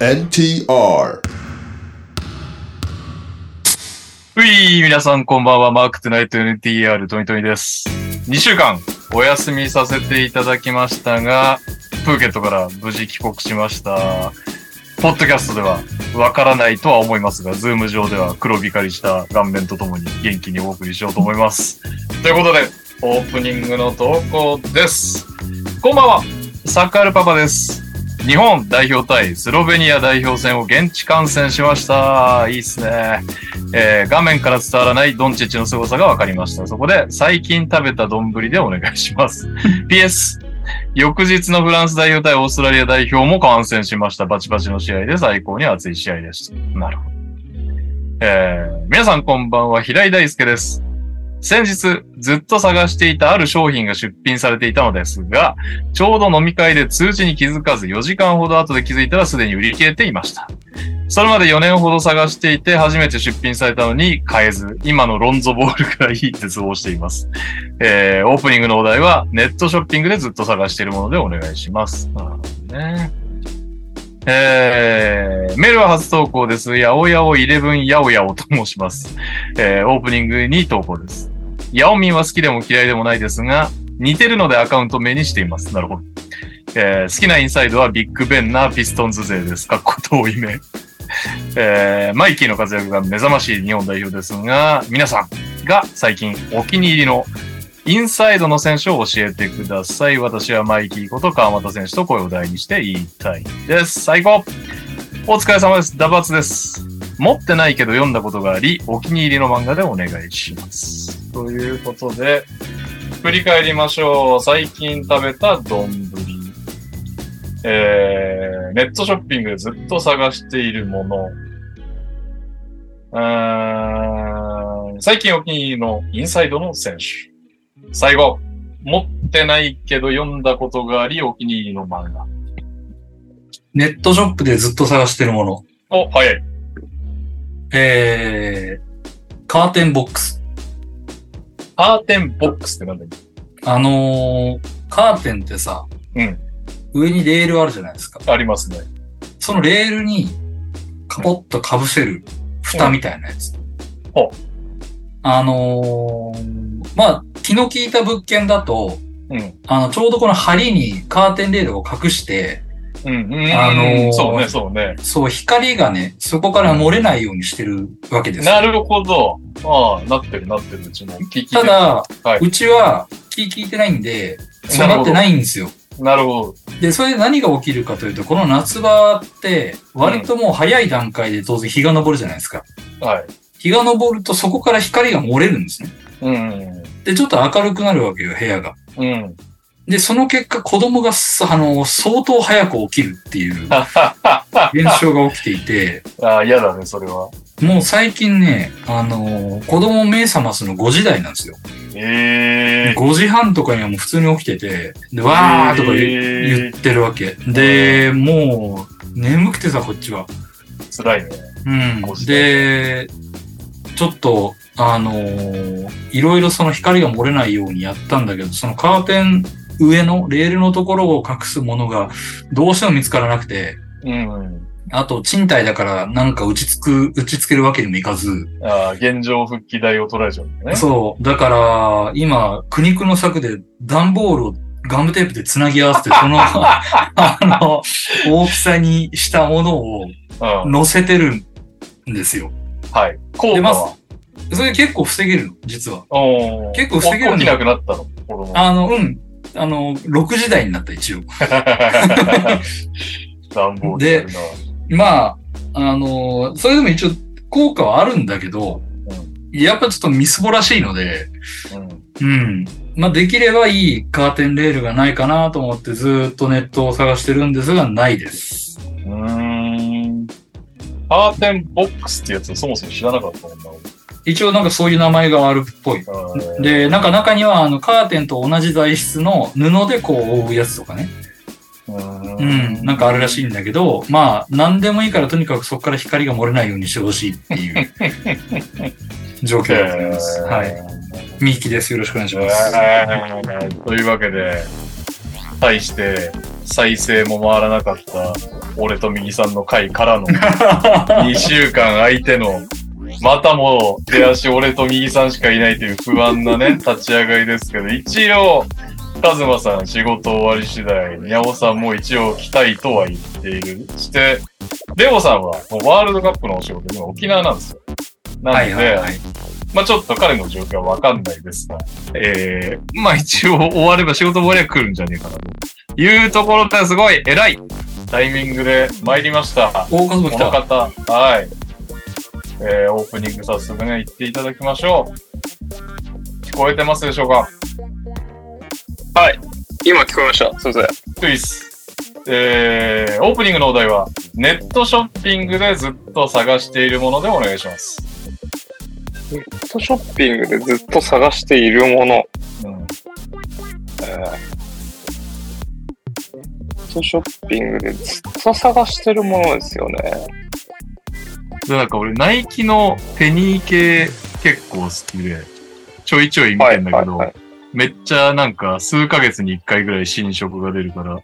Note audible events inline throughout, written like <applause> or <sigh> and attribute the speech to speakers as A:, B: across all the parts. A: NTR
B: うい皆さんこんばんは、マークトゥナイト NTR トニトニです。2週間お休みさせていただきましたが、プーケットから無事帰国しました。ポッドキャストではわからないとは思いますが、ズーム上では黒光りした顔面とともに元気にお送りしようと思います。ということで、オープニングの投稿です。こんばんは、サッカールパパです。日本代表対スロベニア代表戦を現地観戦しました。いいっすね。えー画面から伝わらないドンチッチの凄さが分かりました。そこで、最近食べた丼でお願いします。PS、翌日のフランス代表対オーストラリア代表も観戦しました。バチバチの試合で最高に熱い試合でした。なるほど。えー皆さんこんばんは、平井大輔です。先日、ずっと探していたある商品が出品されていたのですが、ちょうど飲み会で通知に気づかず4時間ほど後で気づいたらすでに売り切れていました。それまで4年ほど探していて、初めて出品されたのに買えず、今のロンゾボールからいい絶望しています。えー、オープニングのお題は、ネットショッピングでずっと探しているものでお願いします。なるほどね。えー、メールは初投稿です。やおやお11やおやおと申します。えー、オープニングに投稿です。やおみんは好きでも嫌いでもないですが、似てるのでアカウント名にしています。なるほど。えー好きなインサイドはビッグベンなピストンズ勢です。かっこ遠い目。えーマイキーの活躍が目覚ましい日本代表ですが、皆さんが最近お気に入りのインサイドの選手を教えてください。私はマイキーこと川又選手と声を大にして言いたいです。最高お疲れ様です。ダバツです。持ってないけど読んだことがあり、お気に入りの漫画でお願いします。ということで、振り返りましょう。最近食べた丼。えー、ネットショッピングでずっと探しているもの。うーん最近お気に入りのインサイドの選手。最後、持ってないけど読んだことがあり、お気に入りの漫画。
C: ネットショップでずっと探してるもの。
B: お、早い。
C: えー、カーテンボックス。
B: カーテンボックスってなんだっけ
C: あのー、カーテンってさ、
B: うん
C: 上にレールあるじゃないですか。
B: ありますね。
C: そのレールに、カポッと被せる蓋みたいなやつ。
B: ほう
C: あのー、まあ、気の利いた物件だと、
B: うん。
C: あの、ちょうどこの梁にカーテンレールを隠して、
B: うん。うん。
C: あのー
B: そうね、そうね。
C: そう、光がね、そこから漏れないようにしてるわけですよ。
B: なるほど。ああ、なってる、なってる。うちも。聞き
C: ただ、
B: はいう
C: ちは気聞いてないんで、そう
B: なる
C: な
B: ほど
C: ってないんですよ。
B: なるほど。
C: で、それで何が起きるかというと、この夏場って、割ともう早い段階で当然日が昇るじゃないですか。
B: はい。
C: 日が昇るとそこから光が漏れるんですね。
B: うん。
C: で、ちょっと明るくなるわけよ、部屋が。
B: うん。で
C: で、その結果子供がす、あの、相当早く起きるっていう
B: はははは
C: 現象が起きていて、
B: ああ、嫌だね、それは。
C: もう最近ね、あの、子供目覚ますの5時台なんですよ。
B: ええ
C: 5時半とかにはもう普通に起きてて、で、わーとか言う言ってるわけ。で、もう、眠くてさ、こっちは。
B: 辛いね。
C: うん
B: こう。して
C: で、ちょっと、あのーいろいろその光が漏れないようにやったんだけど、そのカーテン上のレールのところを隠すものがどうしても見つからなくて、
B: うん。
C: あと賃貸だからなんか打ちつく、打ちつけるわけにもいかず、
B: ああ、現状復帰代を取られちゃうんだね。
C: そう。だから、今、苦肉の策で段ボールをガムテープで繋ぎ合わせて、そ <laughs> の、あの、大きさにしたものを
B: うん。
C: 乗せてるんですよ。
B: はい。効
C: 出
B: 果
C: ま
B: は
C: す。それ結構防げるの、実は。
B: おー
C: 結構防げるの
B: 起きなくなったの、子供。 <laughs>
C: あの、うん。あの、6時台になった、一応。
B: 暖房してるな。
C: まあ、あの、それでも一応、効果はあるんだけど、やっぱちょっとみすぼらしいので、
B: うん。
C: うん。まあ、できればいいカーテンレールがないかなと思って、ずーっとネットを探してるんですが、ないです。
B: うーん。カーテンボックスってやつをそもそも知らなかったもんな
C: 一応なんかそういう名前があるっぽい。
B: 俺。うん、
C: で、なんか中には、あの、カーテンと同じ材質の布でこう覆うやつとかね。う、
B: うん
C: なんかあるらしいんだけど、まあ、何でもいいからとにかくそこから光が漏れないようにしてほしいっていう <laughs> 状況でございます。はい。ミーキです。よろしくお願いします。
B: というわけで、対して再生も回らなかった俺と右さんの回からの2週間相手の、またも出足俺と右さんしかいないという不安な
C: <laughs>
B: ね、立ち上がりですけど、一応、カズマさん仕事終わり次第、ニャオさんも一応来たいとは言っている。して、レオさんはもうワールドカップのお仕事、今沖縄なんですよ。なの
C: は
B: で、
C: いはいはい。
B: まあちょっと彼の状況はわかんないですが、えー、まあ一応終われば仕事終わりは来るんじゃねえかなというところですごい偉いタイミングで参りました。
C: 大家族
B: こ
C: 来
B: の
C: た。
B: 方、はい。えー、オープニング早速ね、行っていただきましょう。聞こえてますでしょうか
A: 今聞こえました。すいません。
B: クイズ。えー、オープニングのお題は、ネットショッピングでずっと探しているものでお願いします。
A: ネットショッピングでずっと探しているもの。
B: うん、
A: えーネットショッピングでずっと探してるものですよね。
B: で、なんか俺、ナイキのペニー系結構好きで、ちょいちょい見てんだけど、
A: はいはいはい
B: めっちゃなんか数ヶ月に一回ぐらい新色が出るから、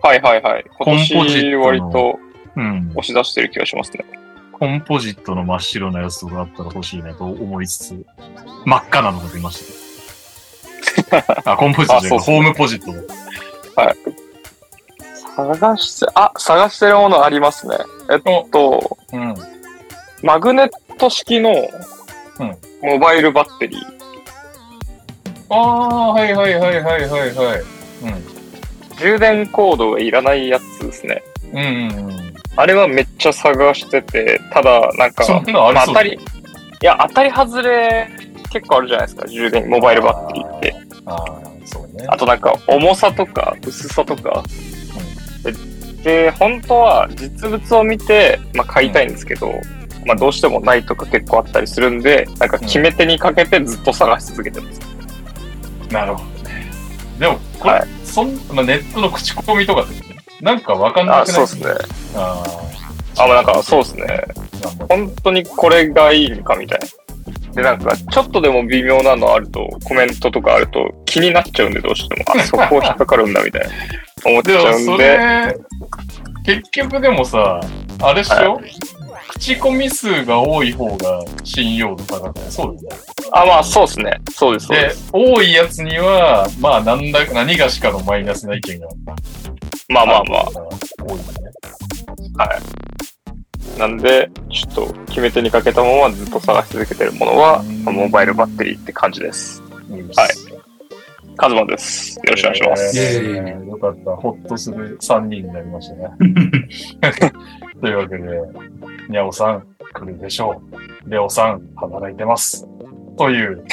A: はいはいはい。今
B: コンポジッ
A: 年
B: トの
A: 割と
B: うん。
A: 押し出してる気がしますね。
B: コンポジットの真っ白なやつとかあったら欲しいなと思いつつ、真っ赤なのが出ま
A: <laughs>
B: した。あ、コンポジットじゃない、
A: あそう
B: ホームポジットだ。
A: 探して、あ、探してるものありますね。えっと、
B: うん。
A: マグネット式の
B: うん
A: モバイルバッテリー。
B: ああ、はいはいはいはいはいはい。
A: 充電コードがいらないやつですね。
B: うん。うんうんうん。
A: あれはめっちゃ探してて、ただなんか、
B: そんなのあり
A: まあ
B: そうだ
A: 当たり、いや、当たり外れ結構あるじゃないですか、充電、モバイルバッテリーって。
B: ああ、そうね。
A: あとなんか、重さとか、薄さとか。で、で本当は実物を見て、まあ、買いたいんですけど、まあ、どうしてもないとか結構あったりするんで、なんか決め手にかけてずっと探し続けてます。
B: なるほどね。でも、これ、
A: は
B: そんまあネットの口コミとかって、なんかわかんな
A: あ、
B: くない
A: そうですね。
B: あ
A: あ、まあなんか、そうですね。
B: ーなんか
A: 本当にこれがいいのかみたいな。で、なんか、ちょっとでも微妙なのあると、コメントとかあると気になっちゃうんで、どうしても。あ、そこ引っかかるんだ、みたいな。思っち
B: で
A: ゃ
B: も、
A: うん
B: そ
A: で。
B: れ、結局でもさ、あれっしょ、口コミ数が多い方が信用度高くないそうだよね。
A: あ、まあ、そうですね。そうです、そうで
B: で、多いやつには、まあ、なんだ、何がしかのマイナスな意見が
A: す。まあまあまあ。
B: 多いね。
A: なんで、ちょっと決め手にかけたままずっと探し続けてるものは、
B: うん
A: モバイルバッテリーって感じです。
B: は
A: カズマです。よろしくお願いします。
C: イエーイ
B: よかった。ほっとする3人になりましたね。
A: <laughs>
B: というわけで、にゃおさん来るでしょう。レオさん働いてます。という、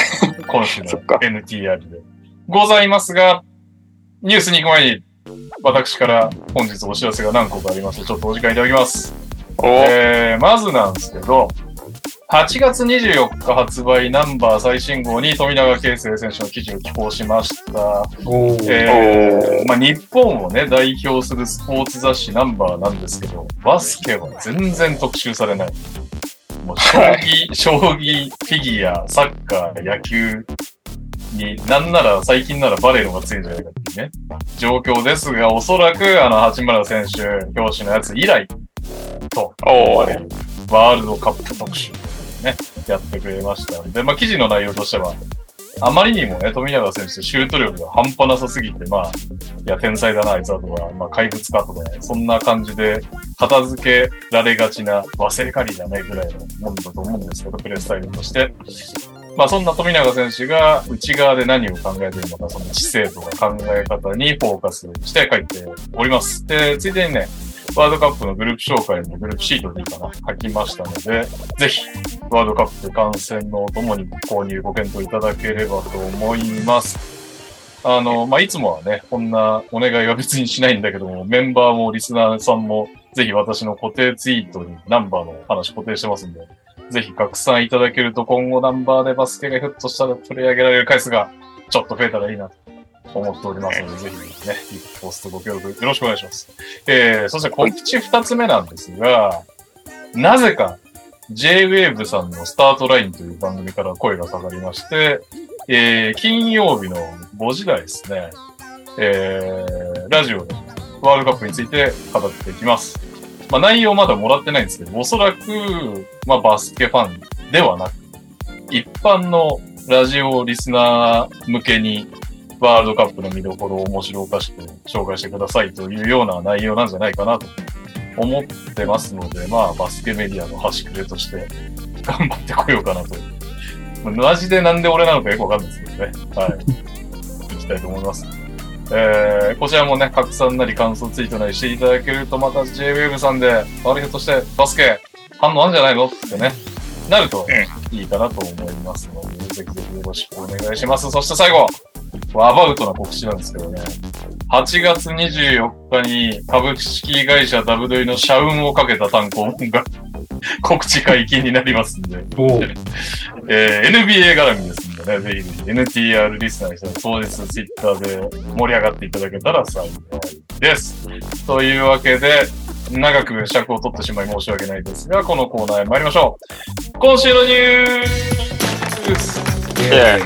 B: 今週の
A: <laughs> そっか
B: NTR でございますが、ニュースに行く前に、私から本日お知らせが何個かありまして、ちょっとお時間いただきます。
A: お
B: えー、まずなんですけど、8月24日発売ナンバー最新号に富永啓生選手の記事を寄稿しました。
C: おー
B: え
A: お
B: ー
A: ー
B: まあ、日本をね、代表するスポーツ雑誌ナンバーなんですけど、バスケは全然特集されない。もう将
A: は
B: 棋、将棋、フィギュア、サッカー、野球に、なんなら最近ならバレーの方が強いんじゃないかっていうね、状況ですが、おそらくあの、八村選手、表紙のやつ以来、と
A: おー
B: ワールドカップ特集ね、やってくれました。で、まあ、記事の内容としては、あまりにもね、富永選手、シュート力が半端なさすぎて、まあ、いや、天才だな、あいつはとか、まあ、怪物かとかね、そんな感じで、片付けられがちな忘れかりじゃないぐらいのもんだと思うんですけど、プレースタイルとして。まあ、そんな富永選手が内側で何を考えているのか、その知性とか考え方にフォーカスして書いております。で、ついでにね、ワールドカップのグループ紹介のグループシートでいいかな、書きましたので、ぜひ、ワールドカップ観戦のともに購入ご検討いただければと思います。あの、まあ、いつもはね、こんなお願いは別にしないんだけども、メンバーもリスナーさんも、ぜひ私の固定ツイートにナンバーの話固定してますんで、ぜひ拡散いただけると今後ナンバーでバスケがひょっとしたら取り上げられる回数がちょっと増えたらいいなと思っておりますので、ぜひね、ポストご協力よろしくお願いします。えー、そして告知二つ目なんですが、なぜか JWAVE さんのスタートラインという番組から声が下がりまして、えー、金曜日の5時台ですね、えー、ラジオでワールドカップについて語っていきます。まあ、内容まだもらってないんですけど、おそらく、まあ、バスケファンではなく、一般のラジオリスナー向けに、ワールドカップの見どころを面白おかしく紹介してくださいというような内容なんじゃないかなと思ってますので、まあ、バスケメディアの端くれとして頑張ってこようかなと。マジでなんで俺なのかよくわかんないですけどね。はい。いきたいと思います。えー、こちらもね、拡散なり感想ツイートなりしていただけると、また JWave さんで、あれひょっとしてバスケ反応あるんじゃないのってね、なるといいかなと思いますので、ぜひぜひよろしくお願いします。そして最後、アバウトな告知なんですけどね、8月24日に株式会社 w w の社運をかけた単行本が <laughs> 告知解禁になりますんで、
C: お
B: えー NBA 絡みですんでね、ぜひぜひ NTR リスナーの人に当日ツイッターで盛り上がっていただけたら幸いです。というわけで、長く尺を取ってしまい申し訳ないですが、このコーナーへ参りましょう。今週のニュース
A: え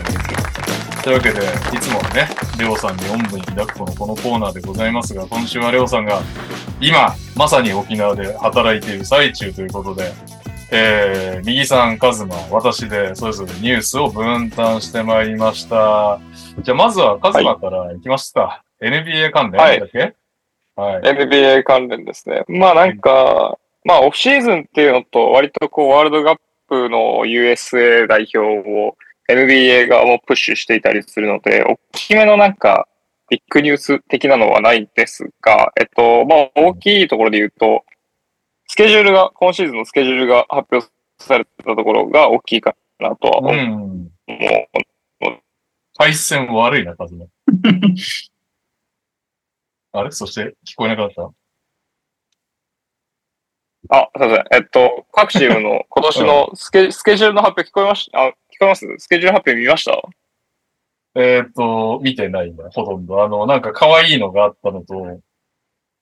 B: というわけで、いつもはね、レオさんにおんぶに抱くこのこのコーナーでございますが、今週はレオさんが今、まさに沖縄で働いている最中ということで、えー、右さん、カズマ、私でそれぞれニュースを分担してまいりました。じゃあ、まずはカズマからいきますか。NBA 関連
A: はい
B: だっけはい。
A: NBA 関連ですね。まあなんか、まあオフシーズンっていうのと、割とこうワールドカップの USA 代表を NBA 側もプッシュしていたりするので、大きめのなんか、ビッグニュース的なのはないんですが、えっと、まあ大きいところで言うと、スケジュールが、今シーズンのスケジュールが発表されたところが大きいかなとは
B: う。
A: 思うん
B: 配線悪いな、カズ
A: <laughs>
B: マ。あれそして、聞こえなかった
A: あ、すいません。えっと、各チームの今年のスケ,、スケジュールの発表聞こえましたあ、聞こえますスケジュール発表見ました
B: えーっ、と、見てないんだ、ほとんど。あの、なんか可愛いのがあったのと、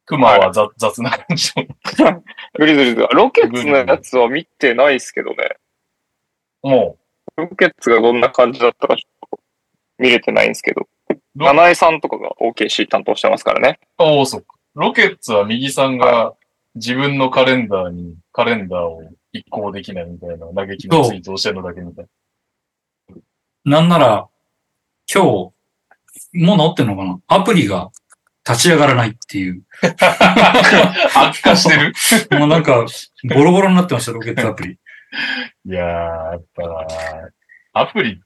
B: クマは雑 <laughs> 雑な感じの。
A: グリズリーズが。ロケッツのやつは見てないですけどね。
B: も
A: ロケッツがどんな感じだったかちょっと見れてないんですけど。
B: ロ
A: 七重さんとかが OKC 担当してますからね。
B: う、おお、そっか。ロケッツは右さんが自分のカレンダーに、カレンダーを一行できないみたいな嘆きのツイートをしてるのだけみたい
C: なんなら、今日、もう治ってんのかなアプリが立ち上がらないっていう。
B: な。悪化してる
C: もうなん <laughs> か、ボロボロになってました、ロケットアプリ。
B: <laughs> いやー、やっぱ、アプリって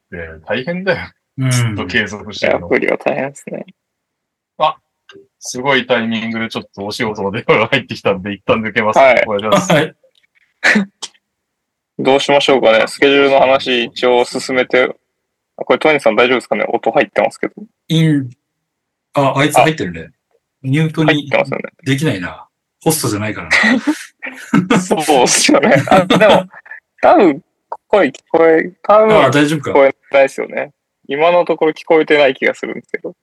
B: 大変だよ。
C: うん。
B: ずっと継続して
A: ア
B: るの。
A: プリは大変ですね。
B: すごいタイミングでちょっとお仕事の電話が入ってきたんで、一旦抜けます。
A: はい
B: お願いします。
C: はい。
A: どうしましょうかね。スケジュールの話一応進めて。あこれトニーさん大丈夫ですかね音入ってますけど。
C: イン、あ、あいつ入ってるね。ミュート
A: 入っ
C: に
A: てますよね。
C: できないな。ホストじゃないからな。
A: そうですよね。あ、でも、多分、声聞こえ、多
C: あ
A: 分
C: あ、
A: 聞
C: 大丈夫か。
A: こえないですよね。今のところ聞こえてない気がするんですけど。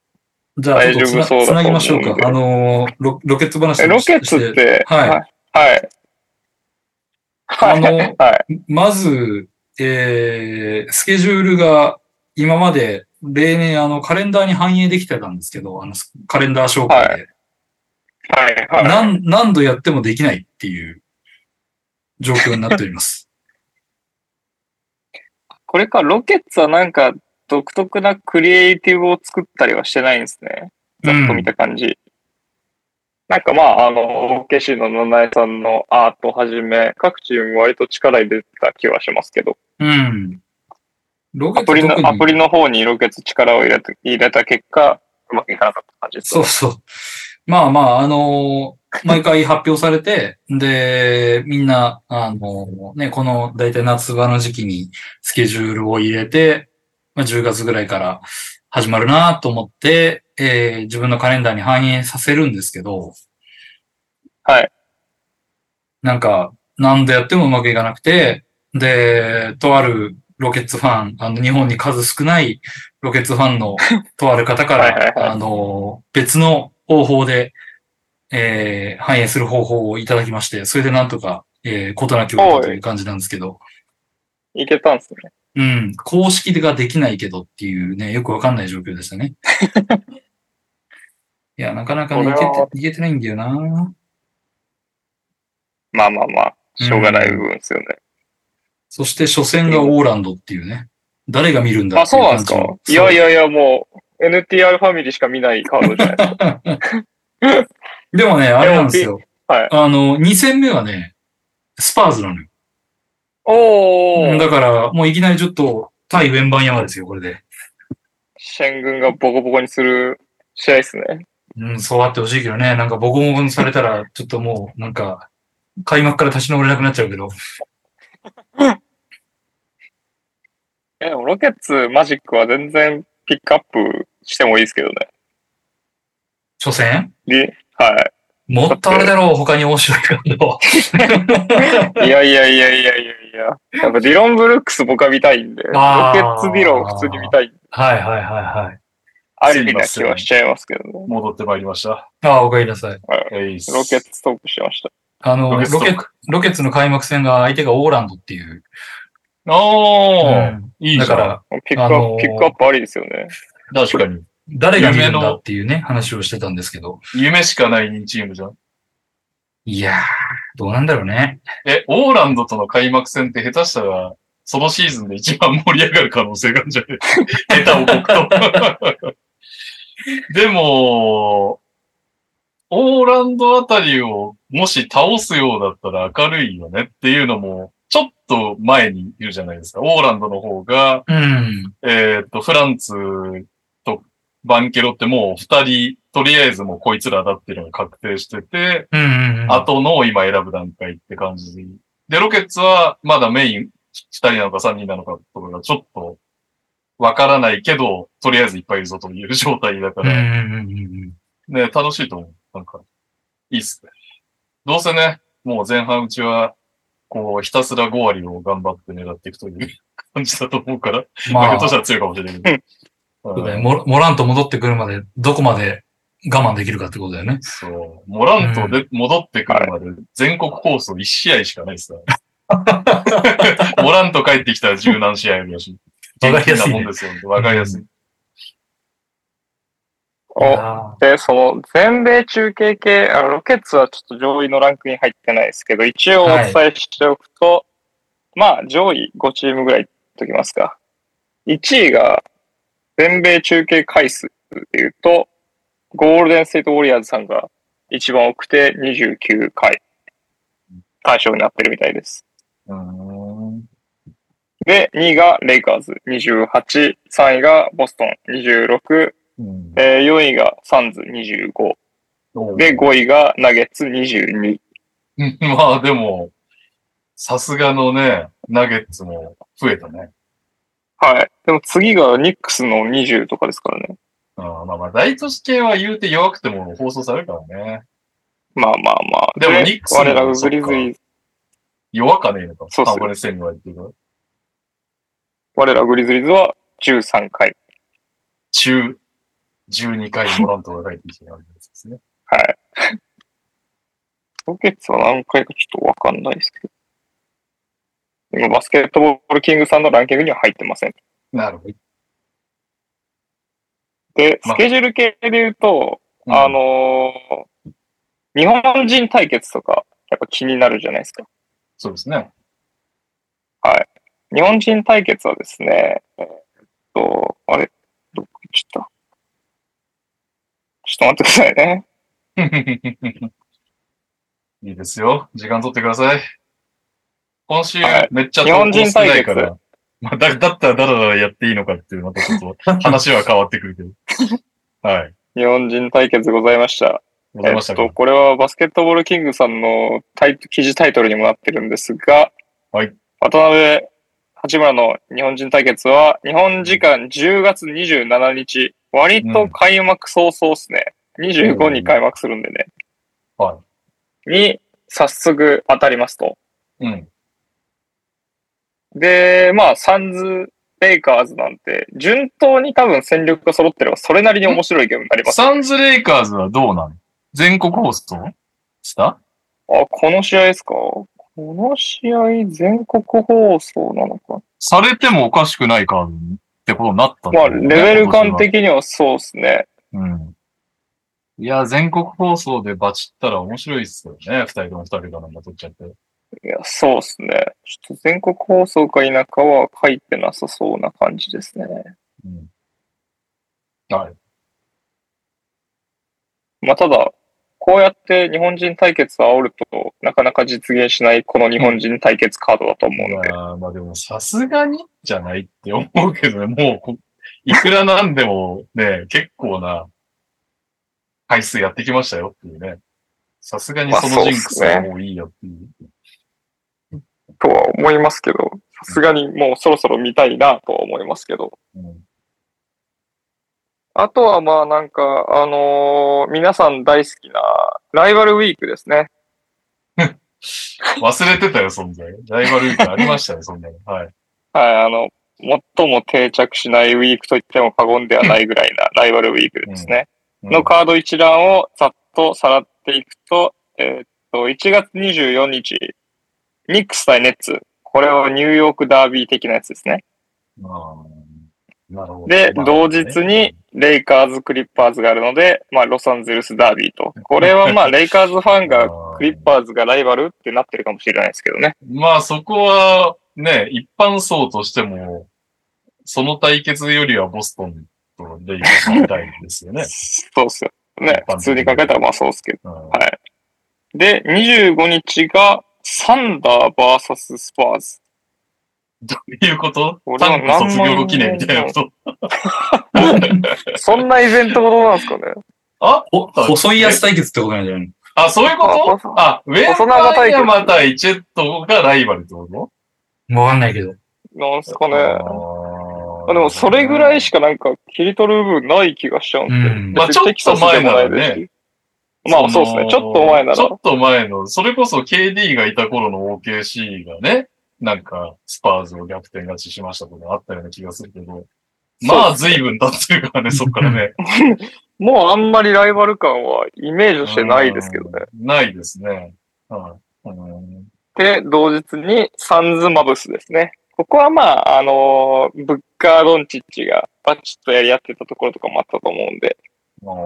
C: じゃあ、ちょっとつな
A: 大丈夫そうだと思うんで
C: つなぎましょうか。あのーロ、ロケット話
A: え、
C: を
A: ロ
C: し
A: ケッツっ。
C: して
A: て、
C: はい
A: はい。はい。
C: あの
A: はいはい。
C: まず、えー、スケジュールが今まで例年あのカレンダーに反映できてたんですけど、あのカレンダー紹介で、
A: はい。はい。
C: 何何度やってもできないっていう状況になっており
A: <laughs>
C: ます。
A: これか、ロケッツはなんか、独特なクリエイティブを作ったりはしてないんですね。ざっと見た感じ。なんかまあ、あの、OKC の七重さんのアートをはじめ、各チーム割と力入れてた気はしますけど、
C: うん。ロケ
A: ア
C: ット
A: プリ
C: 特に
A: の、アプリの方にロケッツ力を入れて入れた結果、うまくいかなかった感じです。
C: そうそう。まあまあ、あのー毎回発表されて、で、みんな、あのーね、この、だいたい夏場の時期にスケジュールを入れて、まあ、10月ぐらいから始まるなと思って、えー自分のカレンダーに反映させるんですけど、
A: はい。
C: なんか、何度やってもうまくいかなくて、で、とあるロケッツファン、あの、日本に数少ないロケッツファン
A: <laughs>
C: のとある方か
A: はいはいはい
C: ら、あの、別の方法で、えー反映する方法をいただきまして、それでなんとか、えー、ことなきを得たという感じなんですけど、
A: いけたんですね。
C: うん、公
A: <laughs>
C: 式ができないけどっていうね、よくわかんない状況でしたね。えいや、なかなかね、い
A: これは
C: けて、いけてないんだよな。
A: まあまあまあ、しょうがない部分ですよね。
C: そして、初戦がオーランドっていうね。誰が見るんだ
A: あ、
C: って
A: そ
C: いうう
A: な
C: 感
A: んです
C: じ
A: か
C: の
A: いやいやいや、もう、NTR ファミリーしか見ないカードじゃないです
C: <laughs>
A: か。
C: でもね、あれなんですよ。
A: はい
C: あの、2戦目はね、スパーズなのよ。
A: お
C: うん
A: ー、
C: だから、もういきなりちょっと、対ウェンバン山ですよ、これで。
A: 戦軍がボコボコにする試合ですね。
C: うん、そうあってほしいけどね。なんか、ボコボコにされたら、ちょっともう、なんか、開幕から立ち直れなくなっちゃうけど。
A: え、でもロケッツ、マジックは全然ピックアップしてもいいですけどね。
C: 初戦
A: りは
C: もっとあれだろう、他に面白いけど。
A: い。いやいやいやいやいやいや。やっぱディロン・ブルックス僕は見たいんで、ロケ
C: あー
A: ッツ・ディロン普通に見たい。
C: <laughs> はいはいはいはい。
A: ありな気はしちゃいますけどね。
B: 戻ってまいりました。
C: ああ、おかえりなさい。
B: えいっす
A: ロケッツトークしてました。
C: あの、
B: ロ
C: ロ
B: ケッツ
C: ケ、ロケッツの開幕戦が相手がオーランドっていう。
B: おー、
C: うん
B: いいじゃ
C: だ
B: ん。
C: から、
A: ピックアップ、
C: あのー
A: ピックアップありですよね。
B: 確かに。
C: 誰が見るん
B: 夢
C: だ
B: の
C: っていうね、話をしてたんですけど。
B: 夢しかない2チームじゃん。
C: いやー、どうなんだろうね。
B: え、オーランドとの開幕戦って下手したら、そのシーズンで一番盛り上がる可能性があるんじゃない <laughs> 下手を僕と。 <laughs> でも、オーランドあたりをもし倒すようだったら明るいよねっていうのも、ちょっと前にいるじゃないですか。オーランドの方が、
C: うん。
B: えーっと、フランツとバンケロってもう二人、とりあえずもうこいつらだっていうのが確定してて、
C: うんうん、うん。
B: 後のを今選ぶ段階って感じで。で、ロケッツはまだメイン2人なのか3人なのかとかがちょっとわからないけど、とりあえずいっぱいいるぞという状態だか
C: うんう
B: ら、
C: んうんうん
B: ね、楽しいと思う。なんか、いいっすね。どうせね、もう前半うちは、こう、ひたすら5割を頑張って狙っていくという感じだと思うから、
C: うん。
B: まあ、
C: ま
B: ひょ
C: あ
B: っと、したら強いかもしれないけど。
C: そうだ
B: う
C: ね
B: ん
C: モモラント戻ってくるまで、どこまで我慢できるかってことだよね。
B: そう。モラントで、戻ってくるまで全国放送1試合しかないです
C: <laughs>
B: から。モラント帰ってきたら十何試合あるらしい。
C: わかりやす
B: 元気
C: いね
B: なもんですよ。わかりやすい。
A: お
C: あ
A: で、その、全米中継系、あロケッツはちょっと上位のランクに入ってないですけど、一応お伝えしておくと、まあ、上位5チームぐらいいっときますか。1位が、全米中継回数でいうと、ゴールデンステートウォリアーズさんが一番多くて29回対象になってるみたいです。
B: うーん。
A: で、2位がレイカーズ28、3位がボストン26、
B: うん
A: えー4位がサンズ25、で、5位がナゲッツ22。
B: うんまあでも、さすがのね、ナゲッツも増えたね。
A: はい。でも次がニックスの20とかですからね。
B: あまあまあ、大都市系は言うて弱くても放送されるからね。
A: まあまあまあ。
B: でもニックスも
A: 我らがグリズイーズ、
B: 弱かねえのか。
A: そうっすよ
B: あこれ千に言われてるから
A: 我らグリズイーズは13回。
B: 中、12回モラントが帰ってきてるわけですね。
A: はい。 <laughs> ロケッツは何回かちょっとわかんないですけど。今、バスケットボールキングさんのランキングには入ってません。
B: なるほど。
A: で、
B: まあ
A: スケジュール系で言うと、あのー日本人対決とか、やっぱ気になるじゃないですか。
B: そうですね。
A: 日本人対決はですね、えーっと、あれ、どっか行っちゃった。ちょっと待ってくださいね。
B: <laughs> いいですよ。時間取ってください。今週
A: はい、
B: めっちゃ
A: 日本人
B: 投稿少ないか
A: 対
B: ら。まあ、だ、だったらだらだらやっていいのかっていう、またちょっと
A: <laughs>
B: 話は変わってくるけど。はい。
A: 日本人対決ございました。
B: ございました
A: えーっ
B: か
A: と、。これはバスケットボールキングさんのタイ記事タイトルにもなってるんですが、
B: はい
A: 渡辺、八村の日本人対決は、日本時間10月27日、割と開幕早々ですね。25に開幕するんでね。
B: は
A: に早速当たりますと。
B: い。うん。
A: で、まあ、サンズ、レイカーズなんて、順当に多分戦力が揃ってれば、それなりに面白いゲームになります。
B: サンズレイカーズはどうなの全国放送した
A: あ、この試合ですかこの試合、全国放送なのか。
B: されてもおかしくないカードってことになったんだ
A: まあ、
B: よね
A: レベル感。的にはそうですね。
B: 今年はうん。いや、全国放送でバチったら面白いっすよね。二人とも二人がなんか撮っちゃって。
A: いや、そうですね。ちょっと全国放送か否かは書いてなさそうな感じですね。
B: うん。はい。
A: まあ、ただ、こうやって日本人対決を煽ると、なかなか実現しないこの日本人対決カードだと思うので、
B: まあ、まあでも、さすがにじゃないって思うけどね。もうこ、いくらなんでもね、結構な回数やってきましたよっていうね。さすがにそのジンクスはもういいよっていう。
A: とは思いますけど、さすがにもうそろそろ見たいなとは思いますけど。
B: うん
A: あとはまあなんか、あのー皆さん大好きなライバルウィークですね。
B: 忘れてたよ、存在。ライバルウィークありま
A: <laughs>
B: したね、そんなの。はい。
A: はい、あの、最も定着しないウィークと言っても過言ではないぐら
B: <laughs>
A: いなライバルウィークですね。
B: うん
A: のカード一覧をざっとさらっていくと、えーっと、1月24日、ニックス対ネッツ。これはニューヨークダービー的なやつですね。
B: あーなるほど
A: で、
B: まあ
A: 同日にレイカーズ・クリッパーズがあるので、まあ、ロサンゼルスダービーと。これはまあ、 <laughs> レイカーズファンがクリッパーズがライバルってなってるかもしれないですけどね。
B: まあそこはね、一般層としても、その対決よりはボストンとレイカーズみたいですよね。
A: そうっすよ。
B: 一
A: ね。
B: 般的に
A: 普通に考えたらまあそうっすけど。
B: うん
A: で、25日がサンダー VS スパーズ。
B: どういうこと
A: 俺
B: タ
A: は
B: ンク卒業記念みたいなこと <laughs>
A: そんなイベントごとなんですかね。
B: あ
C: お細いやつ対決ってことなんじゃないの
B: あ、そういうこ
A: 細
B: とあ、ウェン
A: 細長
B: バ
A: 対
B: イ
A: 決
B: ヤマ対チェットがライバルってこ
C: わかんないけど。
A: なんす
B: と
A: かね。
B: あ
A: あ
B: ー
A: でも、それぐらいしかなんか切り取る部分ない気がしちゃうん
C: う
A: で。
C: ん。
B: まあちょっと前ならね
A: 別にテキサスでもないですしまあ、そうですね。
B: の
A: ちょっと前な
B: ちょ
A: ら。
B: っと前の、それこそ KD がいた頃の OKC がね、なんか、スパーズを逆転勝ちしましたとかあったような気がするけど、まあ、随分経ってるからね、そっから
A: <laughs>
B: ね。
A: もうあんまりライバル感はイメージしてないですけどね。
B: うん。ないですね。はいうん
A: で、同日にサンズマブスですね。ここはまあ、あのーブッカー・ドンチッチがバチッとやり合ってたところとかもあったと思うんで、
B: うん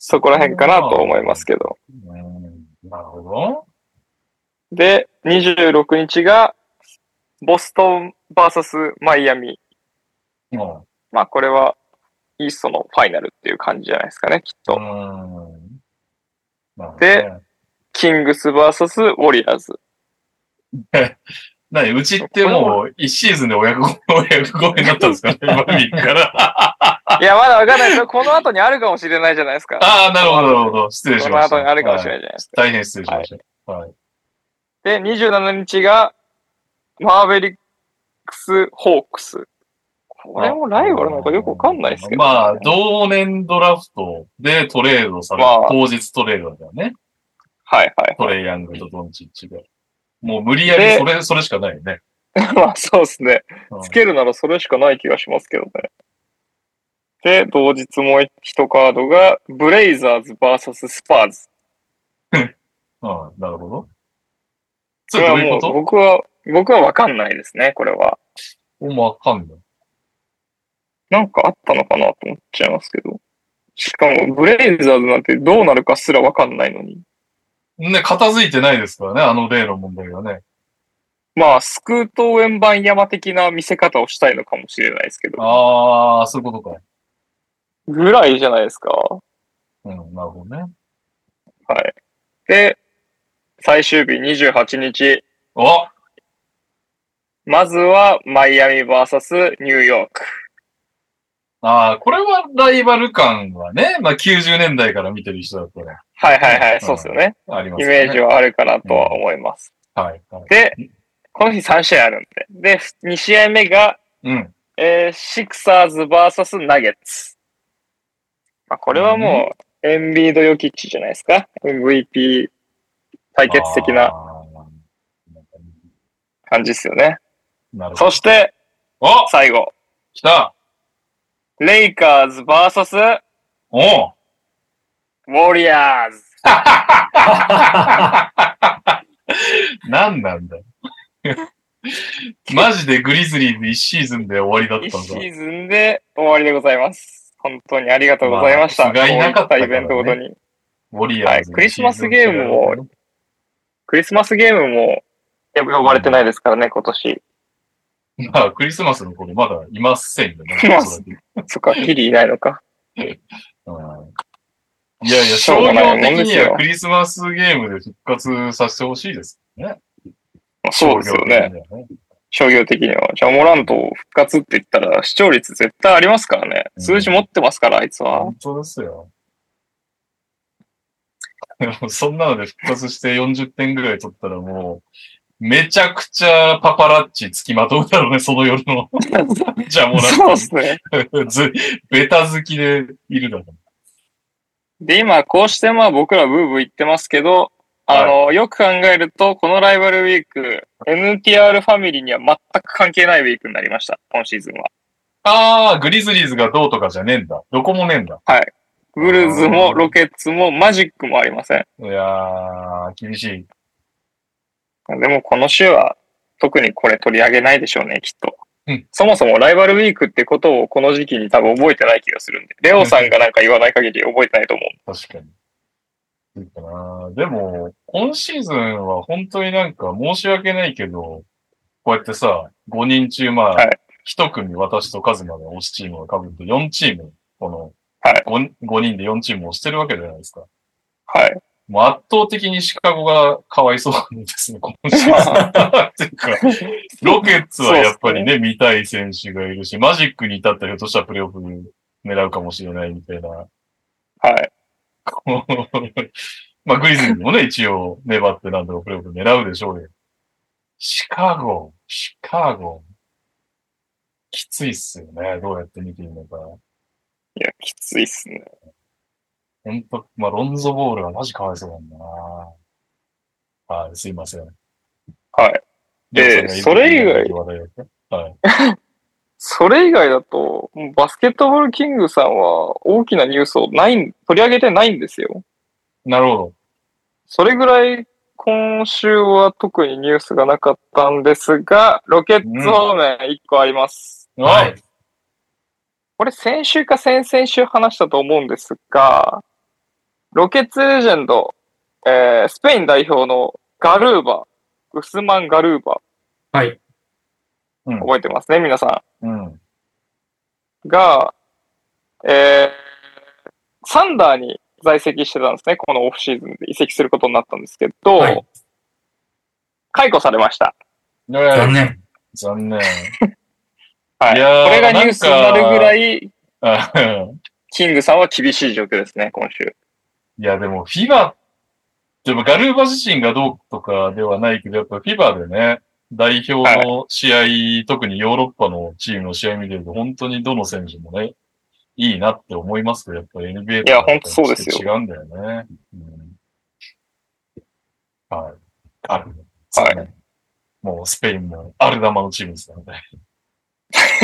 A: そこら辺かなと思いますけど。
B: うんなるほど。
A: で、26日が、ボストン VS マイアミ。
B: うん
A: まあこれはイーストのファイナルっていう感じじゃないですかね、きっと。
B: うんなるほどね
A: で、キングス VS ウォリアーズ。
B: なに、うちってもう、一シーズンで親子、親子になったんですか
A: <laughs>
B: ね、バミから。
A: いや、まだわかんないですよ。この後にあるかもしれないじゃないですか。
B: ああ、なるほど、なるほど。失礼
A: こ
B: し
A: の
B: ました。。
A: 後にあるかもしれないいじゃないですか。
B: 大変失礼しました。はい。
A: で、27日が、マーベリックス・ホークス。これもライバルなんかよくわかんないですけどね、
B: まあ、同年ドラフトでトレードされ、
A: まあ
B: 当日トレードだからね。
A: はい <laughs> はい。
B: トレイヤングとドンチッチが。もう無理やり
A: で
B: それ、それしかないよね。
A: まあそうですね。
B: うん
A: つけるならそれしかない気がしますけどね。で、同日もう一カードが、ブレイザーズ VS スパーズ。
B: うん、なるほど。そ
A: これ
B: れど
A: は
B: ういう
A: も
B: こ
A: う
B: と
A: 僕は、僕はわかんないですね、これは。
B: もうわかんない。
A: なんかあったのかなと思っちゃいますけど。しかも、ブレイザーズなんてどうなるかすらわかんないのに。
B: ね、片付いてないですからね、あの例の問題がね。
A: まあ、スクート応援版山的な見せ方をしたいのかもしれないですけど。
B: ああ、そういうことか。
A: ぐらいじゃないですか。
B: うん、なるほどね。
A: で、最終日28日。
B: お
A: まずは、マイアミ VS ニューヨーク。
B: ああ、これはライバル感はね、まあ90年代から見てる人だったら
A: はいはいは
B: うん
A: い、そうですよね。
B: あります
A: イ
B: よね。
A: メージはあるかなとは思います。
B: はい。はい。
A: で、この日3試合あるんで。で、2試合目が、
B: うん。
A: えーシクサーズ VS ナゲッツ。まあ、これはもう、エンビード・ヨキッチじゃないですか。MVP 対決的な
B: あ
A: 感じですよね。
B: ー。なるほど。
A: そして、
B: お
A: 最後、
B: 来た
A: レイカーズ VS
B: お <laughs> う
A: ウォリアーズ。
B: 何なんだよ <laughs> マジでグリズリーズ1シーズンで終わりだ
A: 1
B: ったん
A: シ
B: だ。
A: ーズンで終わりでございます。本当にありがとうございまし
B: まあ
A: た。
B: 不甲斐なかったからね
A: こういイベントごとに。
B: ウォリアーズ、
A: はいクリスマスゲームをクリスマスゲームも呼ばれてないですからね、今年。
B: ま <laughs> あ、クリスマスの頃まだいませんよね。
A: い <laughs> ますそっか、ギリいないのか。
B: うんいやいや、商業的にはクリスマスゲームで復活させてほしいですね。
A: まあそうですよね。商業的には。じゃあ、モラント復活って言ったら、視聴率絶対ありますからね。
B: うん
A: 数字持ってますから、あいつは。
B: 本当ですよ。 <laughs> でもそんなので復活して40点ぐらい取ったらもう、めちゃくちゃパパラッチつきまとうだろうね、その夜の。 <laughs> じゃあもうなん
A: <laughs> そうですね。
B: か、 <laughs> ずベタ好きでいるだろう。
A: で、今、こうしてまあ僕らブーブー言ってますけど、あの、よく考えると、このライバルウィーク、NTR ファミリーには全く関係ないウィークになりました、今シーズンは。
B: あー、グリズリーズがどうとかじゃねえんだ。どこもねえんだ。
A: ブルーズもロケッツもマジックもありません。
B: いやー、厳しい。
A: でもこの週は特にこれ取り上げないでしょうね、きっと。
B: うん
A: そもそもライバルウィークってことをこの時期に多分覚えてない気がするんで、レオさんがなんか言わない限り覚えてないと思う。
B: 確かに。いいかな。でも、今シーズンは本当になんか申し訳ないけど、こうやってさ、5人中ま
A: は
B: あ
A: い、
B: 1組私とカズマが推しチームが被って4チーム、この
A: はい
B: 5, 5人で4チームを推してるわけじゃないですか。
A: はい。
B: <laughs> もう圧倒的にシカゴがかわいそうですね、今シーズン。っていうか、 <laughs> ロケッツはやっぱりね、見たい選手がいるし、マジックに至ったらひょっとしたらプレイオフ狙うかもしれないみたいな。 <laughs>
A: はい。
B: こうまあ、グリズリーズもね、一応粘ってなんでもプレーオフ狙うでしょうよ。シカゴ、シカゴ。きついっすよね。どうやって見ていいのか。
A: いや、きついっすね。
B: ほんと、まあ、ロンゾボールはマジかわいそうなんだな。はい、すいません。
A: はい。でそれ以外
B: 言われるはい。
A: それ以外だと、もうバスケットボールキングさんは大きなニュースをない、取り上げてないんですよ。
B: なるほど。
A: それぐらい今週は特にニュースがなかったんですが、ロケッツ方面1個あります。
C: はい
A: これ先週か先々週話したと思うんですが、ロケッツレジェンド、えースペイン代表のガルーバ、ウスマン・ガルーバ、
C: はい。
A: 覚えてますね、皆さ
B: うん。
A: ん。が、えーサンダーに在籍してたんですね、このオフシーズンで移籍することになったんですけど、
C: はい
A: 解雇されました。
C: 残念。
B: 残念。 <laughs>
A: はい。
B: いやー
A: これがニュースになるぐらい、
B: あ
A: キングさんは厳しい状況ですね、今
B: <laughs>
A: 週。
B: いや、でも、フィバ、でも、ガルーバ自身がどうとかではないけど、やっぱフィバでね、代表の試合、特にヨーロッパのチームの試合見てると、本当にどの選手もね、いいなって思いますけど、やっぱり NBA
A: いや本当そうですよ
B: よ。違うんだよね。うん、はい。ある。
A: はい
B: い。もうスペインもアルダマのチームですから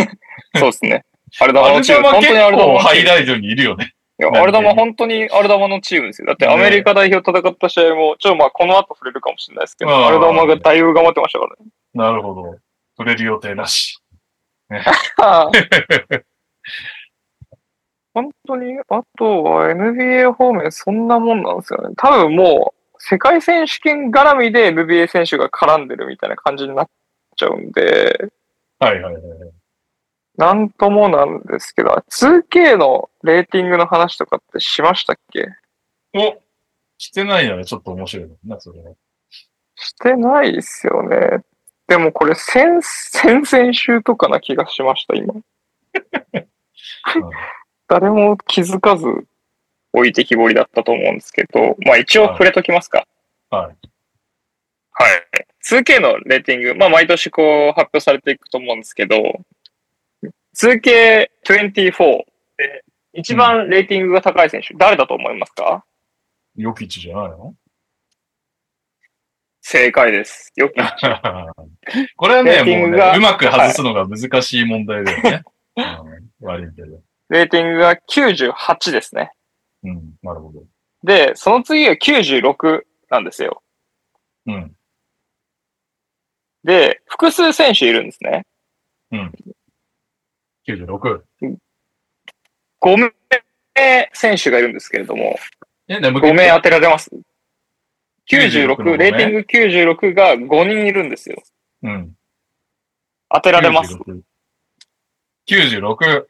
B: ね。
A: そうですね。あれだ、
B: ア
A: あの
B: ル
A: チー
B: ダ
A: ム、
B: マ
A: 本
B: 結
A: 当にあれだ、
B: 構ハイライトにいるよね。
A: いや、
B: なんで
A: アルダマ本当にアルダマのチームですよ。だってアメリカ代表戦った試合も、ちょっとまあこの後触れるかもしれないですけ
B: う
A: ど、
B: ん
A: アルダマがだいぶ頑張ってましたからね。
B: なるほど。触れる予定なし。
A: はあ <laughs> 本当に、あとは NBA 方面そんなもんなんですよね。多分もう、世界選手権絡みで NBA 選手が絡んでるみたいな感じになっちゃうんで、
B: はいはいはい。
A: なんともなんですけど、あ 2K のレーティングの話とかってしましたっけ
B: おしてないならちょっと面白いな、それ
A: <laughs>
B: は。
A: してないですよね。でもこれ先、先々週とかな気がしました、今。誰も気づかず置いてきぼりだったと思うんですけど、まあ一応触れときますか。。
B: はい
A: はい。2K のレーティング、まあ毎年こう発表されていくと思うんですけど、2K24 で一番レーティングが高い選手、誰だと思いますか
B: ヨキッチじゃないの <laughs>
A: 正解です。よ <laughs> き。
B: これはね、
A: レーティ
B: も
A: ン
B: う
A: グが
B: ね、うまく外すのが難しい問題だよね。うん悪いけど。
A: レーティングが98ですね。
B: うん、なるほど。
A: で、その次が96なんですよ。
B: うん。
A: で、複数選手いるんですね。
B: 96。
A: 5名選手がいるんですけれども、
B: え、眠気
A: 5名当てられます。
B: 96
A: 96、レーティング96が5人いるんですよ。
B: うん。
A: 当てられます。
B: 96。96。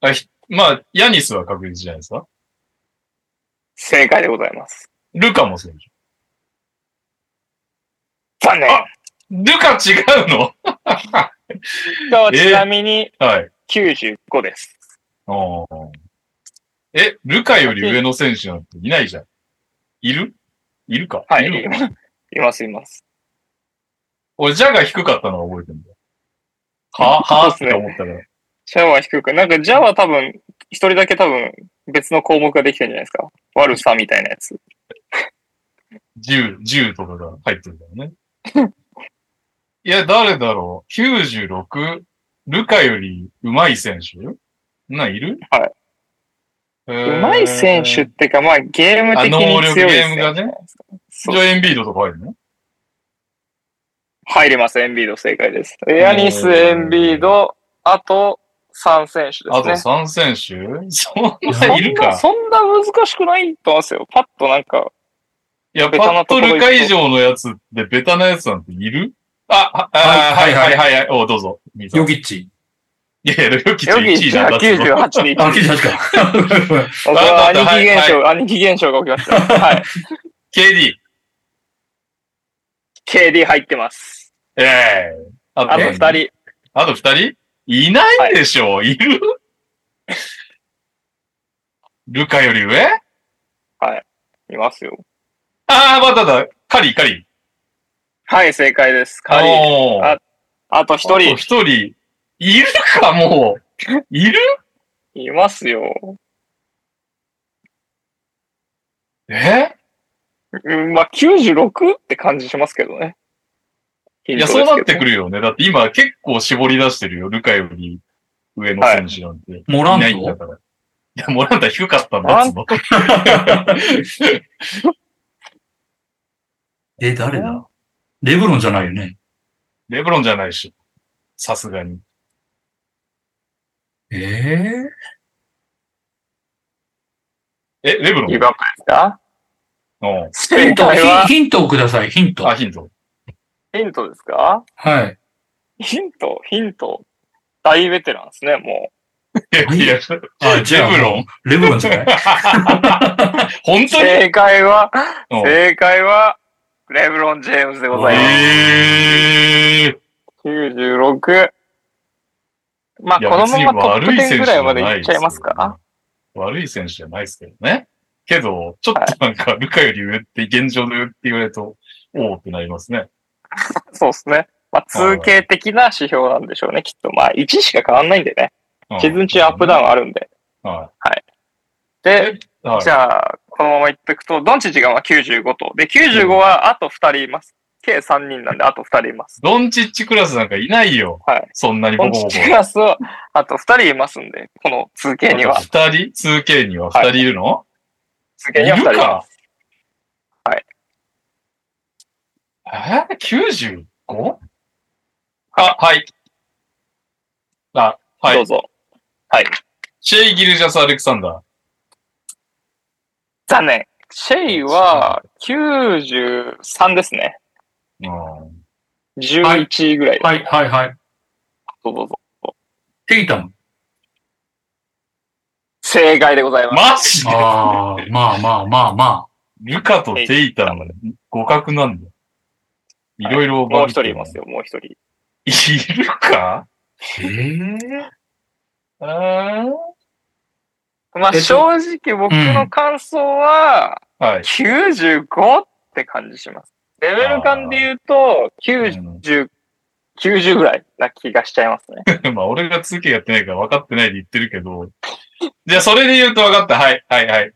B: あひまあ、ヤニスは確実じゃないですか。
A: 正解でございます。
B: ルカもそうでし
A: 残念。
B: あょ。ルカ違うの <laughs>
A: がはちなみに
B: はい。
A: 95です。
B: あーえ、ルカより上の選手なんていないじゃん。いるいるか
A: <laughs> はい。
B: るの
A: います、います。
B: 俺、ジャが低かったのは覚えてるんだよ。は
A: <laughs>
B: はって思ったから。
A: シャワー低く。なんか、ジャは多分、一人だけ多分、別の項目ができてるんじゃないですか。悪さみたいなやつ。
B: 10、10とかが入ってるからね。いや、誰だろう ?96? ルカより上手い選手なん、いる
A: はい。
B: え
A: う
B: ー
A: まい選手ってか、まあ、ゲーム的
B: あ能
A: に
B: 力
A: 強いです、ね。
B: ゲームがね。
A: そ
B: じ
A: う
B: ゃあエンビードとか入るの
A: 入ります、エンビード正解です。エアニス、
B: おー
A: エンビード、あと3選手
B: あと
A: ですね。
B: 3選手そん
A: そ
B: なんいる
A: な、
B: か。
A: そんな難しくないと思いますよ。パッとなんか、
B: いや、
A: ベ
B: パ
A: タな
B: ッ
A: と
B: と
A: ころ行く
B: ル
A: と
B: カ以上のやつでベタなやつなんているあ、ああは
C: はいい
B: は
C: はいい
B: はいはい。お、どうぞ。いいぞ
C: ヨキッチ。
B: いやいや、ヨキッ
A: ヨ
B: チ1
A: ギ
B: 位
A: ッチ
B: だ
A: は
B: った
A: 98で
C: あ、ヨキッチ確 <laughs> か。
A: 僕
B: あ
A: は
B: だ
A: 兄
B: って
A: 貴現
B: は
A: 象、兄貴現象が起きました。
B: <laughs>
A: はい。
B: KD。
A: KD 入ってます。
B: ええあ
A: あと2人。
B: あと二人いないでしょう、い、るルカより上あ
A: いますよ。
B: あ、まただ、カリー、カリー。
A: はい、正解です。カリー。
B: おー
A: ああと1
B: あと
A: 人。
B: 一人。いるか、も
A: <laughs>
B: う。いる
A: いますよ。
B: え
A: うん、まあ、96って感じしますけどね。
B: いや、そうなってく
A: る。
B: るよね。だって今結構絞り出してるよ。ルカより上の選手なんて。い、
C: モラン
B: ないんだ
C: ト
B: から。いや、モランタ低かったん
A: モ
B: だ、
A: ラ
B: い
A: ン
B: つも。
C: <laughs> え、誰だレブロンじゃないよね。
B: レブロンじゃないし。さすがに。
C: ええ
B: え、レブロン
A: ゆがかですか
B: うん
C: ヒント、
A: 正解は
C: ヒンヒントをください、ヒント。
B: あ、
C: はい。
B: ヒント。
A: ヒントですかヒント、ヒント。大ベテランですね、も
B: いや、いや、
C: あ、じゃあ、
B: レブロン。
C: レブロンじゃない
B: 本当
A: う。
B: に
A: 正解は、
B: うん
A: 正解は、レブロン・ジェームズでございます。
B: ええ
A: 96。まあ、
B: いや
A: この
B: 別に
A: ままトップ
B: 悪い選手
A: 10ぐらいまで
B: じゃない
A: いっちゃいますか
B: ですよね悪い選手じゃないですけどね。けど、ちょっとなんか、ルカより上って、現状の上って言われると、おーってなりますね。
A: そうですね。まあ、通形的な指標なんでしょうね、きっと。まあ、1しか変わんないんでね。
B: うん
A: シーズン中アップダウンあるんで。
B: は
A: で、
B: い。はい
A: じゃあ、このままいっていくと、ドンチッチがまあ95と。で、95はあと2人います。計3人なんで、あと2人います。
B: ドンチッチクラスなんかいないよ。
A: はい
B: そんなに
A: ド
B: ボ
A: ン
B: コ
A: チ
B: ボ
A: ッ
B: コ。
A: チクラスはあと2人いますんで、この通形には。
B: あと二人 ?2K には二人いるの、
A: 通形には
B: い
A: 2人
B: る
A: いま
B: か
A: す。はい。
B: えー、95? あ、はい。あ、は
A: ど。
B: いう
A: ぞ。
B: シェイ・ギルジャス・アレクサンダー。
A: 残念。シェイは93ですね。
B: うん。
A: 11位ぐらい。
C: はい、はい、はい。
A: どうぞどうぞ。
C: テイタム。
A: 正解でございます。
B: マジで
C: ああ、まあまあまあま
B: ルカとテイタム、互角なんだ。いろいろ
A: もう
B: バ
A: 一
B: ズっ
A: 人
B: て
A: い
B: るな
A: ますよ、もう一人。
B: いるか
C: あ。え
B: うーん
A: まあ、
C: えっと
A: 正直僕の感想は、
B: はい。
A: 95って感じします。レベル感で言うと、90、90ぐらいな気がしちゃいますね。
B: <laughs> まあ、俺が 2K やってないから分かってないで言ってるけど。じゃあ、それで言うと分かった。はい、はい、はい。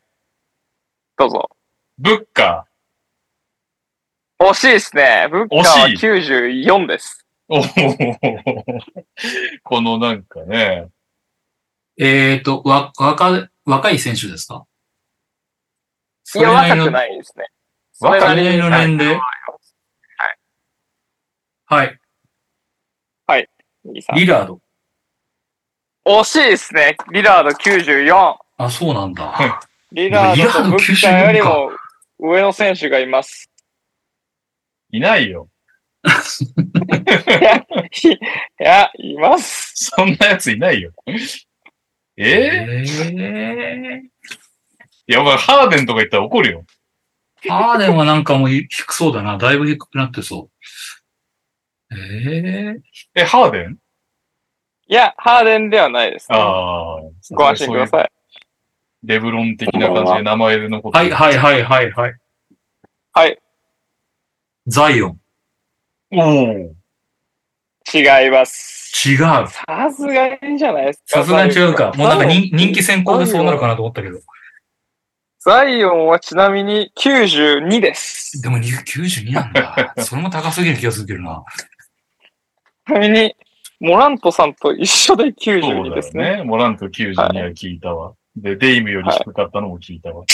A: どうぞ。
B: ブッカ
A: 惜しいですね。ブッカーは
B: 惜し
A: 94です。
B: ー。おお <laughs> このなんかね。
C: えーと、わ、若、若い選手ですか
A: い
C: そ
A: や、
C: れなり
A: 若く
C: の
A: ないですね。
C: それ
A: そ
C: な
A: れな
C: り
A: り
C: の
A: の
C: 年齢。はい。
A: いいさ
C: リラード。
A: 惜しいですね。リラード94。
C: あ、そうなんだ。
A: リラードとブッキャンより
C: リラー
A: も上の選手がいます。 <laughs>
B: いないよ。
A: いや、います。
B: そんなやついないよ。え
C: え
B: ぇ、いや、お前、ハーデンとか言ったら怒るよ。
C: ー、ハーデンはなんかもう低そうだな。だいぶ低くなってそう。ええ
B: え、ハーデン
A: いや、ハーデンではないです、ね。
B: ああ。
A: ご安心くだ
B: い。
A: さい。
B: レブロン的な感じで名前で残って
C: はいはいはいはいはい。
A: はい。
C: ザイオン。
B: おお。
A: 違います。
C: 違う。
A: さすがにじゃないですか。
C: さすがに違うか。もうなんか人
A: ザイオン
C: 人気先行でそうなるかなと思ったけど。
A: ザイオンはちなみに92です。
C: でも92なん
A: <laughs>
C: だ。それも高すぎる気がするけどな。
A: ちなみに、モラントさんと一緒で
B: そう
A: 92
B: で
A: ですすね。
B: ね。モラント92は聞いたわ。で、デイムより低かったのも聞いたわ。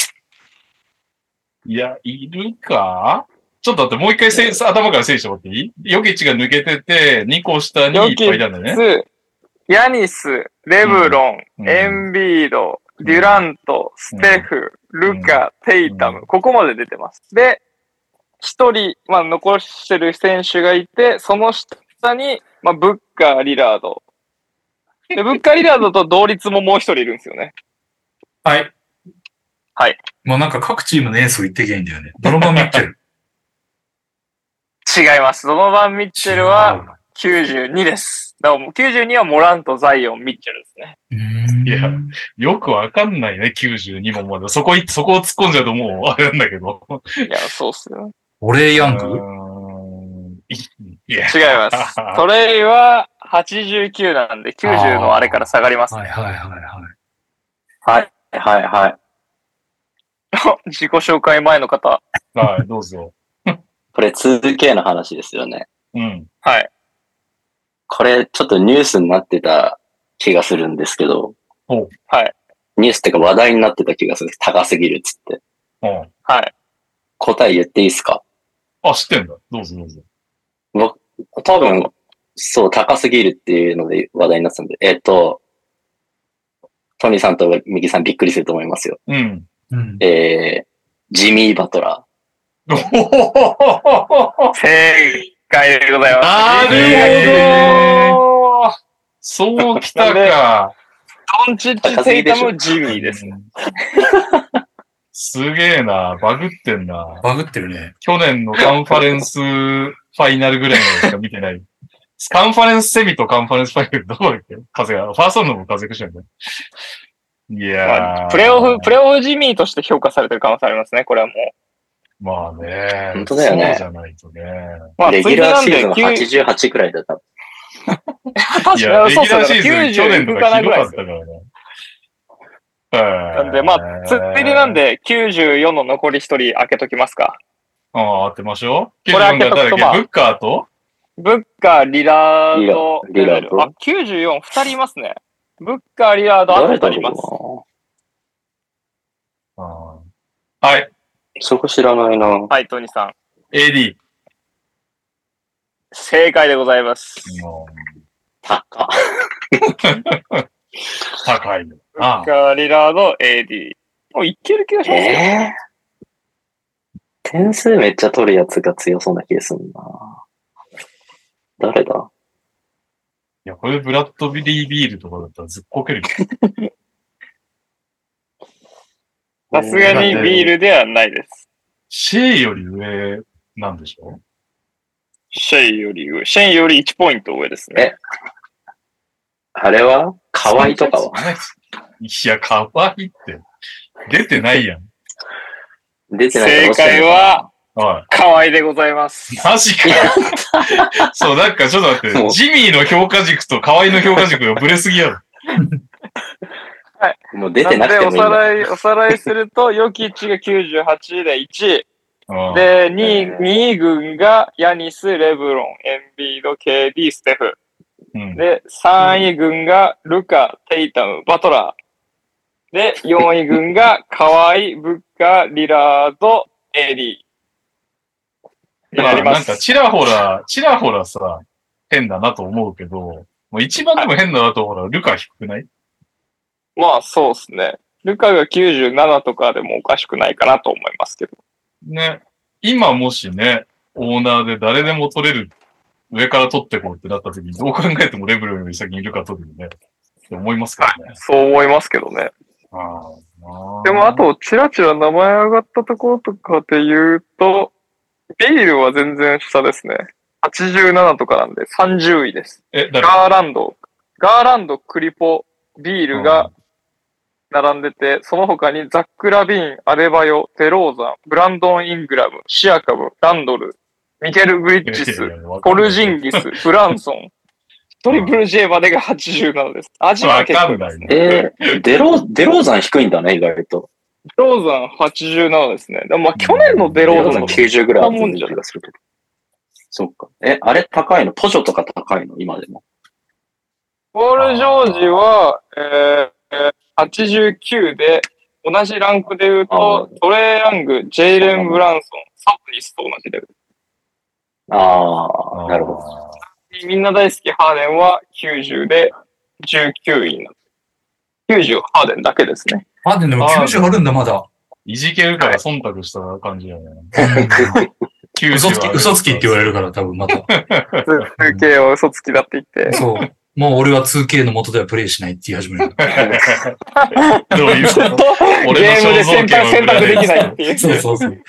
B: い、や、いるかちょっと待って、もう一回せい頭から整理してもらっていいヨキッチが抜けてて、2個下にいっぱいいたんだね。
A: ね、ヤニス、レブロン、
B: うん
A: エンビード、デュラント、ステフ、ルカ、テイタム、
B: う
A: ここまで出てます。で、一人、まあ、残してる選手がいて、その下に、まあ、ブッカー、リラード。で、ブッカー、リラードと同率ももう一人いるんですよね。
C: はい。
A: はい。
C: もうなんか各チームのエースを言ってきゃいいんだよね。ドロバン・ミッチェル。
A: 違います。ドノバン・ミッチェルは、92です。だからもう92はモラント、ザイオン、ミッチェルですね。
C: 違う、
B: いやよくわかんないね、92問まで。そこい、そこを突っ込んじゃうとも
A: <laughs>
B: う、あれなんだけど。
A: いや、そうっすよ。
C: オレイ・ヤン
B: う
C: グ
B: ーんいいや、
A: 違
B: <laughs>
A: います。トレイは89なんで、90のあれから下がります。
C: はいはいはいはい。
A: はいはい。 <laughs> 自己紹介前の方。
B: はい、どうぞ。
D: これ 2K の話ですよね。
B: うん。
A: はい。
D: これちょっとニュースになってた気がするんですけど。
B: お
A: はい。
D: ニュースってか話題になってた気がする。高すぎるっつって。
B: うん。
A: はい。
D: 答え言っていいですか
B: あ、知ってんだ。どうぞどうぞ。
D: 多分、そう、高すぎるっていうので話題になってたんで。えっと、トニーさんとミキさんびっくりすると思いますよ。
B: うん。 <laughs>
C: うん。
D: えー、ジミー・バトラ
B: おー
A: 正解でございま
B: な
A: す。
C: る
B: ほどそうきた
A: <laughs>
B: か。
A: ドンチッチ・テイタム・ジミーです。
B: すげえな。バグってんな。
C: バグってるね。
B: 去年のカンファレンスファイナルぐらいまでしか見てない。カンファレンスセミとカンファレンスファイナルどこだっけ風が。ファーストのも活躍してるね。いや
A: ま
B: ー
A: あ、プレオフ、プレオフジミーとして評価されてる可能性ありますね、これはも
B: まあね。
D: 本当だよね
B: そうじゃないとね。
A: う。まあ、
D: ー。レギュラーシーズン
A: ついでなんで、
D: 88くらいだった。
A: 確
B: いや、
A: か
B: レギ
A: にそう
B: ュラー
A: そう、
B: シーズン去
A: 90
B: 年
A: い
B: とか
A: くかな
B: ひ
A: ぐ
B: どか
A: らいで
B: っ
A: す
B: たからね。な
A: なんで、まあ、ついでなん。で、94の残り1人開けときますか。
B: ああ、当てましょう。94
A: これ
B: が誰
A: 開け
B: だ
A: と
B: っ
A: くと
B: け
A: まあ
B: ブッカーと
A: ブッカー、リラード、
D: リラリラード
A: あ、94、2人いますね。ブッカー、リラード、あと
D: 誰
A: 2
D: だ
A: 人
D: ろ
A: いう
D: な
A: ます。
B: ああはい、
D: そこ知らないな。
A: はい、トニーさん。
B: AD。
A: 正解でございます。
B: もう
D: 高
B: 高いの。
A: ブ
B: あ
A: ッカー、リラード、AD。もういける気がしますよ。
D: えー点数めっちゃ取るやつが強そうな気がするな。誰だ
B: いや、これブラッドビリービールとかだったらずっこけるけど。
A: さすがにビールではないです。
B: シェイより上なんでしょ
A: シェイより上。シェイより1ポイント上ですね。
D: あれは河合とかは
B: はいや、かわいいって。出てないやん。
D: 出てない
A: 正解は、
B: は
A: 河合でございます
B: い。。マジか。 <laughs> そう、なんかちょっと待っ
D: も
B: て。
D: う
B: ジミーの評価軸と河合の評価軸がブレすぎやろ。
D: もう出てなくてもいいん
A: なの
D: だ。
A: で、おさらい、 <laughs> おさらいすると、ヨキッチが98で1位。
B: うん
A: で、2位、2位軍がヤニス、レブロン、エンビード、KD、ステフ。
B: うん
A: で、3位軍がルカ、テイタム、バトラー。で、4位軍が河合、ブッカ、リラード、エリー。に
B: だか
A: なり
B: ら
A: ま
B: なんか
A: す。
B: ちらほら、ちらほらさ、変だなと思うけど、もう一番でも変なのだと、ほら、ルカ低くない
A: まあそうですね。ルカが97とかでもおかしくないかなと思いますけど。
B: ね。今もしね、オーナーで誰でも取れる、上から取ってこうってなった時に、どう考えてもレブロより先にルカ取るよね。って思いますからね。
A: そう思いますけどね。
B: あー
A: でもあ、と、ちらちら名前上がったところとかで言うと、ビールは全然下ですね。87とかなんで30位です。
B: え、誰
A: ガーランド、ガーランド、クリポ、ビールが並んでて、その他にザック・ラビーン、アレバヨ、デローザン、ブランドン・イングラム、シアカム、ランドル、ミケル・ブリッジス、コルジンギス、ブランソン、トリプル J までが87です。アジアは
B: わ
A: 結
B: か
A: 構
B: んないね。
D: えー、デロ、デローザン低いんだね、意外と。
A: デローザン87ですね。でもまあ去年のデ
D: デ
A: ロ
D: ロ
A: ー
D: ー
A: ザ
D: ザ
A: ン
D: ン
A: の
D: 90ぐらいあったんじゃないかするけど。そっか。え、あれ高いのポジョとか高いの今でも。
A: ポール・ジョージは、えー、89で、同じランクで言うと、トレイ・ヤング、ジェイレン・ブランソン、サプニスと同じで。
D: ああ、なるほど。
B: ど。
A: みんな大好きハーデンは90で19位になってる。90はハーデンだけですね。
C: あ、でも90あるんだ、まだ。
B: いじけるから忖度した感じだよね。90
D: <laughs>
C: 嘘つき、
B: は
C: 嘘つきって言われるから、多分
A: <laughs>
C: また。
A: 数形は嘘つきだって言って。
C: そう。もう俺は 2K の元ではプレイしないって言い始める。
B: どういうこと
A: <laughs>
B: <laughs> 俺
A: ゲーム
B: の
A: で
B: 肖像権
A: 選択
B: を
A: 選択できないっていう。
C: そうそうそう。選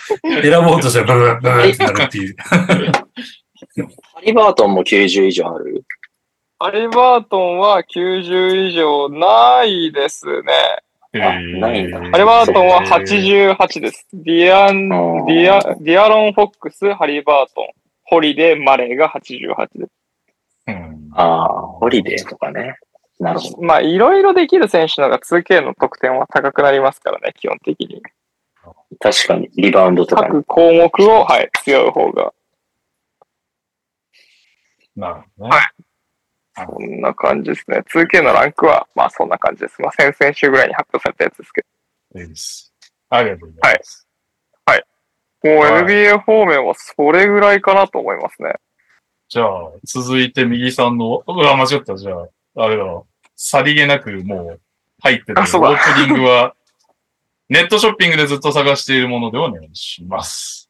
C: ぼうとしたらブルブルブルってなるっていう。
D: ハリバートンも90以上ある。
A: ハリバートンは90以上ないですね。
D: ないんだ
A: ハリバートンは。88です。ディアン、
D: あー
A: ディア、ディアロン・フォックス、ハリバートン、ホリデー、マレーが88です。
B: うん
D: ああ、ホリデーとかね。なるほど。
A: まあ、いろいろできる選手の方が 2K の得点は高くなりますからね、基本的に。
D: 確かに、リバウンドとかね。
A: 各項目を、はい、強い方が。
B: なるほどね。
A: こんな感じですね。2K のランクは、まあそんな感じです。まあ先々週ぐらいに発表されたやつですけ
B: いいです。ありがとうございます。
A: ど、もう
B: はい
A: NBA 方面はそれぐらいかなと思いますね。
B: じゃあ、続いて右さんの、うわ、間違った。じゃあ、あれだ。さりげなくもう入ってる。オ
A: あそうだ
B: ープニングは、ネットショッピングでずっと探しているものでお願いします。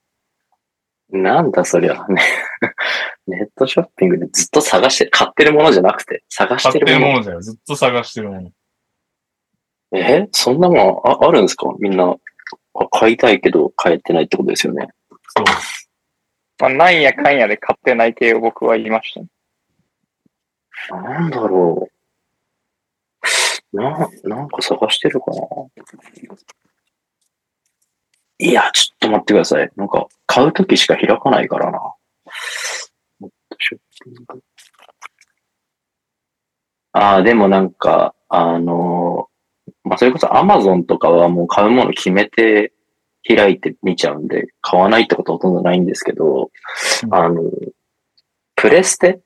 D: なんだそりゃ。 <laughs> ねネットショッピングでずっと探して、買ってるものじゃなくて、探し
B: 買ってて
D: る
B: る
D: も
B: も
D: の。
B: のじゃない。ずっと探してるもの。
D: えそんなもんああるんですかみんな。あ買いたいけど買えてないってことですよね。
B: そうです。
A: まあなんやかんやで買ってない系を僕は言いました、ね。
D: なんだろう。な、なんか探してるかな。いや、ちょっと待ってください。なんか、買うときしか開かないからな。ネットショッピングああ、でもなんか、あのーまあ、それこそ Amazon とかはもう買うもの決めて開いて見ちゃうんで、買わないってことほとんどないんですけど、
B: うん
D: あの、プレステ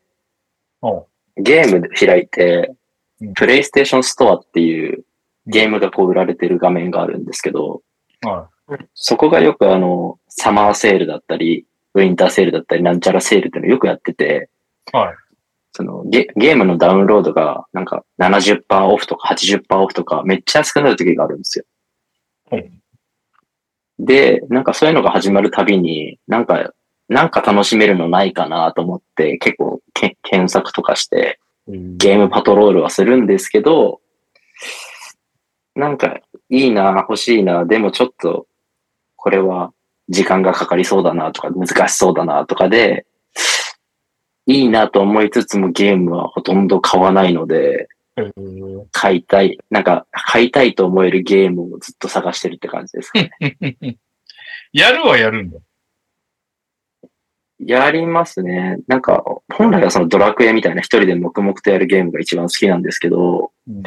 B: おう
D: ゲームで開いて
B: うん、
D: プレイステーションストアっていうゲームがこう売られてる画面があるんですけど、
B: は
D: そこがよくあの、サマーセールだったり、ウィンターセールだったり、なんちゃらセールっていうのをよくやってて、
B: い。はい。
D: そのゲゲームのダウンロードがなんか70%オフとか80%オフとかめっちゃ安くなる時があるんですよ。
B: はい
D: で、なんかそういうのが始まるたびに、なんか、なんか楽しめるのないかなと思って結構け検索とかして、ゲームパトロールはするんですけど、なんかいいな、欲しいな、でもちょっとこれは時間がかかりそうだなとか難しそうだなとかで、いいなと思いつつもゲームはほとんど買わないので、
B: えー
D: 買いたい、なんか買いたいと思えるゲームをずっと探してるって感じです。
B: <laughs> やるはやるんだ。
D: やりますね。なんか本来はそのドラクエみたいな一人で黙々とやるゲームが一番好きなんですけど、
B: うん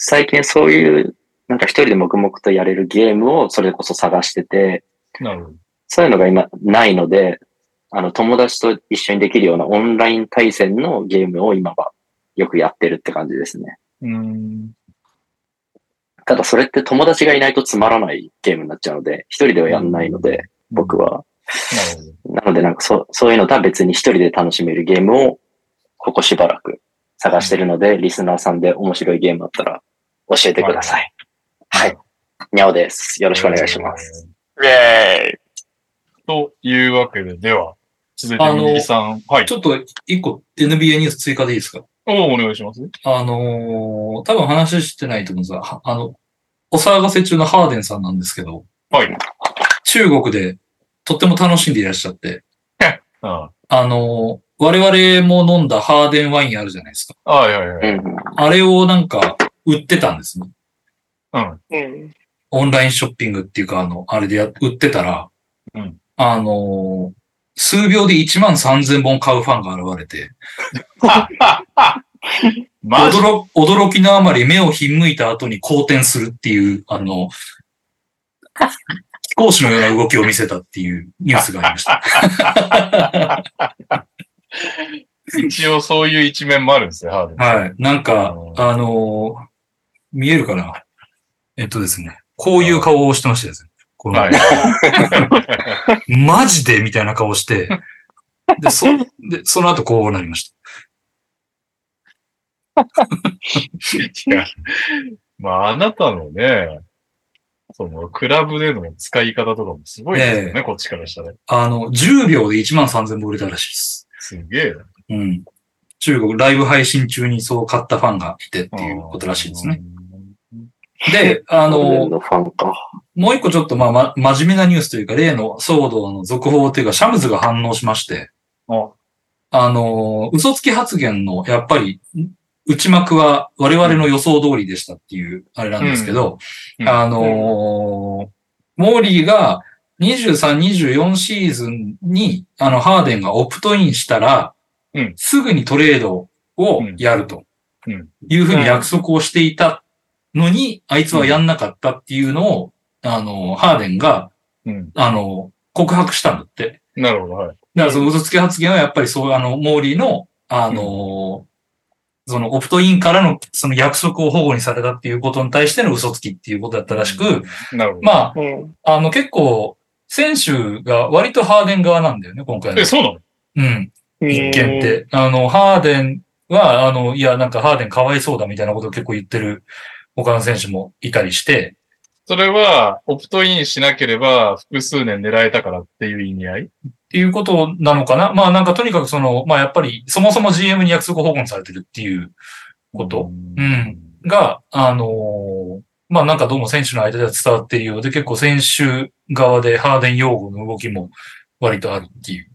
D: 最近そういう、なんか一人で黙々とやれるゲームをそれこそ探してて、
B: なるほど。
D: そういうのが今ないので、あの友達と一緒にできるようなオンライン対戦のゲームを今はよくやってるって感じですね。
B: うーん。
D: ただそれって友達がいないとつまらないゲームになっちゃうので、一人ではやんないので、僕
B: なる
D: は。
B: ほど。
D: なのでなんかそそういうのとは別に一人で楽しめるゲームをここしばらく探してるので、リスナーさんで面白いゲームあったら教えてください。はい。にゃおです。よろしくお願いします。
B: す。
A: イェーイ
B: というわけで、では、続いて
C: あの
B: 右さん。はい
C: ち。ょっと一個 NBA ニュース追加でいいですか
B: おお願いします。
C: あのー多分話してないと思うんですが、はあの、お騒がせ中のハーデンさんなんですけど、
B: はい。
C: 中国でとっても楽しんでいらっしゃって、
B: あ
C: あのー我々も飲んだハーデンワインあるじゃないですか。
B: あ、はいはいは
D: う
B: い。
D: ん。
C: あれをなんか売ってたんですね。
B: うん。
A: うん。
C: オンラインショッピングっていうか、あの、あれでや売ってたら、
B: うん
C: あのー数秒で1万3000本買うファンが現れて、
B: マジ
C: 驚驚きのあまり目をひんむいた後に好転するっていう、あ
B: <laughs>
C: の、飛行士のような動きを見せたっていうニュースがありま
B: <laughs>
C: した。
B: 一応そういう一面もあるんですね、ハーデン。
C: はい。なんか、あのー見えるかなえっとですね、こういう顔をしてましたですね。この
B: はい。 <laughs>
C: マジでみたいな顔して、で、そ、で、その後こうなりました。
B: いやまあ、あなたのね、その、クラブでの使い方とかもすごいですよね、
C: え
B: こっちからしたら。
C: あの、10秒で1万3000本売れたらしいです。
B: すげえな。っ
C: うん。中国、ライブ配信中にそう買ったファンがいてっていうことらしいですね。。で、あ
B: <laughs>
D: あ
C: の、
D: のファンか。
C: もう一個ちょっとまあ、ま、真面目なニュースというか、例の騒動の続報というか、シャムズが反応しまして、
B: あ
C: あの、嘘つき発言の、やっぱり、ん内幕は我々の予想通りでしたっていう、あれなんですけど、
B: うん
C: あのーモーリーが23、24シーズンに、あの、ハーデンがオプトインしたら、
B: うん
C: すぐにトレードをやると
B: うんうん
C: いうふうに約束をしていたのに、あいつはやんなかったっていうのを、あの、ハーデンが、
B: うん。
C: あの、告白したんだって。
B: なるほど、はい。
C: だからその嘘つき発言はやっぱりそう、あの、モーリーの、あの、そのオプトインからのその約束を保護にされたっていうことに対しての嘘つきっていうことだったらしく、
B: なるほど。
C: ま
A: うん。
C: あ、あの結構、選手が割とハーデン側なんだよね、今回の
B: え、。そうなの
C: うん、
A: うん
C: 一件って。あの、ハーデンは、あの、いや、なんかハーデンかわいそうだみたいなことを結構言ってる他の選手もいたりして、
B: それは、オプトインしなければ、複数年狙えたからっていう意味合い
C: っていうことなのかなまあなんかとにかくその、まあやっぱりそもそも GM に約束保護にされてるっていうことうん。が、あのーまあなんかどうも選手の間では伝わっているようで、結構選手側でハーデン擁護の動きも割とあるっていう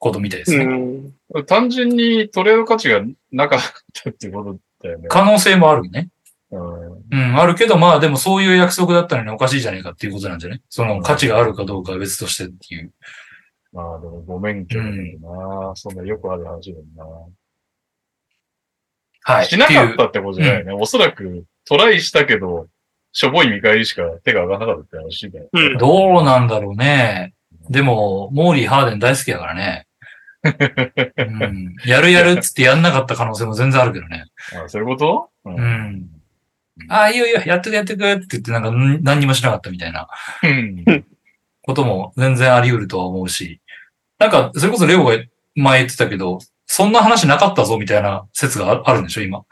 C: ことみたいです
A: う
C: ね。
A: ん。
B: 単純にトレード価値がなかったってことだよね。
C: 可能性もあるね。
B: うん
C: うん、あるけど、まあでもそういう約束だったのにおかしいじゃねえかっていうことなんじゃないその価値があるかどうかは別としてっていう。
B: まあ、でもご免許だけどな。そんなよくある話だよな。
C: はい。
B: しなか
C: て
B: っ
C: いう
B: たってことじゃないよね。おそらく、トライしたけど、しょぼい見返りしか手が上がらなかったって話だよね。
A: うん
C: どうなんだろうね。でも、モーリー・ハーデン大好きだから <laughs> ね。うん、やるやるっつってやんなかった可能性も全然あるけどね。
B: あそういうことう
C: う。ん。ああ、いいよいいよ、やってくやってくって言ってなんかん何にもしなかったみたいな
B: <laughs> うん
C: ことも全然あり得るとは思うし。なんか、それこそレオが前言ってたけど、そんな話なかったぞみたいな説がああるんでしょ、今。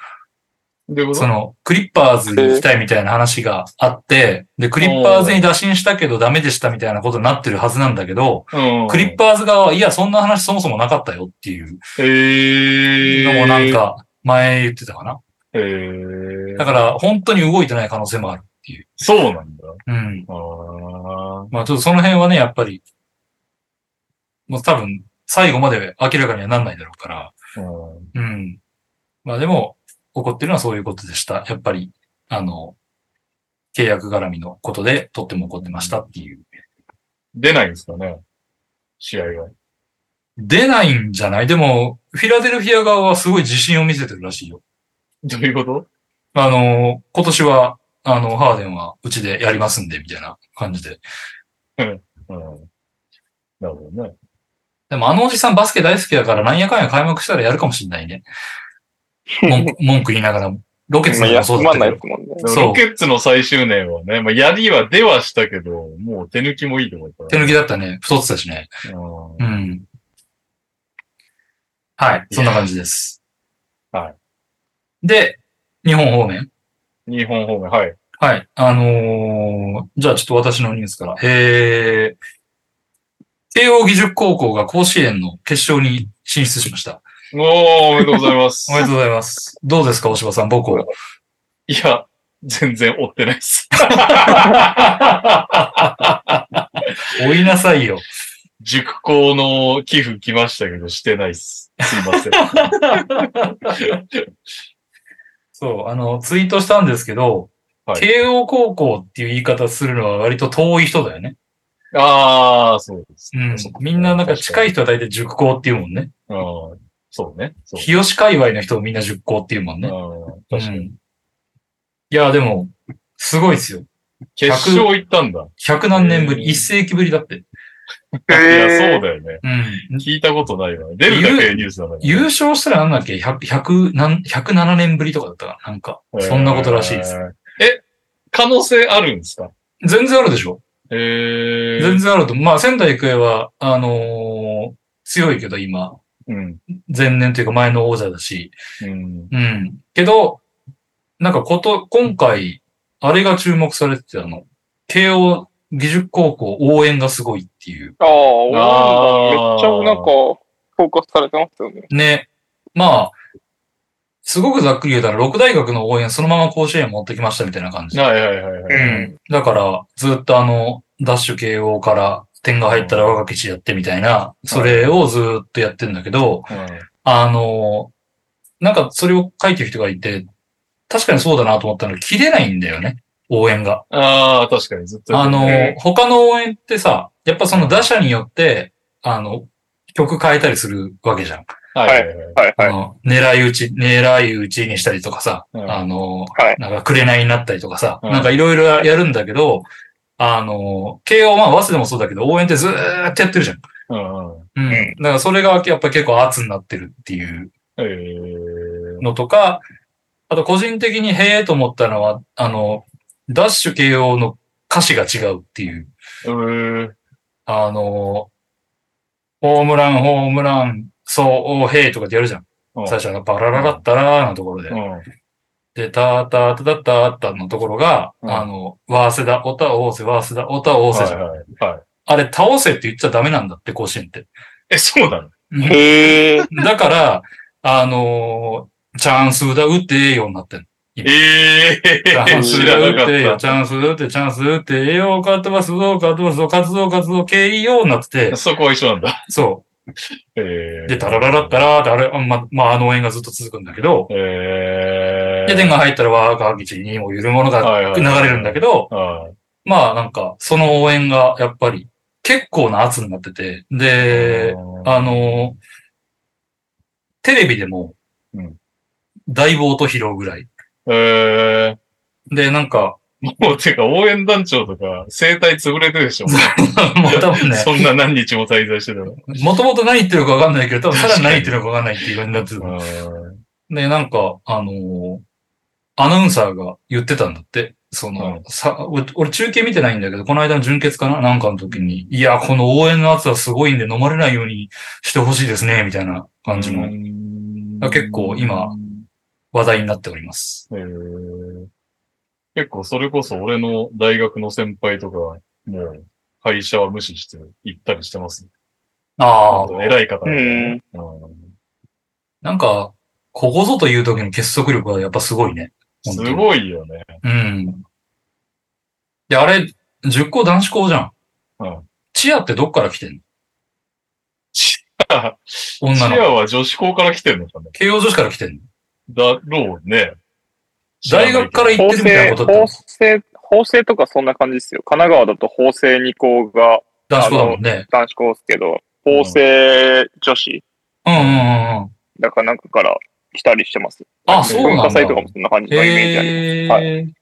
B: どういうこと
C: その、クリッパーズに行きたいみたいな話があって、で、クリッパーズに打診したけどダメでしたみたいなことになってるはずなんだけど、
B: うん
C: クリッパーズ側は、いや、そんな話そもそもなかったよっていう
B: え
C: の
B: ー。
C: もなん。か、前言ってたかな。
B: えー。
C: だから、本当に動いてない可能性もあるっていう。
B: そうなんだ。
C: うん。
B: あー
C: まあ、ちょっとその辺はね、やっぱり、もう多分、最後まで明らかにはなんないだろうから、
B: うん
C: うん。まあでも、起こってるのはそういうことでした。やっぱり、あの、契約絡みのことで、とっても起こってましたっていう。
B: 出ないんですかね試合は。
C: 出ないんじゃないでも、フィラデルフィア側はすごい自信を見せてるらしいよ。
B: どういうこと
C: あの、今年は、あの、ハーデンはうちでやりますんで、みたいな感じで。
B: うん。なるほどね。
C: でもあのおじさんバスケ大好きだから、なんやかんや開幕したらやるかもしんないね。文
A: <laughs>
C: 句文句言いながら、ロケッツ
A: まあ、
C: のもそうだ
A: 休
C: っ
A: ま
C: た
A: んない
C: けど。
A: ですもんね。
C: そう
B: ロケッツの最終年はね、まあ、やりは出はしたけど、もう手抜きもいいと思った。
C: 手抜きだったね。太ってたしね。
B: うん
C: うん。はい、そんな感じです。
B: はい。
C: で、日本方面。
B: 日本方面、はい。
C: はい。あのーじゃあちょっと私のニュースから。えー、慶応義塾高校が甲子園の決勝に進出しました。
B: おー、おめでとうございます
C: お。めでとうございます。どうですか、大柴さん、母
A: <laughs>
C: 校。
B: いや、全然追ってないです。
C: 追いなさいよ。
B: 塾校の寄付来ましたけど、してないっす。すいません。
C: そう、あの、ツイートしたんですけど、
B: はい
C: 慶応高校っていう言い方するのは割と遠い人だよね。
B: ああ、そうです。
C: うん。みんななんか近い人は大体塾校っていうもんね。
B: あーそうね。そう
C: 日吉界隈の人をみんな塾校っていうもん
B: あ
C: ね。
B: ー
C: うん。
B: 確かに。
C: いや、でも、すごいですよ。
B: 決勝行ったんだ。
C: 百何年ぶり、
B: うん
C: 一世紀ぶりだって。
A: え
B: いや、
A: ー
B: そうだよね。
C: うん。
B: 聞いたことないわ。出るだけニュースだから、
C: 優勝したらなんだっけ ?100、100なん107年ぶりとかだったかななんか、そんなことらしいです。
B: えー。え、可能性あるんですか
C: 全然あるでしょ
B: え
C: 全然あると。まあ、仙台育英は、あのー強いけど今、
B: うん。
C: 前年というか前の王者だし。
B: うん。
C: うん。けど、なんかこと、今回、あれが注目されてて、あの、慶応義塾高校応援がすごいっていう。
A: ああ、応援
B: あー
A: 団めっちゃなんか、フォーカスされてますよね。
C: ね。まあ、すごくざっくり言うたら、6大学の応援そのまま甲子園持ってきましたみたいな感じ。
B: はいはいはいはい。
C: うん。だから、ずっとあの、ダッシュ慶応から点が入ったら若き血やってみたいな、それをずっとやってんだけど、あの、なんかそれを書いてる人がいて、確かにそうだなと思ったのが、切れないんだよね、応援が。
B: ああ、確かにずっとやっ
C: あ
B: てる
C: の
A: ね、
C: 他の応援ってさ、やっぱその打者によって、あの、曲変えたりするわけじゃん。
B: はいはいはい。
A: はい
C: あ
A: はい。
C: の狙い撃ち、狙い撃ちにしたりとかさ、
B: うん
C: あの、
A: はい
C: なんか紅になったりとかさ、
B: うん
C: なんかいろいろやるんだけど、あの、慶応、まあ、早稲田もそうだけど、応援ってずーっとやってるじゃん。
B: うんうん
C: うん。
A: ん
C: だからそれがやっぱ結構圧になってるっていう
B: えー
C: のとか、あと個人的にへえと思ったのは、あの、ダッシュ慶応の歌詞が違うっていう、
B: うーん。
C: あの、ホームラン、ホームラン、そう、へえとかってやるじゃん。
B: うん
C: 最初はバラララッタラーのところで。
B: うん
C: で、タータータタッタータのところが、
B: うん
C: あの、ワーセダ、オタ、オーセ、ワーセダ、オタ、オーセじゃん。
B: はいはいはい。
C: あれ、倒せって言っちゃダメなんだって、甲子
B: <laughs>
C: 園って。
B: え、そうなの
A: へえ。
C: だから、あのチャンスだ、打ってええようになってんの
B: え
C: チャ
B: え
C: ンス
B: 知
C: 打
B: らな
C: って
B: か
C: よ、
B: っ
C: チャンス打って、チャンス打って、栄養を買ってます、どう買ってます、どう活動活動、KEO になってて
B: た。、そこは一緒なんだ。
C: そ
B: え
C: う。
B: ー
C: で、タラララッタラーって、あれ、あま、まあ、あの応援がずっと続くんだけど、
B: えー。
C: で、点が入ったら、わーかはぎちにもゆるものが
B: はいはい
C: 流れるんだけど、
B: はい
C: まあ、なんか、その応援が、やっぱり、結構な圧になってて、で、あのーテレビでも
B: うん、
C: 大棒と拾うぐらい。
B: え
C: で、なんか、 <laughs>
B: ー。もう、てか、応援団長とか、生体潰れてるでしょ。
C: もう多分ね、
B: そんな何日も滞在してたら。
C: もともと何言ってるかわかんないけど、多分さらに何言ってるかわかんないっていう感じになってた。
B: う
C: で、なんか、あのーアナウンサーが言ってたんだって。その、
B: うん
C: さ俺、俺中継見てないんだけど、この間の純潔かななんかの時に、いや、この応援の圧はすごいんで飲まれないようにしてほしいですね、みたいな感じも
B: ん
C: あ結構今。話題になっております。
B: えー結構それこそ俺の大学の先輩とか、もう会社は無視して行ったりしてます。
C: ああ
B: あ、と偉い方だからね、うん
C: なんか、ここぞという時の結束力はやっぱすごいね。本
B: す
C: 当に
B: ごいよね。
C: うん。で、あれ、10校男子校じゃん。
B: うん
C: チアってどっから来てんの女
B: チ
C: の子
B: アは女子校から来てんのかね
C: 慶応女子から来てんの
B: だろうね。
C: 大学から行っ
A: 法
C: てるみたいなこ
A: 政、
C: と
A: 法
C: って
A: 政、法政とかそんな感じですよ。神奈川だと法政2校が
C: 男子校だもんね。
A: 男子校ですけど、法政女子
C: うんうんうんうん。
A: だからなんかから来たりしてます。
C: あ、そうなんだ。
A: 文化祭とかもそんな感じのイメージあり
C: へー
A: は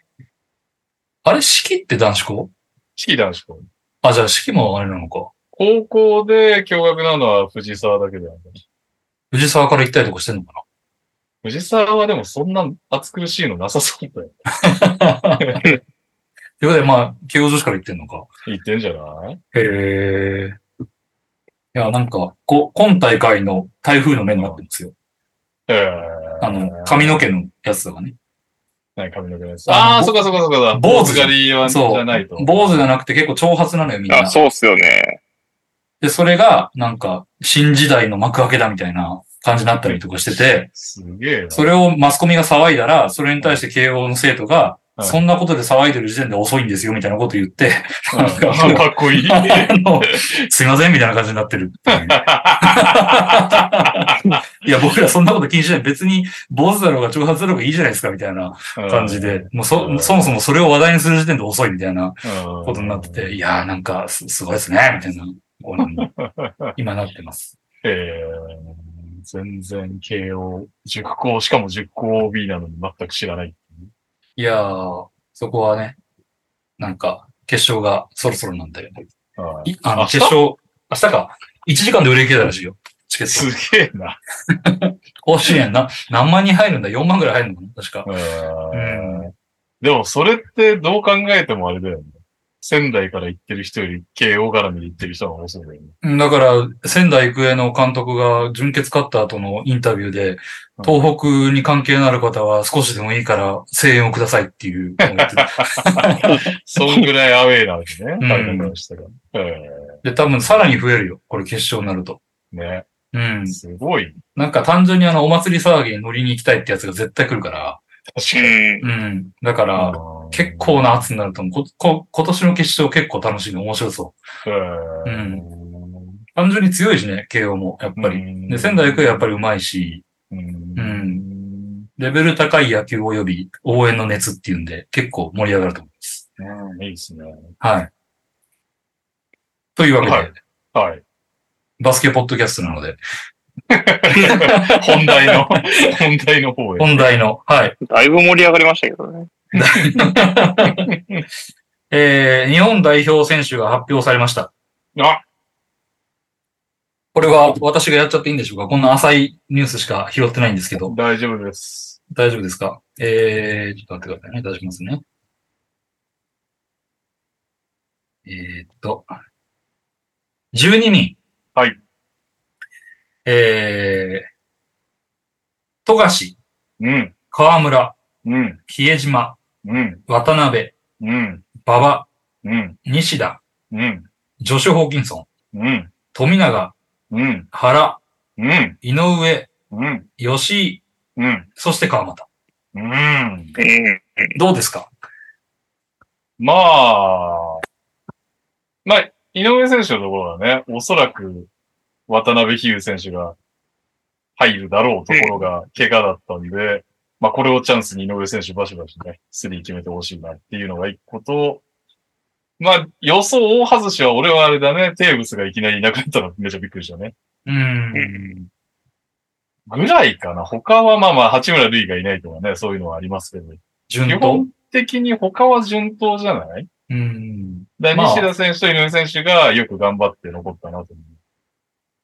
C: あれ、式って男子校
B: 式男子校。
C: あ、じゃあ式もあれなのか。
B: 高校で共学なのは藤沢だけだよね。
C: 藤沢から行ったりとかしてんのか
B: 藤沢はでもそんな暑苦しいのなさそうだよ。
C: なということで、まあ、慶応女子から行ってんのか。
B: 言ってんじゃない
C: へえ。いや、なんか、こ今大会の台風の目になってますよ。
B: えー、
C: あの、髪の毛のやつとかね。
B: 何髪の毛のやつ。あ
C: あ
B: あ、
C: の
B: そっかそっかそっか。
C: 坊主
B: 狩りはじ
C: そう
B: ゃないと。
C: 坊主じゃなくて結構長髪なのよ、みん
A: あ、
C: な。
A: そうっすよね。
C: で、それが、なんか、新時代の幕開けだみたいな感じになったりとかしてて、
B: すげえな。
C: それをマスコミが騒いだら、それに対して慶応の生徒が、
B: はい
C: そんなことで騒いでる時点で遅いんですよ、みたいなこと言って、
B: うんあ <laughs> かっこいい。
C: あの、すいません、みたいな感じになってるっていう。
B: <laughs>
C: いや、僕らそんなこと気にしない。別に、坊主だろうが長髪だろうがいいじゃないですか、みたいな <laughs> 感じで。もう
B: うん
C: そ、そもそもそれを話題にする時点で遅いみたいな
B: うん、
C: ことになってて、いやーなんかす、すごいですね、みたいな、こうなんだ
B: <laughs>
C: 今なってます。
B: えー、全然慶応、塾校、しかも塾校 OB なのに全く知らない。
C: いやーそこはね、なんか、決勝がそろそろなんで。
B: はい
C: いあの、
B: 明日
C: 決勝、明日か。1時間で売り切れたらしいよ。チケッ
B: すげえ
C: <laughs>
B: な。
C: ト。甲子園な、何万人入るんだ ?4 万ぐらい入るのかな確か。
B: うんでもそれってどう考えてもあれだよね。仙台から行ってる人より慶応絡みで行ってる人の方が多そうだよね。
C: うんだから、仙台育英の監督が準決勝った後のインタビューで、東北に関係のある方は少しでもいいから声援をくださいっていうのを言ってた
B: そんぐらいアウェーなわけね。
C: うん
B: 彼らからしたら。え
C: で、多分さらに増えるよ。これ決勝になると。
B: ーね。
C: うん。
B: すごい。
C: なんか単純にあの、お祭り騒ぎに乗りに行きたいってやつが絶対来るから。
B: 確か
A: う
B: に。
A: ん。
C: うん。だから、
B: うん
C: 結構な圧になると思う。こ、こ、今年の決勝結構楽しいの面白そう。
B: う
C: 単純に強いしね、慶応も、やっぱり。
B: り
C: で、仙台育英はやっぱり上手いし、
B: り。う。
C: うんレベル高い野球及び応援の熱っていうんで、結構盛り上がると思います。
B: うんいいですね。
C: はい。というわけで、
B: はいはい。
C: バスケポッドキャストなので、 <laughs>
B: 本題の、本題の方へ。
C: 本題の、はい。
A: だいぶ盛り上がりましたけどね。
C: えー、日本代表選手が発表されました。
B: あ、
C: これは私がやっちゃっていいんでしょうかこんな浅いニュースしか拾ってないんですけど、
B: 大丈夫です。
C: 大丈夫ですかえー、ちょっと待ってくださいね。出しますね。えーっと、12人。
B: はい。
C: えー、富樫、
B: うん、
C: 河村、
B: うん、
C: 比江島、
B: うん、
C: 渡辺、
B: うん、
C: 馬場、
B: うん、
C: 西田、
B: うん、
C: ジョシュ・ホーキンソン、
B: うん、
C: 富永、
B: うん、
C: 原、
B: うん、
C: 井上、
B: うん、
C: 吉井、
B: うん、
C: そして川又。
B: うん。
A: うん。
C: どうですか
B: まあ、まあ、井上選手のところはね、おそらく渡辺比喩選手が入るだろうところが怪我だったんで、まあこれをチャンスに井上選手バシバシね、スリー決めてほしいなっていうのが一個と、まあ予想大外しは俺はあれだね、テーブスがいきなりいなくなったのめちゃびっくりしたね。
C: うーん。
B: ぐらいかな。他はまあまあ、八村塁がいないとかね、そういうのはありますけど、
C: 順
B: 基
C: 当。
B: 本的に他は順当じゃないう
C: ーん。
B: だ
C: まあ
B: 西田選手と井上選手がよく頑張って残ったなと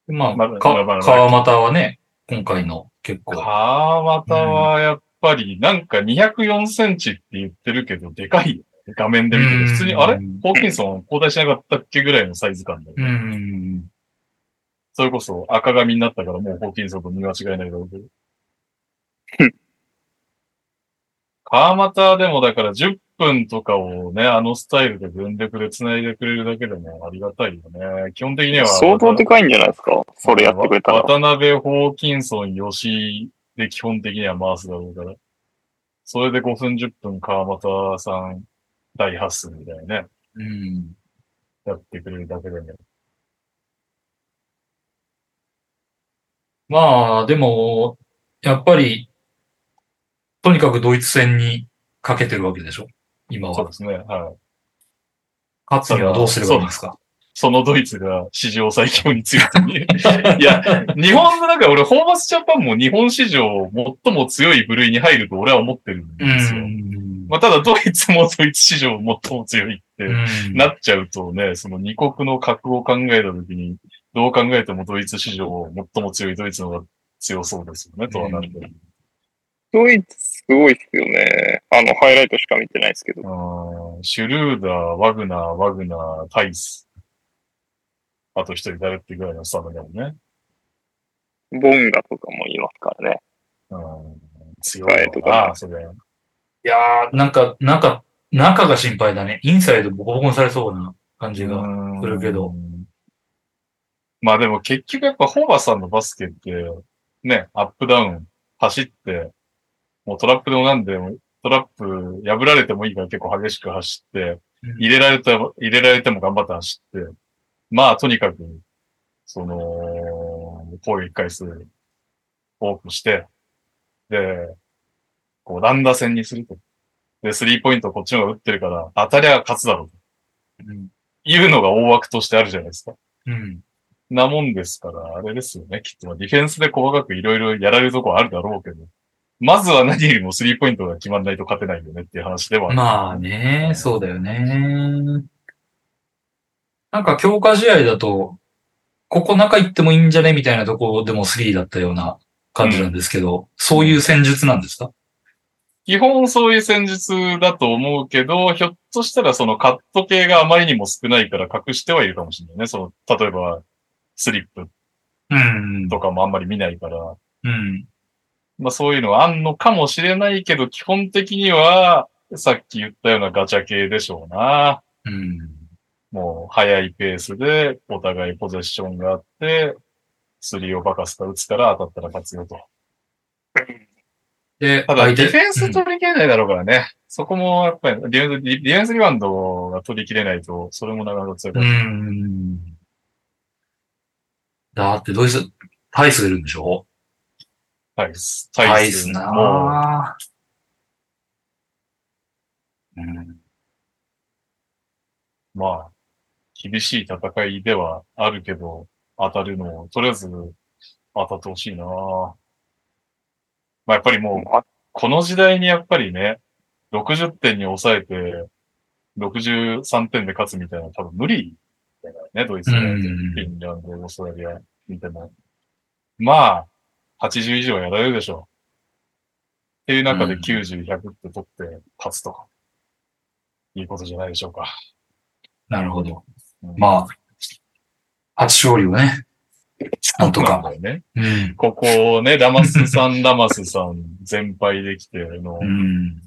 B: 思
C: まあ、
B: まだまだま
C: か
B: だ
C: 川又はね、今回の結
B: う。
C: 構。
B: 川又はやっぱり、なんか204センチって言ってるけど、でかいよね。画面で見て
C: う
B: て。
C: ん
B: 普通に、あれホーキンソン交代しなかったっけぐらいのサイズ感で。
C: うーん。
B: それこそ赤髪になったからもうホーキンソンと見間違いないだろうけど
A: うん。
B: 川又でもだから10分とかをね、あのスタイルで全力で繋いでくれるだけでもありがたいよね。基本的には。
A: 相当でかいんじゃないですかそれやってくれたら。
B: 渡辺、ホーキンソン、吉井で基本的には回すだろうから。それで5分10分川又さん、大発数みたいなね、
C: うん。
B: やってくれるだけでね。
C: まあ、でも、やっぱり、とにかくドイツ戦にかけてるわけでしょ今
B: そう
C: は
B: で。すね。はい。
C: 勝つにはどうすればいいんですか
B: そのドイツが史上最強に強いと
A: <laughs>
B: いう。いや、日本の中で俺、ホーバスジャパンも日本史上最も強い部類に入ると俺は思ってるん
C: う
B: ですよ。
C: ん。
B: まあ、ただドイツもドイツ史上最も強いって、
C: うん
B: なっちゃうとね、その二国の格を考えたときに、どう考えてもドイツ史上最も強いドイツの方が強そうですよね、とはなるけど。
A: ドイツすごいっすよね。あの、ハイライトしか見てないですけど。
B: うんシュルーダー、ワグナー、ワグナー、タイス。あと一人誰ってぐらいのスタメンだもんね。
A: ボンガとかもいますからね。
B: うん、強
A: 使え
B: い
A: と
B: な
A: か
B: それ。
C: いやー、なんか、中、中が心配だね。インサイドボコボコにされそうな感じが。
B: うん
C: するけど。
B: まあでも結局やっぱ本場さんのバスケって、ね、アップダウン走って、もうトラップでもなんでも、トラップ破られてもいいから結構激しく走って、
C: うん
B: 入れられても、入れられても頑張って走って、まあとにかく、その、攻撃回数多くして、で、こう乱打戦にすると。で、スリーポイントこっちの方が打ってるから、当たりゃ勝つだろう。
C: うん。
B: いうのが大枠としてあるじゃないですか。
C: うん。
B: なもんですから、あれですよね。きっと、ディフェンスで細かくいろいろやられるとこはあるだろうけど、まずは何よりもスリーポイントが決まんないと勝てないよねっていう話ではある。
C: まあね、そうだよね。なんか強化試合だと、ここ中行ってもいいんじゃねみたいなとこでも3だったような感じなんですけど、そういう戦術なんですか
B: 基本そういう戦術だと思うけど、ひょっとしたらそのカット系があまりにも少ないから隠してはいるかもしれないね。その、例えば、スリップ
C: うん。
B: とかもあんまり見ないから、
C: うん。
B: まあそういうのはあんのかもしれないけど、基本的には、さっき言ったようなガチャ系でしょうな。
C: うん。
B: もう速いペースでお互いポゼッションがあって、スリーをバカすか打つから当たったら勝つよと。
C: で、
B: ただ、
C: 相手
B: ディフェンス取り切れないだろうからね。そこもやっぱりディフェンス、ディディフェンスリバウンドが取り切れないと、それもなかなか強く
C: う
B: ない。
C: ん。だってドイツ、タイスがいるんでしょ
B: タイス。
C: タイス
B: もう
C: なぁ。うん
B: まあ、厳しい戦いではあるけど、当たるのを、とりあえず当たってほしいなまあやっぱりもう、
A: あ
B: この時代にやっぱりね、60点に抑えて、63点で勝つみたいなのは多分無理だからね、ドイツ
C: う
B: ね、
C: ん
B: フィンランド、オーストラリア見ても。まあ、80以上やられるでしょう。っていう中で
C: うん
B: 90、100って取って勝つとか、いうことじゃないでしょうか。
C: なるほど。
B: うん
C: まあ、初勝利をね、なんと
B: なん
C: か。
B: だよね。
C: うん。
B: ここをね、ラマスさん、ラマスさん全敗できての
C: う、ん。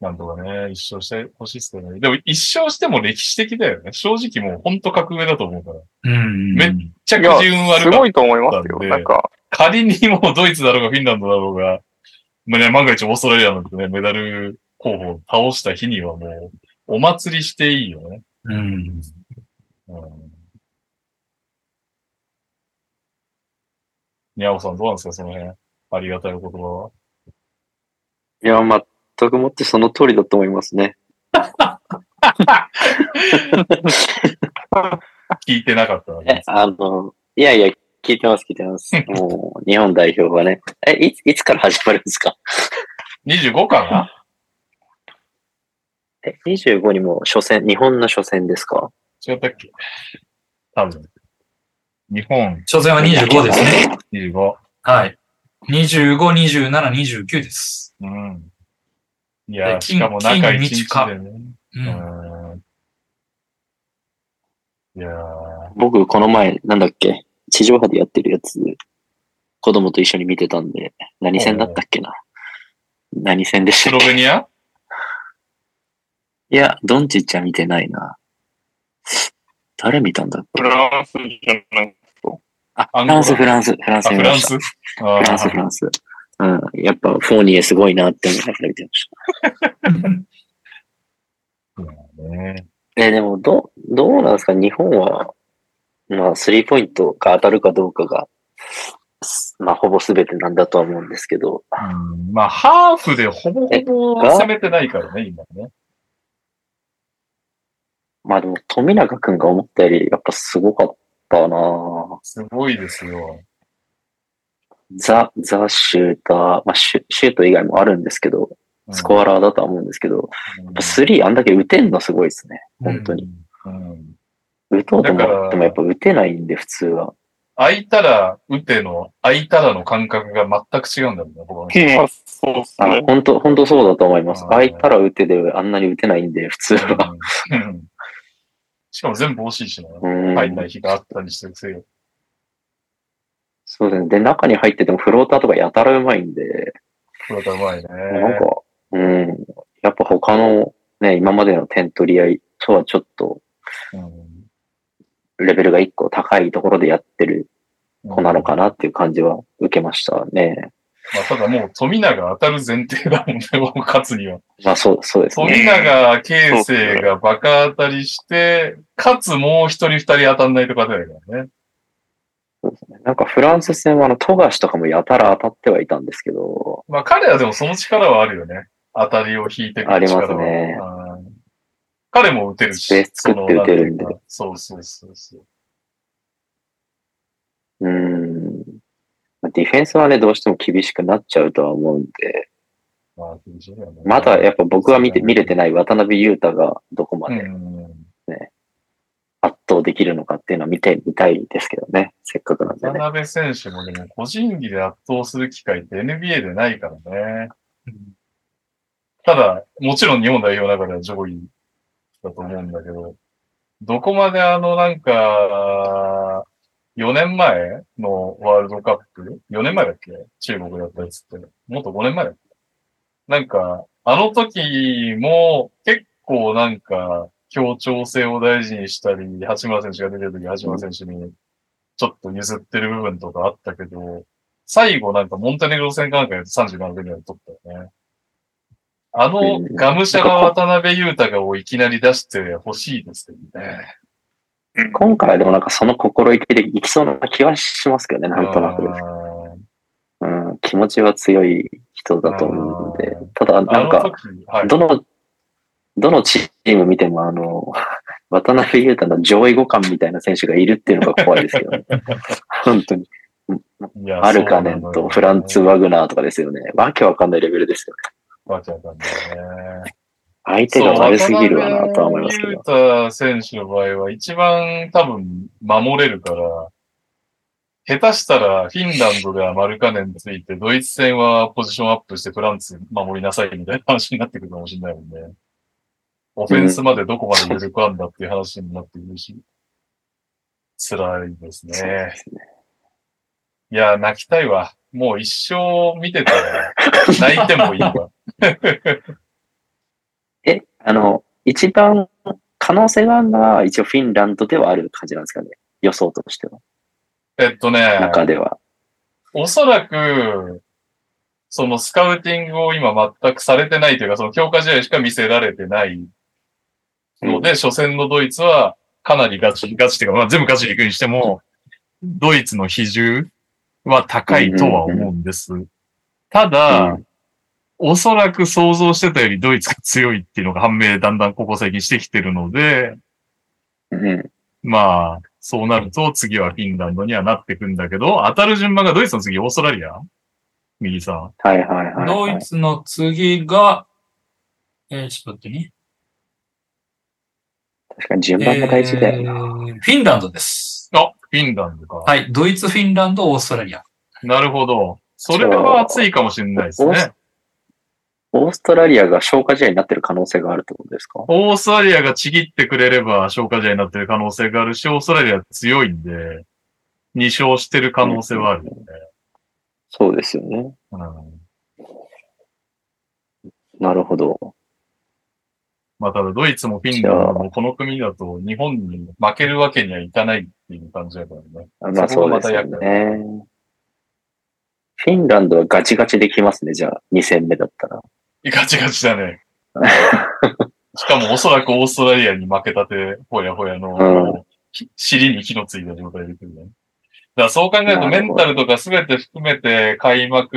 B: なんとかね、一勝してほしいですけどね。でも一勝しても歴史的だよね。正直もうほんと格上だと思うから。
C: うん。
B: めっ着
A: いや
B: 順悪
A: す
B: かっ
A: ごいと思いますよ。
B: だって
A: なんか、
B: た。仮にもうドイツだろうがフィンランドだろうが、まあね、万が一オーストラリアのね、メダル候補を倒した日にはもう、お祭りしていいよね。
C: うん。
B: うん。にゃおさんどうなんですかその辺。ありがたいお言葉は。
D: いや、全くもってその通りだと思いますね。
B: 聞いてなかったわけです。
D: あの、いやいや、聞いてます、聞いて <laughs> ます。もう、日本代表はね。え、いつ、いつから始まるんですか
B: 25かな
C: <laughs>
D: え、25にも初戦、日本の初戦ですか
B: 違ったっけ多分。日本
C: 初戦は25ですね。
B: 25。
C: はい。25、27、29です。
B: うん。いやー、
C: で
B: しかも中1
C: 金金日
B: 日
C: か
B: でね。
C: うん。
B: うん。いやー
D: 僕、この前、なんだっけ、地上波でやってるやつ、子供と一緒に見てたんで、何戦だったっけな。何戦でし
B: ス
D: た <laughs>
B: ロ
D: っけ
B: ベニア
D: いや、ドンチッチは見てないな。誰見たんだっ
A: フ
D: け
A: ランスじゃない。
D: あ、
B: アン
D: フ
B: ゴ
D: ラ
B: ラ
D: ンス、フランス、
B: あ、フ
D: フランス見ま
B: ラン
D: し
B: ス
D: た。
B: あ
D: フランス、
B: ー
D: フランス。うん。やっぱ、フォーニエすごいなって思いながら見てました。
B: ね
D: え、でも、ど、どうなんですか日本は、まあ、スリーポイントが当たるかどうかが、すまあ、ほぼ全てなんだとは思うんですけど、
B: うんまあ、ハーフでほぼほぼ攻めてないからね、今ね。
D: まあでも、富永くんが思ったより、やっぱすごかったなぁ
B: すごいですよ。
D: ザ、ザシューター、まあシュ、シュート以外もあるんですけど、
B: うん
D: スコアラーだとは思うんですけど、やっ
B: うん
D: ぱスリーあんだけ打てんのすごいですね。本当に。
B: うん
D: 打とうと思
B: だ
D: っ
B: か
D: て
B: ら
D: もやっぱ打てないんで、普通は。
B: 空いたら、打ての、空いたらの感覚が全く違うんだろうね、僕はね。
A: まあ、そうっす
D: あ
A: ね。
D: 本当本当そうだと思います
B: う。ん
D: 空いたら打てで、あんなに打てないんで、普通は。
B: うんしかも全部惜しいしな。
D: うん。
B: 入んない日があったりしてくせに。
D: そうですね。で、中に入っててもフローターとかやたらうまいんで、
B: これがうまいね。
D: なんか、うん、やっぱ他のね、今までの点取り合いとはちょっと
B: うん
D: レベルが一個高いところでやってる子なのかなっていう感じは受けましたね。
B: まあ、ただもう富永当たる前提だもんね、もう勝つには。
D: まあそう、そうです
B: 富
D: ね。
B: 永啓生がバカ当たりして、かつもう一人二人当たんないと勝てないからね。
D: なんかフランス戦はあの、富樫とかもやたら当たってはいたんですけど、
B: まあ彼はでもその力はあるよね。当たりを引いてくる力は。
D: ありますね
B: うん。彼も打てるし。
D: スペース作って打てる
B: その。なん
D: んで
B: ていうかそうそうそうそう。
D: うん。ディフェンスはね、どうしても厳しくなっちゃうとは思うんで、
B: まあ、厳しいよね
D: まだやっぱ僕は見て、見れてない渡辺裕太がどこま
B: う
D: で
B: ん。
D: 圧倒できるのかっていうのは見てみたいですけどね。せっかくなんで
B: 渡
D: ね。
B: 辺選手もでも個人技で圧倒する機会って NBA でないからね。ただ、もちろん日本代表だから上位だと思うんだけど、どこまであのなんか、4年前のワールドカップ ?4 年前だっけ中国だったやつって。もっと5年前だっけなんか、あの時も結構なんか、協調性を大事にしたり、八村選手が出てる時、八村選手にちょっと譲ってる部分とかあったけど、最後なんかモンテネグロ戦かなんかやって37分ぐらいで取ったよね。あの
D: うん
B: がむしゃが渡辺裕太がをいきなり出してほしいですけどね。
D: 今回はでもなんかその心意気でいきそうな気はしますけどね、なんとなく。うん、気持ちは強い人だと思うんで
B: う。
D: ただ、
B: あ
D: なん
B: の
D: か、
B: 時、はい。
D: どの、どのチーム見ても、あの、 <laughs> 渡辺裕太の上位互換みたいな選手がいるっていうのが怖いですけど
B: <laughs>
D: ね。本当に。
B: いや
D: アルカネンとフランツ・。ワグナーとかですよね。わけわかんないレベルですよね。
B: そうなのよわけわかんないね。
D: 相手が悪すぎるわなとは思いますけ
B: そう
D: ど。
B: 渡辺裕太選手の場合は一番多分守れるから、下手したらフィンランドではマルカネンついて、ドイツ戦はポジションアップしてフランス守りなさいみたいな話になってくるかもしれないもんね。オフェンスまでどこまで緩くあんだっていう話になってくるし、辛いです
D: そう
B: ね
D: で。すね
B: いや、泣きたいわ。もう一生見てたら泣いてもいいわ。
D: え、あの、一番可能性があるのは、一応フィンランドではある感じなんですかね。予想としては。
B: えっとね。
D: 中では。
B: おそらく、そのスカウティングを今全くされてないというか、その強化試合しか見せられてないので、初戦のドイツはかなりガチ、ガチっていうか、まあ全部ガチでいくにしても、ドイツの比重は高いとは思うんです。ただ、おそらく想像してたよりドイツが強いっていうのが判明だんだんここ最近してきてるので、
D: うん。うん
B: まあ、そうなると次はフィンランドにはなってくんだけど、当たる順番がドイツの次オーストラリア右さん。
D: はいはいはいはい。
C: ドイツの次が、えーちょっと待ってね。
D: 確かに順番が大事だよな。
C: えーフィンランドです。
B: あ、フィンランドか。
C: はい。ドイツ、フィンランド、オーストラ
A: <laughs>
C: リア。
B: なるほど。それは熱いかもしれないです
D: オー
B: ね
D: ス。オーストラリアが消化試合になってる可能性があるってことですか
B: オーストラリアがちぎってくれれば消化試合になってる可能性があるし、オーストラリア強いんで、2勝してる可能性はあるよね。
D: そうですよね。
B: うん
D: なるほど。
B: まあただドイツもフィンランドもこの組だと日本に負けるわけにはいかないっていう感じだからね。
D: まあ
B: そこが
D: そう
B: ま
D: で
B: た
D: すよ
B: 厄介
D: ね。フィンランドはガチガチできますね、じゃあ。2戦目だったら。
B: ガチガチだね。しかもおそらくオーストラリアに負けたて、ほやほやの、
D: う
B: ひ尻に火のついた状態で来るね。だからそう考えると
D: な
B: メ
D: る
B: ン
D: ほ
B: タ
D: ど
B: ルとか全て含めて開幕、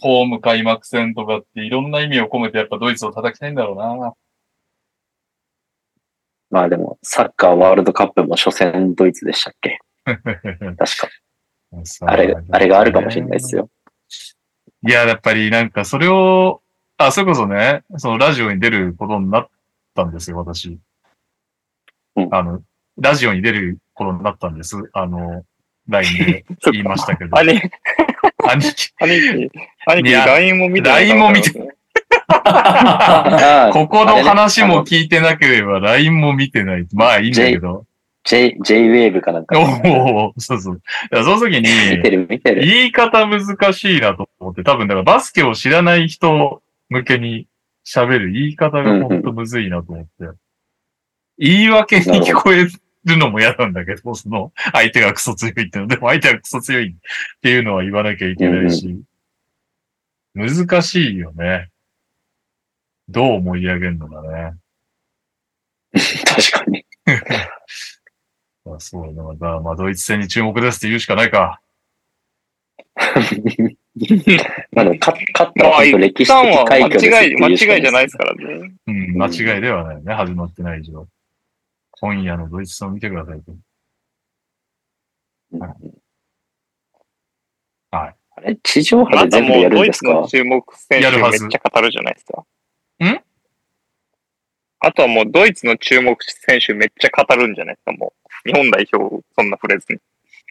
B: ホーム開幕戦とかっていろんな意味を込めてやっぱドイツを叩きたいんだろうな。
D: まあでも、サッカーワールドカップも初戦ドイツでしたっけ確か。 <laughs> あれ、あれがあるかもしれないですよ。
B: いや、やっぱりなんかそれを、あ、それこそね、そのラジオに出ることになったんですよ、私。
D: うん
B: あの、ラジオに出ることになったんです。あの、LINE
D: <laughs>
B: で言いましたけど。
A: 兄貴、
B: 兄貴
A: 兄貴、兄
B: い
A: 貴、
B: や
A: LINE も見てない。
B: LINE も見て
D: あ
B: <laughs>
D: あ
B: ここの話も聞いてなければ LINE も見てない。まあいいんだけど。
D: J、J-Wave かなんか。
B: <laughs> おお、そうそう。いやその
D: <laughs>
B: 時に、
D: 見てる見てる。
B: 言い方難しいなと思って、多分だからバスケを知らない人向けに喋る言い方がほんとむずいなと思って。言い訳に聞こえるのも嫌なんだけど、その、相手がクソ強いっていうの、でも相手がクソ強いっていうのは言わなきゃいけないし、難しいよね。どう盛り上げるのかね。
D: 確か
A: <laughs>
D: に。
B: まあ、そうだな、また、まあ、ドイツ戦に注目ですって言うしかないか。
D: まあでも、勝勝ったら本当歴史的快挙です
A: 間違い、間違いじゃない
D: い
A: ですからね。
B: うん、間違いではないね。始まってない以上。今夜のドイツ戦を見てくださいと。
D: あれ、地上波
A: ま
D: で
A: ず
D: 全部
A: も
D: や
A: う
D: るん
A: ドイ
D: です
A: ツ
D: か
A: の注目選
B: やる
A: 手め
B: は
A: っ
B: ず
A: ちゃ語るじゃないですか。
B: ん
A: あとはもうドイツの注目選手めっちゃ語るんじゃないですか、もう。日本代表、そんなフレーズに。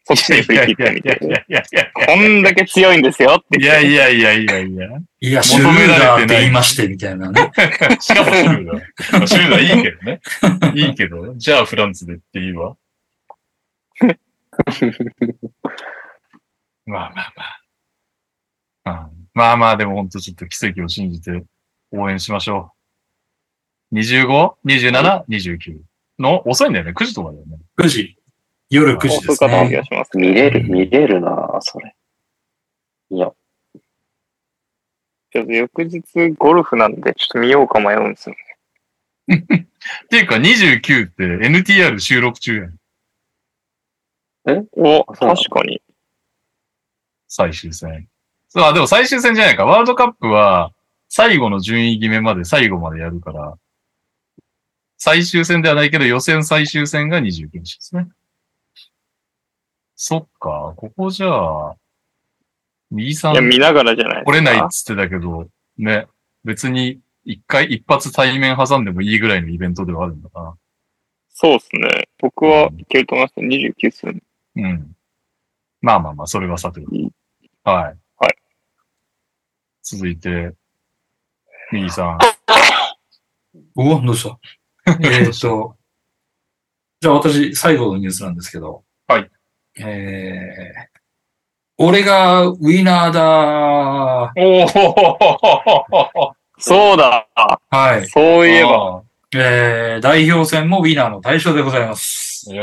A: そっちに振り切ってみて。
B: いやいや
A: こんだけ強いんですよって
B: いやいやいやいやいや。
C: いや、シ
B: 求
C: ュル
B: め
C: ー
B: ら
C: ダ
B: れてない
C: ーって言いまして、みたいなね。
B: しかもシュルーダー。シュルーダーいいけど
A: <laughs>
B: ね。いいけど、じゃあフランスでっていいわ。まあまあまあ。うんまあまあ、でも本当ちょっと奇跡を信じて応援しましょう。25、27、29の遅いんだよね。9時とかだよね。
C: 9時。夜9時で
A: 遅
C: す
A: かった気
C: ね。
A: がしますね。
D: 見れる、見れるなぁそれ。
A: ちょっと翌日ゴルフなんで、ちょっと見ようか迷うんですよ。
B: っていうか29って NTR 収録中やん。
A: お、
D: そうなの
A: 確かに。
B: 最終戦。そう、あ、でも最終戦じゃないか。ワールドカップは、最後の順位決めまで最後までやるから、最終戦ではないけど、予選最終戦が29日ですね。そっか、ここじゃあ、右さ
A: いや、
B: ん
A: 見ながらじゃないですか。
B: 来れないっつってたけど、ね、別に一回、一発対面挟んでもいいぐらいのイベントではあるんだな。
A: そうですね。僕はいけると思います。29分。
B: うん。まあまあまあ、それはさておき。はい。
A: はい。
B: 続いて、右さん。
C: うわ、どうしたえっと、じゃあ私、最後のニュースなんですけど。
B: はい。
C: えー、俺がウィナーだ
B: <laughs> おお
A: そうだ。
C: ーはい。
A: そういえば。
B: ば。
C: えー、代表戦もウィナーの対象でございます。
B: ええ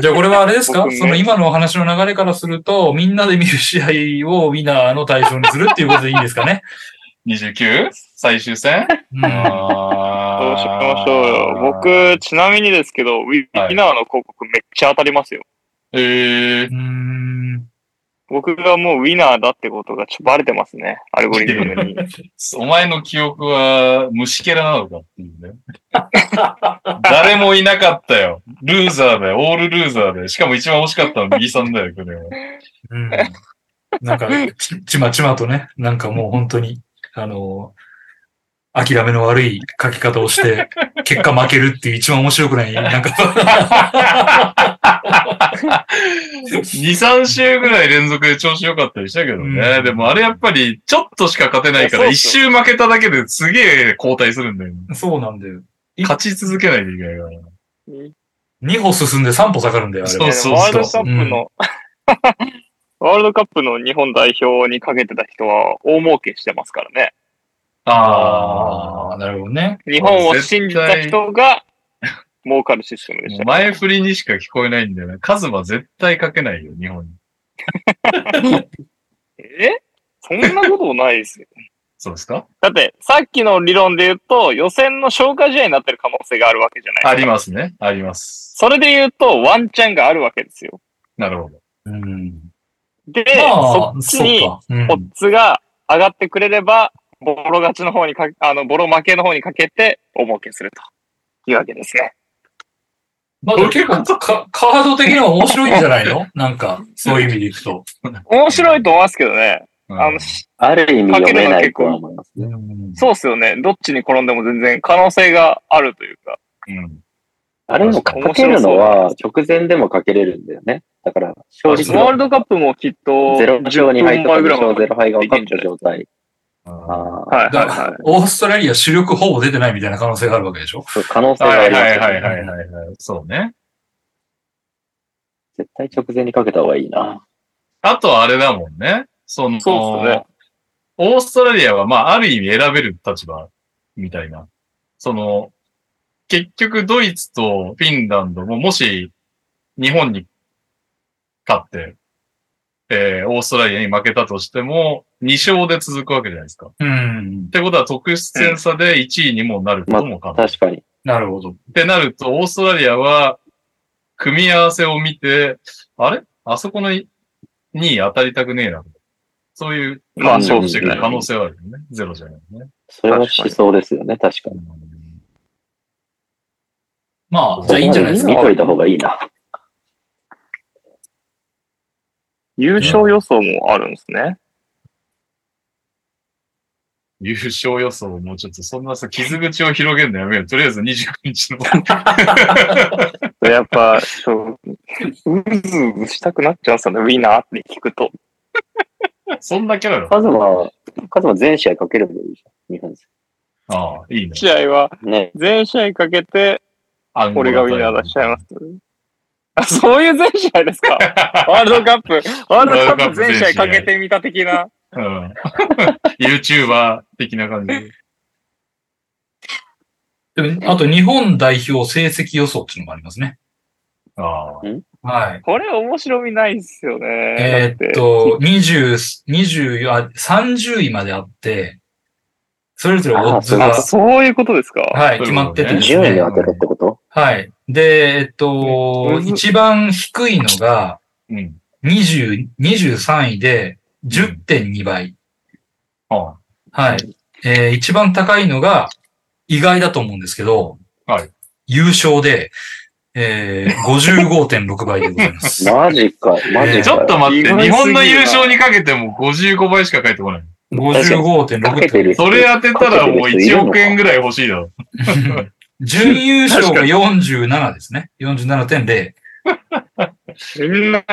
C: じゃあこれはあれですか、
A: 僕ね
C: その今のお話の流れからすると、みんなで見る試合をウィナーの対象にするっていうことでいいんですかね
B: 29? 最終
A: <laughs>
B: 戦
C: うん。
A: そうしま
B: ま
A: しょうよ。僕、ちなみにですけど、ウィ
B: はい
A: ナーの広告めっちゃ当たりますよ。
B: ええ
C: うーん
A: 僕がもうウィナーだってことがちょっとバレてますね。アルゴリズムに。
B: お前の記憶は虫けらなのかっていう
A: <laughs>
B: ね。誰もいなかったよ。ルーザーだよ。オールルーザーで。しかも一番惜しかったのは右さんだよ、これは。
C: うん。なん
A: <laughs>
C: か、ちちまちまとね、なんかもう本当に、あの、諦めの悪い書き方をして、結果負けるっていう一番面白くない、なん
A: <laughs>
C: か、
B: 二三週ぐらい連続で調子良かったりしたけどね。
C: うん
B: でもあれやっぱり、ちょっとしか勝てないから、
A: いや
B: 一
A: そ
B: 周負けただけですげえ後退するんだよね。
C: そうなんだよ。
B: 勝ち続けないといけないから。
C: 2歩進んで3歩下がるんだよ、あ
B: <laughs>
C: れ
B: そう
C: は。
B: そうそう
A: いやワールドカップの、 <laughs> ワールドカップの日本代表にかけてた人は大儲けしてますからね。
C: ああ、なるほどね。
A: 日本を信じた人が儲かるシステムでし
B: もう
A: た。
B: 前振りにしか聞こえないんだよね。カズマ絶対かけないよ、日本に。
A: えそんなことないですよ。
B: そうですか
A: だって、さっきの理論で言うと、予選の消化試合になってる可能性があるわけじゃないですか
B: ありますね。あります。
A: それで言うと、ワンチャンがあるわけですよ。
B: なるほど。
C: うん。
A: で、
C: まあ、
A: そっち
C: そう
A: に、
C: か。うん
A: オッズが上がってくれれば、ボロ勝ちの方にか、あの、ボロ負けの方にかけて、お儲けすると。いうわけですね。
C: まあ、でも結構か、カード的には面白いんじゃないの <laughs> なんか、そういう意味でいくと。
A: 面白いと思いますけどね。
B: うん
A: あの、し
D: ある意味読めないとは思いますね。
C: うん
A: そうっすよね。どっちに転んでも全然可能性があるというか。
B: うん
D: あれでもか
A: 面白
D: け
A: そう
D: るのは直前でもかけれるんだよね。だから、勝率
A: ワー
D: の
A: ルドカップもきっと、
D: 0勝に入っ
A: 10分
D: た
A: 前ぐらい
D: 勝
A: まで
D: 0敗が分かった状態ああ、
A: はいはいはい。
C: オーストラリア主力ほぼ出てないみたいな可能性があるわけでしょ
D: そう可能性が
B: は
D: あ
B: い
D: り
B: は
D: ます
B: い
D: よね
B: はいはいはいはい。そうね。
D: 絶対直前にかけた方がいいな。
B: あとはあれだもんね。その、
A: そうっすね
B: オーストラリアはまあある意味選べる立場みたいな。その、結局ドイツとフィンランドももし日本に勝って、えーオーストラリアに負けたとしても、2勝で続くわけじゃないですか。っ
C: うん。
B: てことは特殊戦差で1位にもなることも可能。
D: 確かに。
C: なるほど。
B: ってなると、オーストラリアは、組み合わせを見て、あれあそこの2位当たりたくねえな。そういう、
A: まあ
B: 勝負してくる可能性はあるよね。ゼロじゃないよね。
D: それはしそうですよね、確かに。
C: まあ、じゃあいいんじゃないですか。
D: 見といた方がいいな。
A: 優勝予想もあるんですね。
B: 優勝予想をもうちょっと、そんなさ、傷口を広げるのやめよう。とりあえず29日の。
A: <laughs> やっぱ、そう、うずうずしたくなっちゃうんですよね、ウィナーって聞くと。
B: そんなキャラだ。
D: カズマ、カズマ全試合かければいいじゃん、日本戦
B: ああ、いいね。
A: 試合は、
D: ね。
A: 全試合かけて、
B: アンゴ
A: 俺
B: ラ
A: がウィナー出しちゃいます。あ、そういう全試合です <laughs> かワールドカップ、ワールドカップ全試合かけてみた的な。
B: うん。YouTuber 的な感じ。
C: でもあと日本代表成績予想っていうのがありますね。
B: ああ。
C: はい。
A: これ面白みないですよね。
C: えーっと、20、20あ、30位まであって、それぞれオッズ
A: だって。
C: が
A: あ、、そういうことですか、
C: はい、
B: そうい
C: 決
B: うこ
C: ま
B: とね
C: っててです
D: 順位
C: ね
D: で。当てるってこと
C: はい。で、えっ
A: う
C: と、
A: ん
C: 一番低いのが
B: うん。
C: 20 23位で10.2倍。
B: あ
C: はい。えー一番高いのが意外だと思うんですけど、
B: はい
C: 優勝で、えー、55.6倍でございま
B: <laughs>
C: す。
D: マジか、マ
C: え
D: ジ
B: あ。
C: ー
B: ちょっ
D: か。
B: と待っ
A: 意
B: て、
A: 外すぎるな
B: 日本の優勝にかけても55倍しか返ってこない。
D: かけ
C: 55.6
D: てる人
B: それ当てたらもう1億円ぐらい欲しいだろ。
C: 準優勝が47ですね。47.0。
B: <laughs>
A: みんな意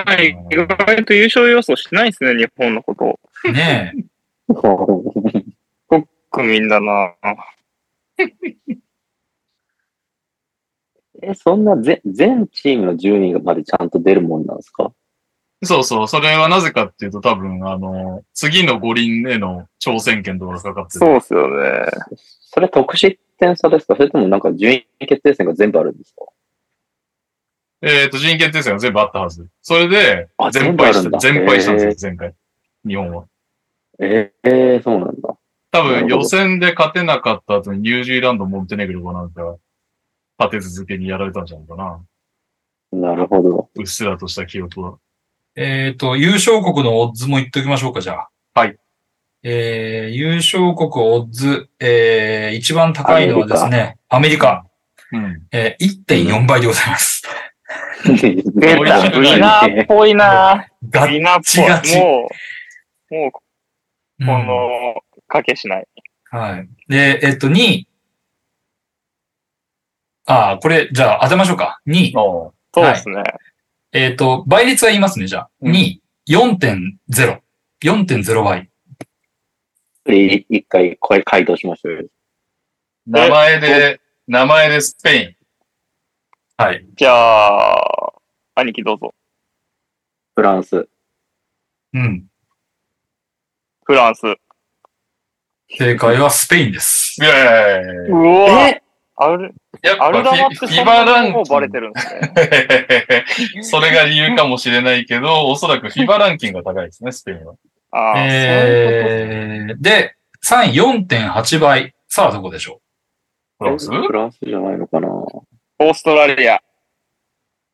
A: 外と優勝予想してないですね、日本のこと。
C: ねえ。
A: 国民だな
D: <laughs> え、そんな全全チームの順位までちゃんと出るもんなんですか
B: そうそう。それはなぜかっていうと多分、あの、次の五輪への挑戦権とかがかかってる。
A: そうっすよね。
D: それ得失点差ですかそれともなんか順位決定戦が全部あるんですか
B: えっ、と、人権定戦が全部あったはず。それで
D: あ、
B: 全敗し
D: 全部あるんだ
B: た、全敗したんですよ、前回。日本は。
D: ええー、そうなんだ。
B: 多分、予選で勝てなかった後にニュージーランド、モンテネグロがなんか、立て続けにやられたんじゃないかな。
D: なる
C: <laughs>
D: ほど。
B: うっすらとした記憶は。
C: えっ、と、優勝国のオッズも言っておきましょうか、じゃあ。
B: はい。
C: えー、優勝国オッズ、えー、一番高いのはですね、アメリカ、
B: うん。
C: えー、1.4倍でございます。
D: 出
A: 出
B: もう
A: た
B: 一
A: ウ
B: 度
A: ィナーっぽいなウ
C: ガッ
A: ィナ
C: チガ
A: ーっぽ
C: チ
A: い。もう、もうこ
C: うん
A: の、賭けしない。
C: はい。で、えっ、と、2位。ああ、これ、じゃあ当てましょうか。2位。
B: あ
A: そうですね。
C: えっ、と、倍率は言いますね、じゃあ。
B: うん
C: 2位、4.0。4.0倍。
D: 一一回、これ回答しましょうよ。
B: 名前で、名前でスペ
C: はい。
A: じゃあ、兄貴どうぞ。
D: フランス。
C: うん。
A: フランス。う
C: 正解はスペインです。
B: イン。イェーイ
A: お
D: え
A: ある、
B: やっ
A: アルダマ
B: ぱ
A: って
B: フィ
A: そ
B: フ
A: ん
B: ィバ
A: な
B: ラ
A: にも
B: ン
A: うバレてるんですね。
B: キン。 <laughs> それが理由かもしれないけど、おそらくフィバランキングが高いですね、スペインは。
A: ああ、
C: えー、で、3位4.8倍。さあ、どこでしょ
B: フランス
D: フランスじゃないのかな
A: そういうことオーストラリア。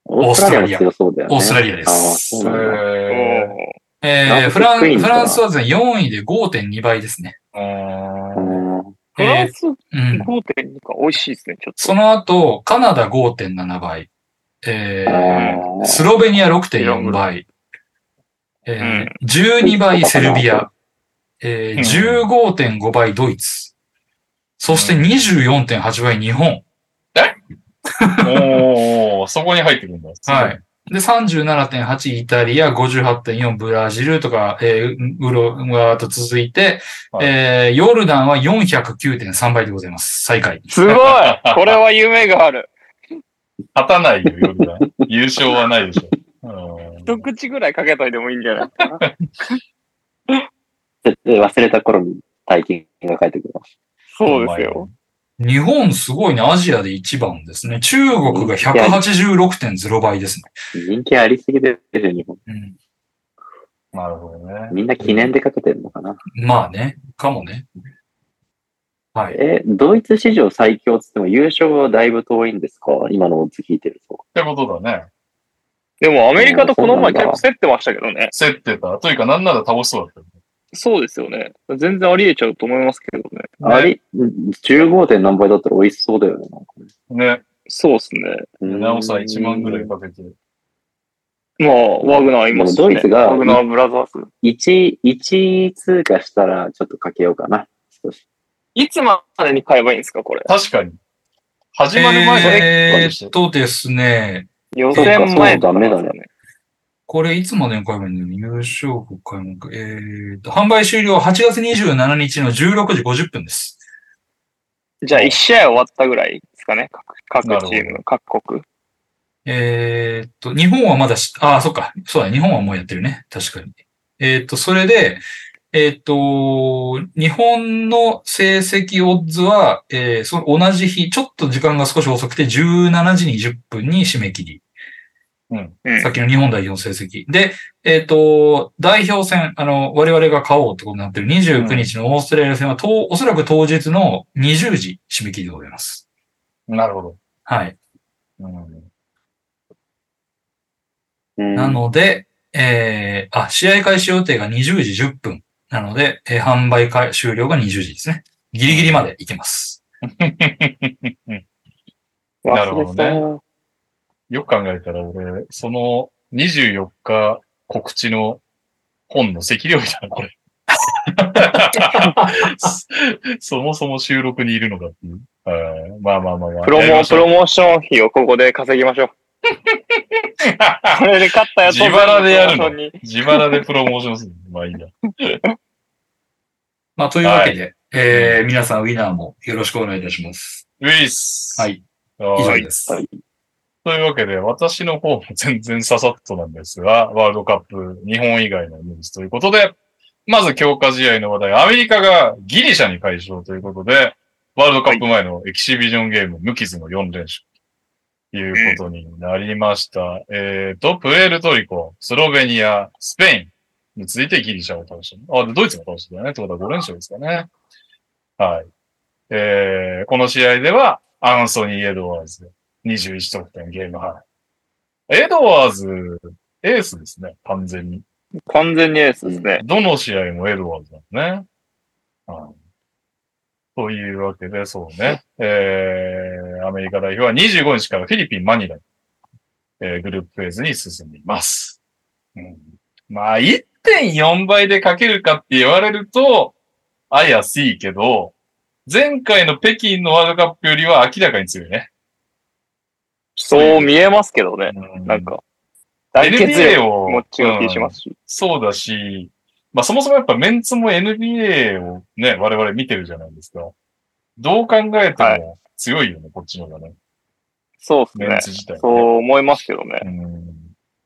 D: オ
C: ーストラリア
D: ーストラリアも強そうだよ
C: う
D: ね。
C: オーストラリアで
D: ああ、そ
C: す
D: う。なんだ。
A: お
B: え
A: ー
C: え
D: な
C: ー、
D: んか
C: フラ
D: 低い
C: ン、
D: ん
C: フ
D: だ
C: ランスはですね、4位で5.2倍ですね。
B: ーう
D: う
B: ーん
D: ん
A: フランス
C: うん。
A: 5.2か、美味しいですね、ちょっ
C: その後、カナダ5.7倍。えー、
D: ああ
C: スロベニア6.4倍。えー、12倍セルビア。えー、15.5倍ドイツ。そして24.8倍日本。
B: おー、そこに入ってくるんだ。
C: はい。で、37.8イタリア、58.4ブラジルとか、えーウログアと続いて、
B: はい
C: えーヨルダンは409.3倍でございます。最下位。
A: すごいこれは夢がある。
B: 勝たないよ、ヨルダン。優勝はないでしょ。
A: 一口ぐらいかけといてもいいんじゃない
D: でで忘れた頃に大金が返ってくる。
A: そうですよ。。
C: 日本すごいね。アジアで1番ですね。中国が186.0倍ですね。
D: 人気ありすぎてる日本。
C: うん
B: なるほどね。
D: みんな記念でかけてるのかな。
C: まあね。かもね。はい。
D: え、ドイツ史上最強っつっても優勝はだいぶ遠いんですか今のオッズ聞いてると。
B: ってことだね。
A: でもアメリカとこの前結構競ってましたけどね。
B: 競ってた。というか、なんなら倒しそうだっ
A: そうですよね。全然ありえちゃうと思いますけどね。
B: たよ
D: あ
B: ね。
D: れ ?15. 点何倍だったら美味しそうだよね。なんかね
B: ね。
A: そうですね。
D: うん
B: なおさ1万ぐらいかけて。
A: まあ、ワグナーいますし、ね。
D: でもドイツが
A: ワグナーブラザーズ。
D: 1、1通過したらちょっとかけようかな。少し。
A: いつまでに買えばいいんですか、これ。
B: 確かに。始まる前じゃね
C: えーっとですね。
A: 予選前とかです
D: そうかそうダメだね
C: これいつまでに買えばいいんだよね優勝国開幕。えーっと、販売終了8月27日の16時50分です。
A: じゃあ、1試合終わったぐらいですかね。各各チ
B: な
A: ー
B: る
A: ム、各国。
C: えーっと、日本はまだし、ああ、そっか。そうだ、日本はもうやってるね。確かに。えーっと、それで、えーっと、日本の成績オッズは、えーその同じ日、ちょっと時間が少し遅くて、17時20分に締め切り。
A: うん
C: さっきの日本代表の成績。で、えっ、と、代表戦、あの、我々が買おうってことになってる29日のオーストラリア戦は、とうおそらく当日の20時締め切りでございます。
B: なるほど。
C: はい。
B: うん
D: うん
C: なので、えー、あ、試合開始予定が20時10分。なので、えー販売開終了が20時ですね。ギリギリまで行けます。
B: なるほどね
D: 忘れ
B: よく考えたら俺、その24日告知の本の席料理だな、こ
A: <laughs>
B: れ。そもそも収録にいるのかっていう。はいまあまあまあまあ。
A: プロ
B: やりま
A: モ、
B: し
A: プ
B: ょう
A: ロモーション費をここで稼ぎましょう。これで勝ったやつを
B: 自腹でやるの
A: プロモーションに
B: 自腹でプロモーションする。まあいいや。
C: まあ、というわけで、えー、皆さんウィナーもよろしくお願いいたします。
B: ウィス
C: はい。以
B: は
C: 上
B: い。
C: です。
D: はい
B: というわけで、私の方も全然ささっとなんですが、ワールドカップ日本以外のニュースということで、まず強化試合の話題、アメリカがギリシャに快勝ということで、ワールドカップ前のエキシビジョンゲーム、無傷の4連勝ということになりました。えっ、と、プエルトリコ、スロベニア、スペインに続いてギリシャを倒した。あ、でドイツも倒したよね。ってことは5連勝ですかね。はい。えー、この試合では、アンソニー・エドワーズ、21得点ゲームハイ。エドワーズ、エースですね、完全に。
A: 完全にエースですね。
B: どの試合もエドワーズなんですね。はいというわけで、そうね。えー、アメリカ代表は25日からフィリピン・マニラに、えーグループフェーズに進みます。うん、まあ、1.4倍でかけるかって言われると、怪しいけど、前回の北京のワールドカップよりは明らかに強いね。
A: そう見えますけどね。
B: うん
A: なんか、大決
B: NBA
A: 力
B: を
A: も違う気しますし。
B: そうだし、まあそもそもやっぱメンツも NBA をね、我々見てるじゃないですか。どう考えて
A: はい
B: も強いよね、こっちの方がね。
A: そうです
B: メン
A: ね。
B: ツ自体、ね。
A: そう思いますけどね。
B: うん。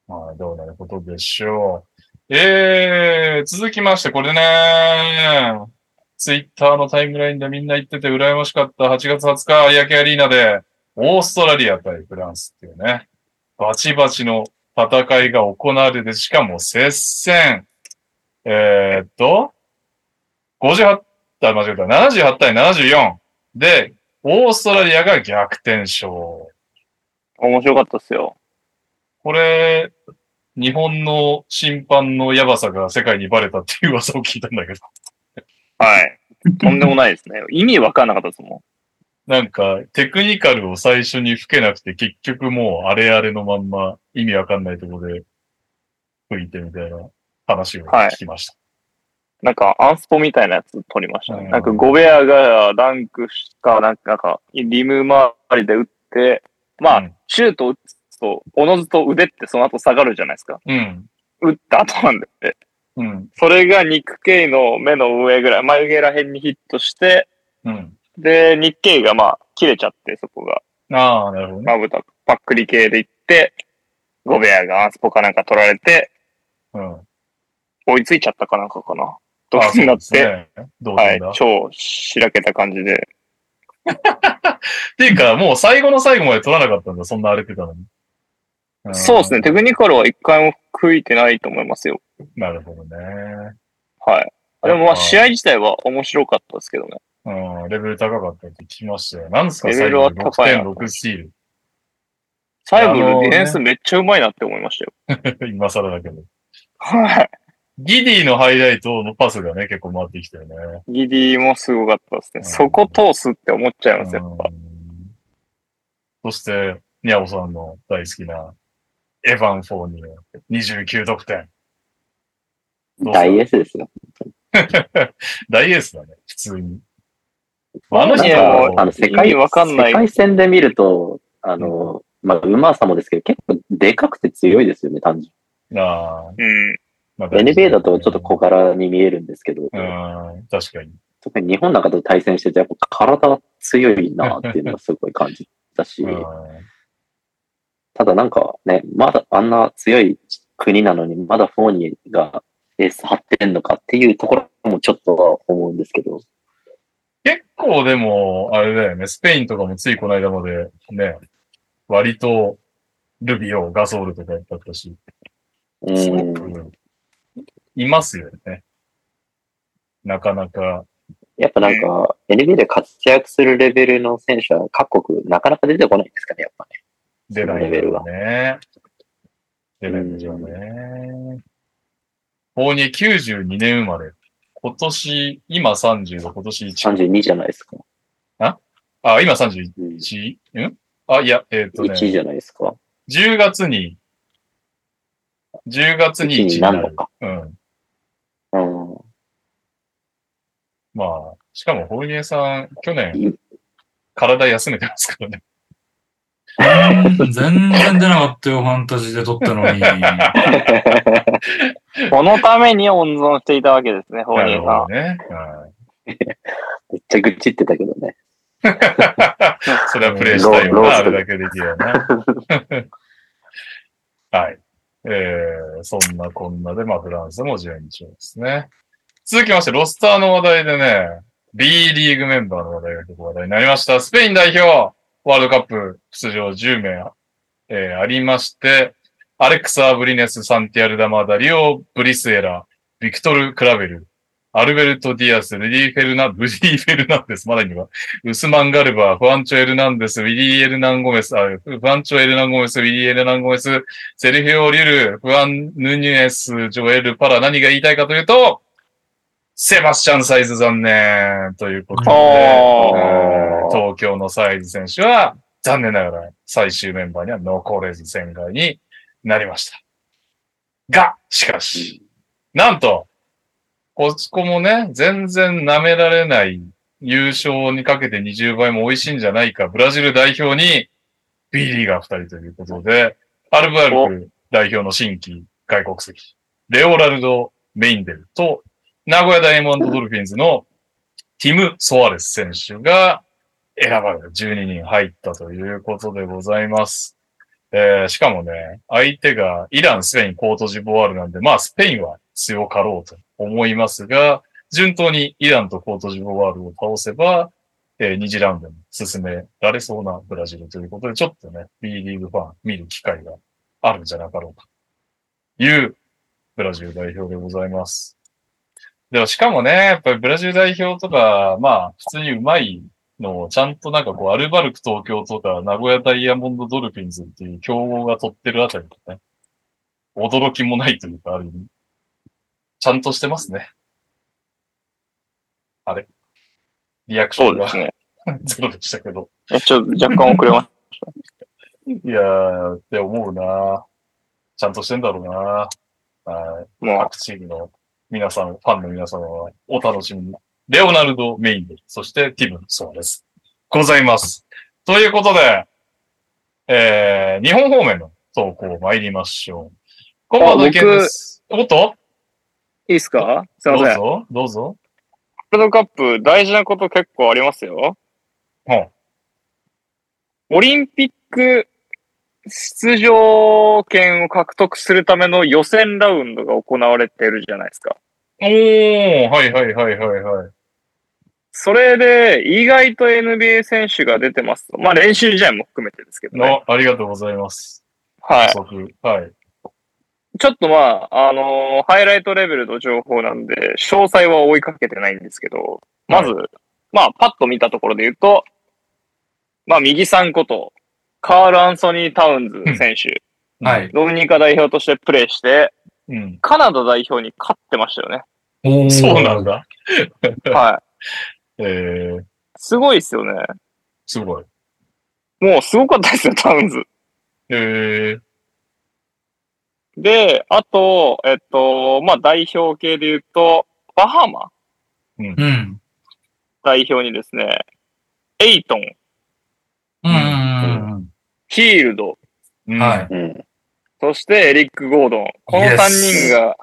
B: まあ、どうなることでしょう。えー、続きまして、これね、ツイッターのタイムラインでみんな言ってて羨ましかった8月20日、有明アリーナで、オーストラリア対フランスっていうね、バチバチの戦いが行われて、しかも接戦。えー、っと、58、あ、間違えた、78対74。で、オーストラリアが逆転勝。
A: 面白かったですよ。
B: これ、日本の審判のやばさが世界にバレたっていう噂を聞いたんだけど、 <laughs>
A: はい。とんでもないですね。意味わかんなかったですもん。
B: なんかテクニカルを最初に吹けなくて結局もうあれあれのまんま意味わかんないところで吹いてみたいな話を聞きました。
A: なんか、アンスポみたいなやつ取りましたね。
B: うん
A: なんか、ゴベアがダンクしか、なんか、リム周りで打って、まあ、
B: うん
A: シュート打つと、おのずと腕ってその後下がるじゃないですか。
B: うん。
A: 打った後なんで。
B: うん。
A: それがニック・ケイの目の上ぐらい、眉毛ら辺にヒットして、
B: うん。
A: で、ニック・ケイがまあ、切れちゃって、そこが。
B: ああ、なるほどね。
A: まぶた、パックリ系で行って、ゴベアがアンスポかなんか取られて、
B: うん。
A: 追いついちゃったかなんかかな。と
B: あ
A: か
B: そう
A: にな
B: で
A: っ
B: す
A: て、
B: ね。同
A: は
B: 点
A: い
B: だ。、っ
A: 超しらけた感じで。
B: ていうか、もう最後の最後まで取らなかったんだ、そんな荒れてたのに。ん
A: そうですね、テクニカルは一回も吹いてないと思いますよ。
B: なるほどね。
A: はい。でもま
B: あ
A: あ、試合自体は面白かったですけどね。
B: うん、レベル高かったって聞きましたよ。なんですか、
A: レ
B: 最
A: ベル
B: 後
A: は
B: 6
A: 高い
B: 点
A: な
B: 6スティール
A: 最後
B: いやあの
A: の
B: ー
A: デ
B: ね
A: ィフェンスめっちゃうまいなって思いましたよ。。
B: <laughs> 今更だけど。
A: はい。
B: ギディのハイライトのパスがね、結構回ってきたよね。
A: ギディもすごかったです
B: うん
A: ね。そこ通すって思っちゃいます、やっぱ。
B: うんそして、ニャオさんの大好きな、エヴァン・フォーニー、29得点。どうす
D: 大
B: る
D: エースですよ。
B: 大エースだね、普通に。あの人
A: いや
B: は
A: もう
D: あの、世界、
A: 意味わかんない
D: 世界戦で見ると、あの、まあ、うまさもですけど、結構でかくて強いですよね、単純
B: ああ、
A: うん。
B: まあ
D: に。NBA だとちょっと小柄に見えるんですけど、
B: うん、確かに。
D: 特に日本なんかと対戦してて、やっぱ体が強いなっていうのはすごい感じたし、
B: う
D: ただなんかね、まだあんな強い国なのに、まだフォーニーがエース張ってんのかっていうところもちょっとは思うんですけど、
B: 結構でも、あれだよね、スペインとかもついこの間までね、割とルビオ、ガソールとかだったし、
D: う
B: す
D: ん
B: ご、くいますよね。なかなか、
D: やっぱなんか NBA で活躍するレベルの選手は各国なかなか出てこないんですかね、やっぱね。
B: 出ない
D: レベル
B: よ
D: が
B: ね。出ないんですよね。法に92年生まれ。今年、今30今年1。
D: 32じゃないですか。
B: あ、今31。
D: うん
B: んあ、いや、えっ、とね
D: 1、位じゃないですか。
B: 10月に、10月に
D: 1位
B: 1
D: に
B: に
D: な
B: な
D: るの
B: る。
D: か。
B: うん。
D: うん。
B: まあ、しかも、ホイエさん、去
D: い
B: 年、体休めてますからね。
C: 全然出なかったよ、ファンタジーで撮ったのに。
A: このために温存していたわけですね、ホーニーさん。
B: なるほどね。はい
D: めっちゃ愚痴ってたけどね。
B: それはプレイしたいよ
D: ロ
B: な、
D: ー
B: あ
D: スト
B: れだけできるよな。 <laughs> はい。えー、そんなこんなで、まあ、フランスも順調ですね。続きまして、ロスターの話題でね、B リーグメンバーの話題が結構話題になりました。スペイン代表、ワールドカップ出場10名、えーありまして、アレックス・アブリネス、サンティアル・ダマーダ、リオ・ブリスエラ、ビクトル・クラベル、アルベルト・ディアス、レディ・フェルナ、ブディ・フェルナンデス、まだにはウスマン・ガルバー、フアンチョ・エルナンデス、ウィリー・エルナンゴメス、あ、フアンチョ・エルナンゴメス、ウィリー・エルナンゴメス、セルフィオ・リュル、フアン・ヌニュエス、ジョエル・パラ、何が言いたいかというと、セバスチャン・サイズ残念ということで、
A: お
D: ー
B: えー東京のサイズ選手は、残念ながら最終メンバーには残れず戦外になりました。が、しかし、なんと、こっちこもね、全然舐められない優勝にかけて20倍も美味しいんじゃないか、ブラジル代表に B リーガー2人ということで、アルバルク代表の新規外国籍、レオラルド・メインデルと、名古屋ダイヤモンドドルフィンズのティム・ソアレス選手が選ばれる12人入ったということでございます。えーしかもね、相手がイラン、スペイン、コートジボワールなんで、まあスペインは強かろうと思いますが、順当にイランとコートジボワールを倒せば、えー、2次ラウンドに進められそうなブラジルということで、ちょっとね、B リーグファン見る機会があるんじゃなかろうか。というブラジル代表でございます。でもしかもね、やっぱりブラジル代表とか、まあ、普通にうまいのを、ちゃんとなんかこう、アルバルク東京とか、名古屋ダイヤモンドドルフィンズっていう競合が取ってるあたりとね、驚きもないというか、ある意味、ちゃんとしてますね。あれリアクショ
A: そう
B: ン
A: で
B: が
A: すね。
B: <laughs> ゼロでしたけど。
A: いやちょっと若干遅れまし
B: いやー、って思うなちゃんとしてんだろうなはい。
A: た。もう、
B: 各チームの皆さん、ファンの皆様はお楽しみに。レオナルド・メインデル、そしてティム・ソアレス。ございます。ということで、えー、日本方面の投稿参りましょう。今晩の意見です。おっと
E: いいですかすい
B: ど
E: ま
B: う
E: せん。
B: ぞどうぞ
A: ワールドカップ大事なこと結構ありますよ。
B: はい
A: オリンピック出場権を獲得するための予選ラウンドが行われてるじゃないですか。
B: おー、はいはいはいはいはい。
A: それで、意外と NBA 選手が出てますと。まあ練習試合も含めてですけどね。
B: の、ありがとうございます。
A: はい。
B: 補足はい。
A: ちょっとまあ、あのーハイライトレベルの情報なんで、詳細は追いかけてないんですけど、まず、まあ、パッと見たところで言うと、まあ、右さんこと、カール・アンソニー・タウンズ選手、
C: はい。
A: ドミニカ代表としてプレーして、
B: うん。
A: カナダ代表に勝ってましたよね。
C: おー
B: そうなんだ。
A: は
B: え
A: い。
B: ー、
A: すごいですよね。
B: すごい。
A: もうすごかったですよ、タウンズ。
B: えー、
A: で、あと、えっと、まあ、代表系で言うと、バハマ
C: うん。
A: 代表にですね、エイトン、
C: うんうんうん
A: ヒールド、
B: うん、
C: はい。
D: うん。
A: そしてエリック・ゴードン。この
C: Yes
A: 3人が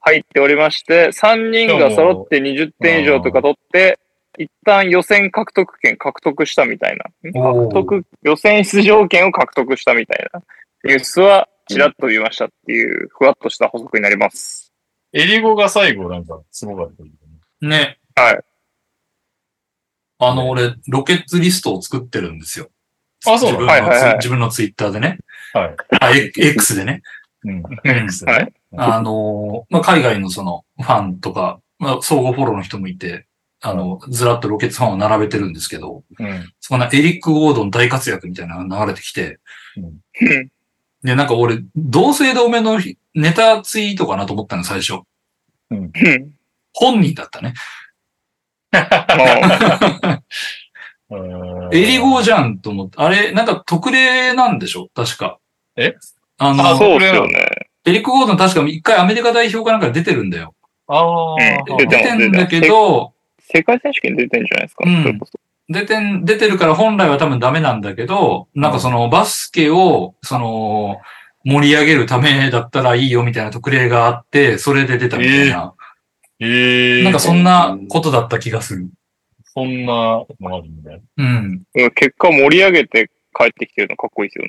A: 入っておりまして、3人が揃って20点以上とか取って、一旦予選獲得権獲得したみたいな。
C: お
A: 獲得、予選出場権を獲得したみたいなニュースはちらっと見ましたっていう、ふわっとした補足にな
C: <laughs>
A: ります。
B: エリゴが最後なんか、すごかったよね。
C: ね。
A: はい。
C: あの、俺、ロケッツリストを作ってるんですよ。
B: あそうなの
C: 自分の
A: はいはいはい
C: ツイ自分のツイッターでね。
B: はい。
C: あ、え X でね。
B: うん。
A: は
C: あの、まあ、海外のその、ファンとか、まあ、相互フォローの人もいて、あの、ずらっとロケッツファンを並べてるんですけど、
B: うん。
C: そこなエリック・ゴードン大活躍みたいなのが流れてきて、
A: うん
C: で、なんか俺、同姓同名のひネタツイートかなと思ったの、最初。
A: うん
C: 本人だったね。
A: あの
B: うん
C: エリゴじゃんと思って、あれ、なんか特例なんでしょ確か。
B: え
C: あの、
B: あ
A: そうですよね。
C: エリック・ゴードン確か一回アメリカ代表かなんか出てるんだよ。
B: あー
A: うん出て
C: 出
A: ます
C: てんだけど、
A: 世界選手権出てんじゃないですか。
C: うん
A: それこそ
C: 出てん、出てるから本来は多分ダメなんだけど、なんかそのバスケを、その、盛り上げるためだったらいいよみたいな特例があって、それで出たみたいな。
B: ええ
C: なんかそんなことだった気がする。
B: そんなのがあるんだよ。
C: うん。
A: うん結果盛り上げて帰ってきてるのかっこいいですよ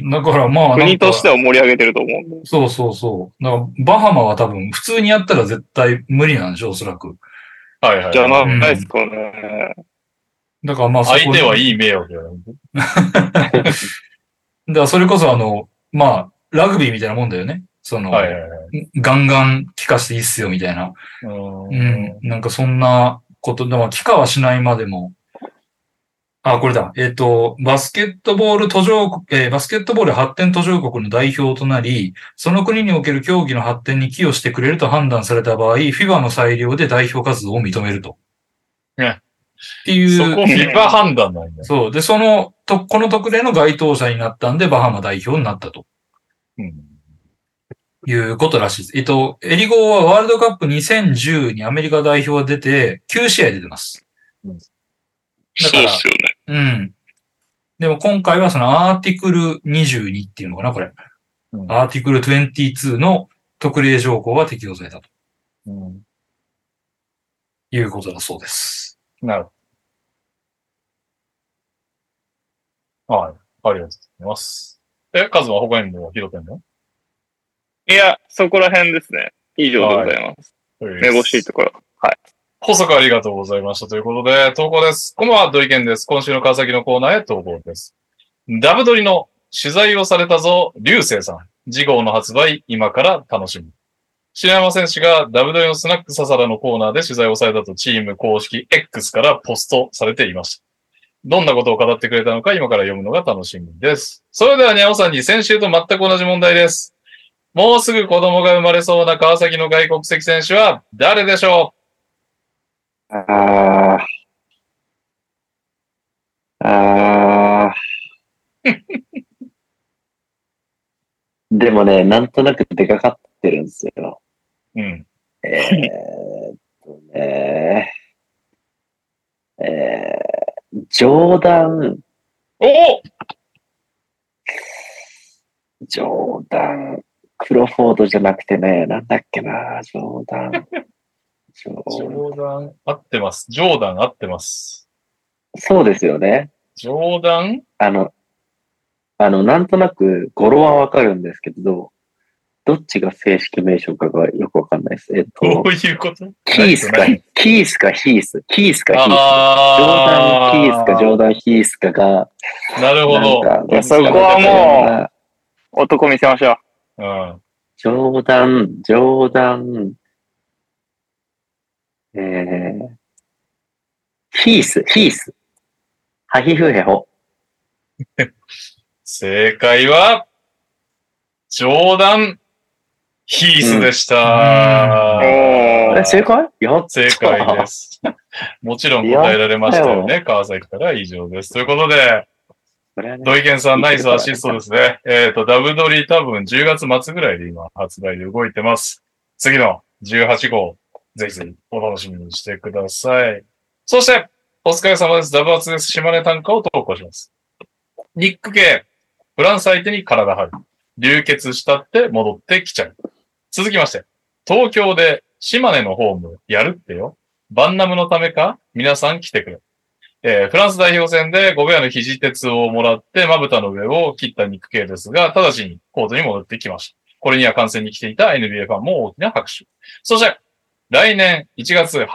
C: うん。だからまあなんか。
A: 国としては盛り上げてると思うんで。
C: そうそうそう。だからバハマは多分普通にやったら絶対無理なんでしょ、おそらく。
B: はいはい。
A: じゃないですかね。
C: だからまあそこ
B: 相手はいい迷惑だよ。
C: だからそれこそあの、まあ、ラグビーみたいなもんだよね。その、
B: はいはいはい。
C: ガンガン帰化していいっすよみたいな。
B: う
C: う
B: ー
C: ん。なんかそんなこと、でも帰化はしないまでも。あ、これだ。えっ、と、バスケットボール途上国、えーバスケットボール発展途上国の代表となり、その国における競技の発展に寄与してくれると判断された場合、FIBA の裁量で代表活動を認めると。
B: ね
C: っていう。
B: そこ、フィバ判断なんだよ。
C: そう。で、その、と、この特例の該当者になったんで、バハマ代表になったと
B: うん。
C: いうことらしいです。えっと、エリゴはワールドカップ2010にアメリカ代表出て、9試合出てます。だから
A: そうっ
C: うん。でも今回はそのアーティクル22っていうのかな、これ。
B: うん
C: アーティクル22の特例条項が適用されたと
B: うん
C: いうことだそうです。
B: なるほど。はい。ありがとうございます。え、カズは他にも拾ってんの
A: すよね。いや、そこら辺ですね。以上でございます。めぼしいところ。
B: 補足ありがとうございました。ということで、投稿です。こんばんは、土井健です。今週の川崎のコーナーへ投稿です。ダブドリの取材をされたぞ、流星さん。次号の発売、今から楽しみ。篠山選手がダブドリのスナックササラのコーナーで取材をされたとチーム公式 X からポストされていました。どんなことを語ってくれたのか今から読むのが楽しみです。それでは、にゃおさんに先週と全く同じ問題です。もうすぐ子供が生まれそうな川崎の外国籍選手は誰でしょう
D: ああ。ああ。でもね、なんとなく出かかってるんですよ。
B: うん。
D: えーっとね。えー、ジョーダン、
B: おお
D: ジョーダン。クロフォードじゃなくてね、なんだっけな、ジョーダン。ジョ
B: ジ
D: ー
B: ョーダン、合ってます。ジョーダン合ってます。
D: そうですよね。
B: ジョーダン
D: あの、あの、なんとなく語呂はわかるんですけど、どっちが正式名称かがよくわかんないです。えっ
B: ど <laughs>
D: と
B: う、いうこと
D: キースか、キースかヒース、キースかヒース。ジョー
B: あ
D: ダン・キースか、ジョーダン・ヒースかが、
B: ーなるほど。
D: なんか、
A: そこはも男見せましょう。
B: うん。
D: ジョーダン、ジョーダン、えー、ヒース、ヒース。ハヒフヘホ。
B: 正解は、ジョーダン、ヒースでした。
A: うんおー
D: え、正解やった
B: 正解
D: <laughs>
B: です。もちろん答えられましたよね。川崎から以上です。ということで、
D: これはね
B: 土井健さんナイスアシストですね。えっ、と、ダブドリ多分10月末ぐらいで今発売で動いてます。次の18号、ぜひぜひお楽しみにしてください。そして、お疲れ様です。ダブアツです。島根短歌を投稿します。ニック系、フランス相手に体張る。流血したって戻ってきちゃう。続きまして、東京で島根のホームやるってよ。バンナムのためか皆さん来てくれ。えーフランス代表戦でゴベアの肘鉄をもらって、まぶたの上を切った肉系ですが、直ちにコートに戻ってきました。これには観戦に来ていた NBA ファンも大きな拍手。そして、来年1月20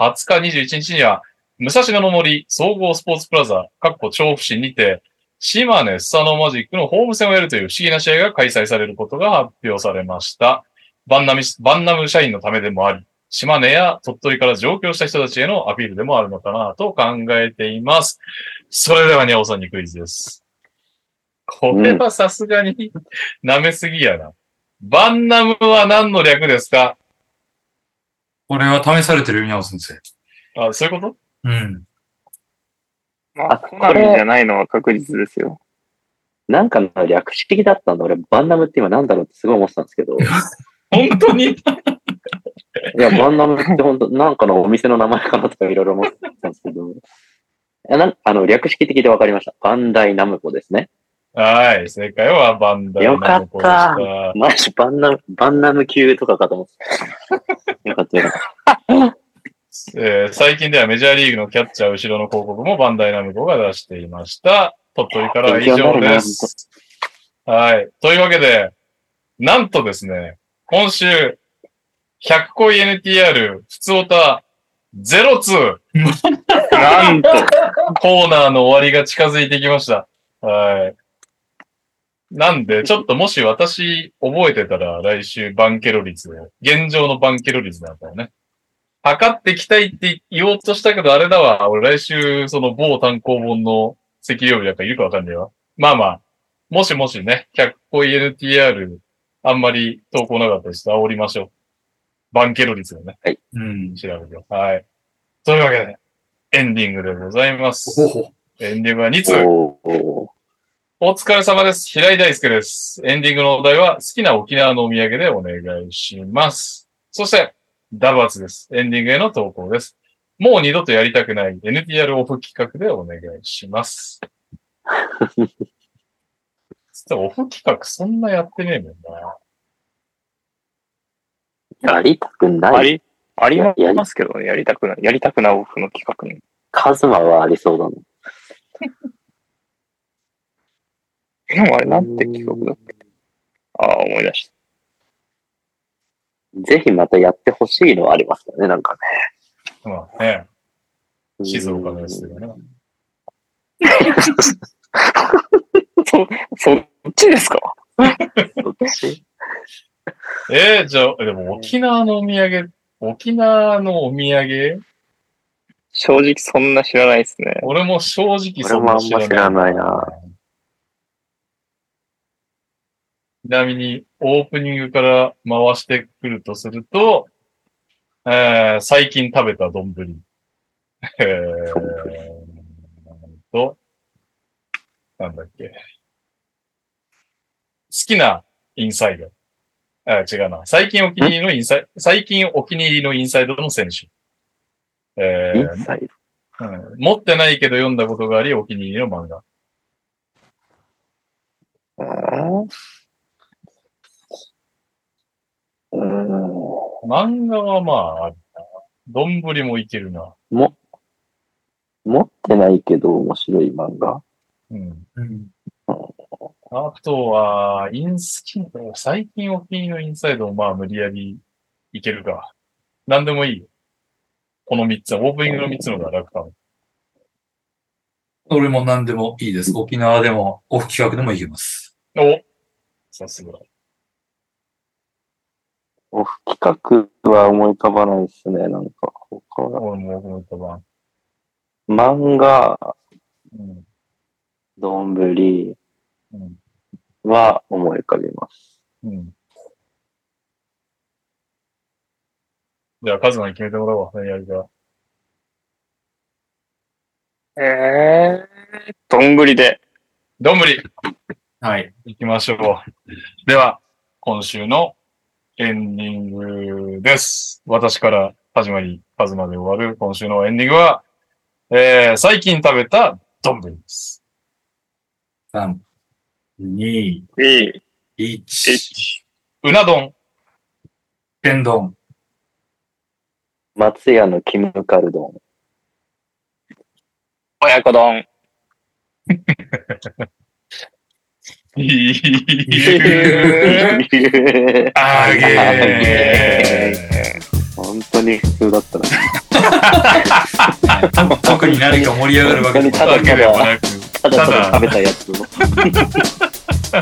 B: 日21日には、武蔵野の森総合スポーツプラザ、かっこ調布市にて、島根スサノーマジックのホーム戦をやるという不思議な試合が開催されることが発表されました。バンナム、バンナム社員のためでもあり、島根や鳥取から上京した人たちへのアピールでもあるのかなと考えています。それでは、にゃおさんにクイズです。これはさすがに舐めすぎやな。バンナムは何の略ですか
C: これは試されてるよ、宮尾先生。
B: あ、そういうこと
C: うん。
A: まあ、
D: あ
A: コナミじゃないのは確実ですよ。
D: なんかの略式的だったんだ。俺、バンナムって今なんだろうってすごい思ってたんですけど。い
B: <laughs> 本当に
D: や、バンナムって本当なんかのお店の名前かなとかいろいろ思ってたんですけど。いやなんあの、略式的でわかりました。バンダイナムコですね。
B: はい、正解はバンダム
D: よかった
B: の子でした。
D: マジ、バンナム、バンナム級とかかと思
B: <laughs>
D: って。よかったよかった。
B: えー最近ではメジャーリーグのキャッチャー後ろの広告もバンダイナムコが出していました。鳥取からは以上です。はい。というわけで、なんとですね、今週、100個 NTR、普通歌、ゼロツー
A: なんと、
B: コーナーの終わりが近づいてきました。はい。なんで、ちょっともし私覚えてたら来週バンケロ率で、現状のバンケロ率だったらね。測ってきたいって言おうとしたけど、あれだわ。俺来週、その某単行本の石料理だからいるかわかんねえわ。まあまあ、もしもしね、100個 ENTR、あんまり投稿なかったりして煽りましょう。バンケロ率でね、
C: うん。
B: 調べてよう。はい。というわけで、エンディングでございます。
C: ほほ。
B: エンディングは2通。
D: おー
B: お疲れ様です。平井大輔です。エンディングのお題は好きな沖縄のお土産でお願いします。そして、ダバツです。エンディングへの投稿です。もう二度とやりたくない NTR オフ企画でお願いします。実はオフ企画そんなやってねえもんな。
D: やりたく
A: あ
D: ない。
A: り、ありますけどね、やりたくない、やりたくないオフの企画に。
D: カズマはありそうだな。
A: でもあれなんて企画だっけああ、思い出し
D: ぜひまたやってほしいのはありますよね、なんか
B: まあね、
D: ね。
B: 静岡のやつだよね。
A: た。そっちですか
D: そっち
B: えー、じゃあ、でも沖縄のお土産、沖縄のお土産
A: 正直そんな知らないですね。
B: 俺も正直
D: 俺
B: そん
D: もあ
B: なん
D: ま
B: 知らない。
D: 知らないな。
B: ちなみに、オープニングから回してくるとすると、えー最近食べた丼。えーと、なんだっけ。好きなインサイド。あ、違うな。最近お気に入りのインサイド、最近お気に入りのインサイドの選手。え
D: イ
B: ー
D: ンサイ
B: うん持ってないけど読んだことがあり、お気に入りの漫画。
A: あー
D: うん。
B: 漫画はまあ、あるな。どんぶりもいけるな。
D: も、持ってないけど面白い漫画
B: うん。
C: うん。
B: あとは、インスキン、最近お気に入りのインサイドをまあ無理やりいけるか。なんでもいいよ。この3つは、オープニングの3つの方が楽かも。
C: 俺も何でもいいです。沖縄でも、オフ企画でもいけます。
B: おさすが。
D: オフ企画は思い浮かばないですね、なんか。他は
B: 俺も、僕も多分
D: 漫画、
B: うん。
D: どんぶり
B: うん。
D: は思い浮かびます。
B: うん。じゃあ、カズマに決めてもらおうわ、何やるか。
A: えー、どんぶりで。
B: どんぶりはい、行きましょう。では、今週のエンディングです。私から始まり、カズマで終わる今週のエンディングは、えー、最近食べたどんぶりです。
C: 3、2、
A: いい。
C: 1、
B: うな丼。
C: 天丼。
D: 松屋のキムカ
B: <laughs>
D: ルドン。
A: 親子丼。
B: あげー。
D: 本当に普通だったな。
C: 特に何か盛り上がるわけでも
D: ただ
B: わけでもなく、
D: ただただ食べたやつを。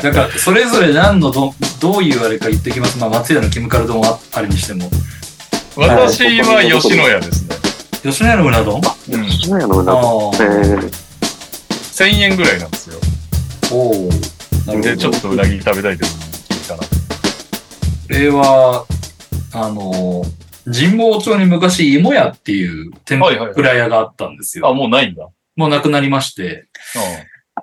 B: <laughs>
C: なんか、それぞれ何のど、どういうあれか言ってきます。まあ、松屋のキムカル丼はあれにしても。
B: 私は吉野家ですね。
C: 吉野家のうな丼あ
B: うん、
D: 吉野家のうな丼。
C: あ
D: え
C: ー。
D: ー
B: 1000円ぐらいなんですよ。
C: おお。なるほど
B: で、ちょっとうなぎ食べたいと聞いたら。
C: これは、あの、神保町に昔、芋屋っていう天
B: はいはいはい
C: ぷら屋があったんですよ。
B: あ、もうないんだ。うん。
C: もうなくなりまして、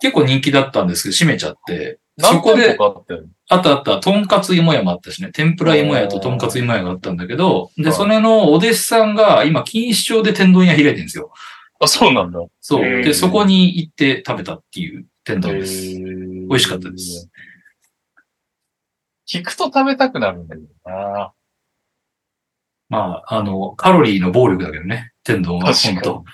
C: 結構人気だったんですけど、閉めちゃって、そ
B: 何
C: こ
B: 店
C: で
B: 舗、かあったよね。
C: あったあった、とんかつ芋屋もあったしね、天ぷら芋屋ととんかつ芋屋があったんだけど、
B: は
C: で、
B: い
C: それのお弟子さんが今、錦糸町で天丼屋開いてるんですよ。
B: あ、そうなんだ。
C: そう。
A: へー
C: で、そこに行って食べたっていう天丼です。
B: 美
C: 味しかったです。
B: 聞くと食べたくなるんだけどな。
C: まあ、あの、カロリーの暴力だけどね、天丼は、
B: 確かに
C: 本当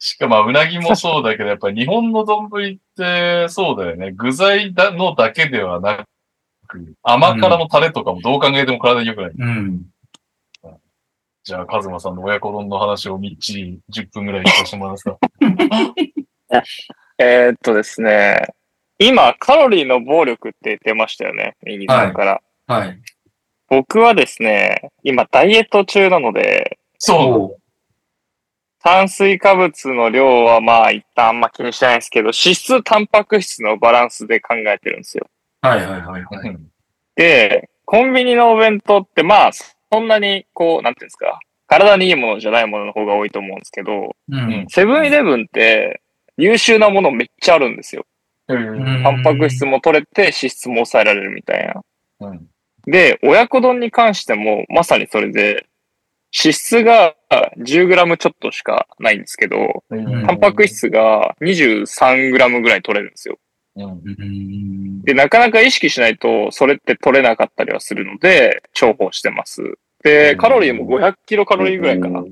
B: しかも、うなぎもそうだけど、やっぱり日本の丼ってそうだよね。具材だのだけではなく、甘辛のタレとかもどう考えても体に良くない。
C: うん。
B: じゃあ、カズマさんの親子丼の話をみっちり10分ぐらいさせてもらいますか。
A: えー、っとですね。今、カロリーの暴力って出ましたよね。右さんから。
C: はい。
A: 僕はですね、今、ダイエット中なので、
B: そう
C: う。
A: 炭水化物の量はまあ一旦あんま気にしてないんですけど、脂質、タンパク質のバランスで考えてるんですよ。
C: はいはいはいはい。
B: うん
A: で、コンビニのお弁当ってまあ、そんなにこう、なんていうんですか、体にいいものじゃないものの方が多いと思うんですけど、
C: うん。
A: セブンイレブンって優秀なものめっちゃあるんですよ。
B: うん。
A: タンパク質も取れて脂質も抑えられるみたいな。
B: うん。
A: で、親子丼に関してもまさにそれで、脂質が 10g ちょっとしかないんですけど、
C: うん
A: タンパク。質が 23g ぐらい取れるんですよ。
B: うん。
C: うん。
A: で、なかなか意識しないと、それって取れなかったりはするので、重宝してます。で、カロリーも500キロカロリーぐらいかな。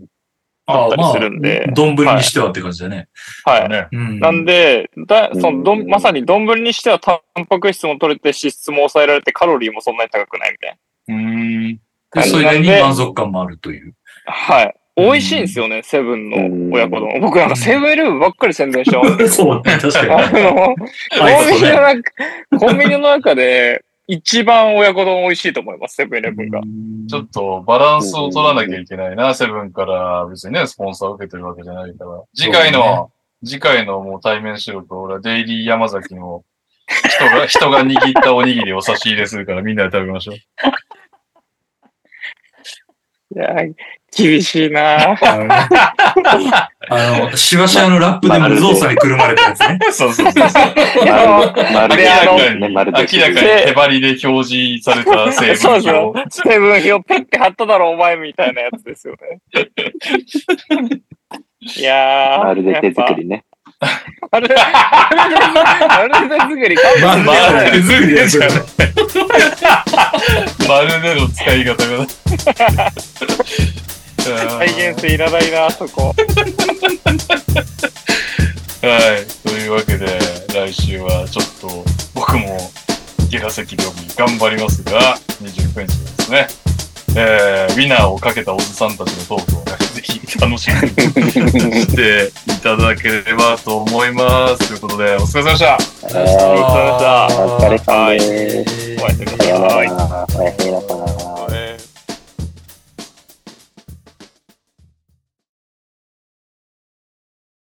C: あ
A: ったりするんで
C: 丼にしてはって感じだね。
A: はい。
B: ね。
C: うん。
A: なんで、だそのど
D: うん
A: んまさに丼にしてはタンパク質も取れて脂質も抑えられてカロリーもそんなに高くないみたい
B: うん。
C: で、それに満足感もあるという。 <laughs>
A: な。はい。美味しいんですよね、セブンの親子丼。僕なんかセブンイレブンばっかり宣伝しちゃうんですよ。
C: そうね、確か
A: あ
C: に。
A: <laughs> の、
C: はい
A: コンビニの中、コンビニの中で一番親子丼美味しいと思います、セブンイレブンが。
B: ちょっとバランスを取らなきゃいけないな、セブンから別にね、スポンサーを受けてるわけじゃないから。次回の、次回のもう対面収録、俺はデイリー山崎の人が、 <laughs> 人が握ったおにぎりを差し入れするからみんなで食べましょう。
A: いや、厳しいなぁ。
C: あの、しわしわのラップで無造作にくるまれたやつね。
B: そうそうそうそう。
A: いやもう
D: まる
A: であの
D: ねまる
B: 明らかに手張りで表示された成
A: <laughs> そうです
B: 分
A: よ
B: を。。
A: セブン表ペッて貼っただろ、お前みたいなやつですよね。いやー。
D: まるで手作りね。
A: やっぱ。まるで、まるで手作り。
C: ま
A: ま
C: あまあ
B: まるで手作りですよね。まるでの使い方が。
A: 再現性いらないな、そこ。
B: はい。というわけで、来週はちょっと僕もゲラ席で頑張りますが、29日ですね。えー、ウィナーをかけたおじさんたちのトークをね、ぜひ楽しみにしていただければと思います。ということで、お疲れ様でした。
D: はい
A: お疲れ様でした。
D: お疲れ様です。
A: お会いしてください。
D: さようなら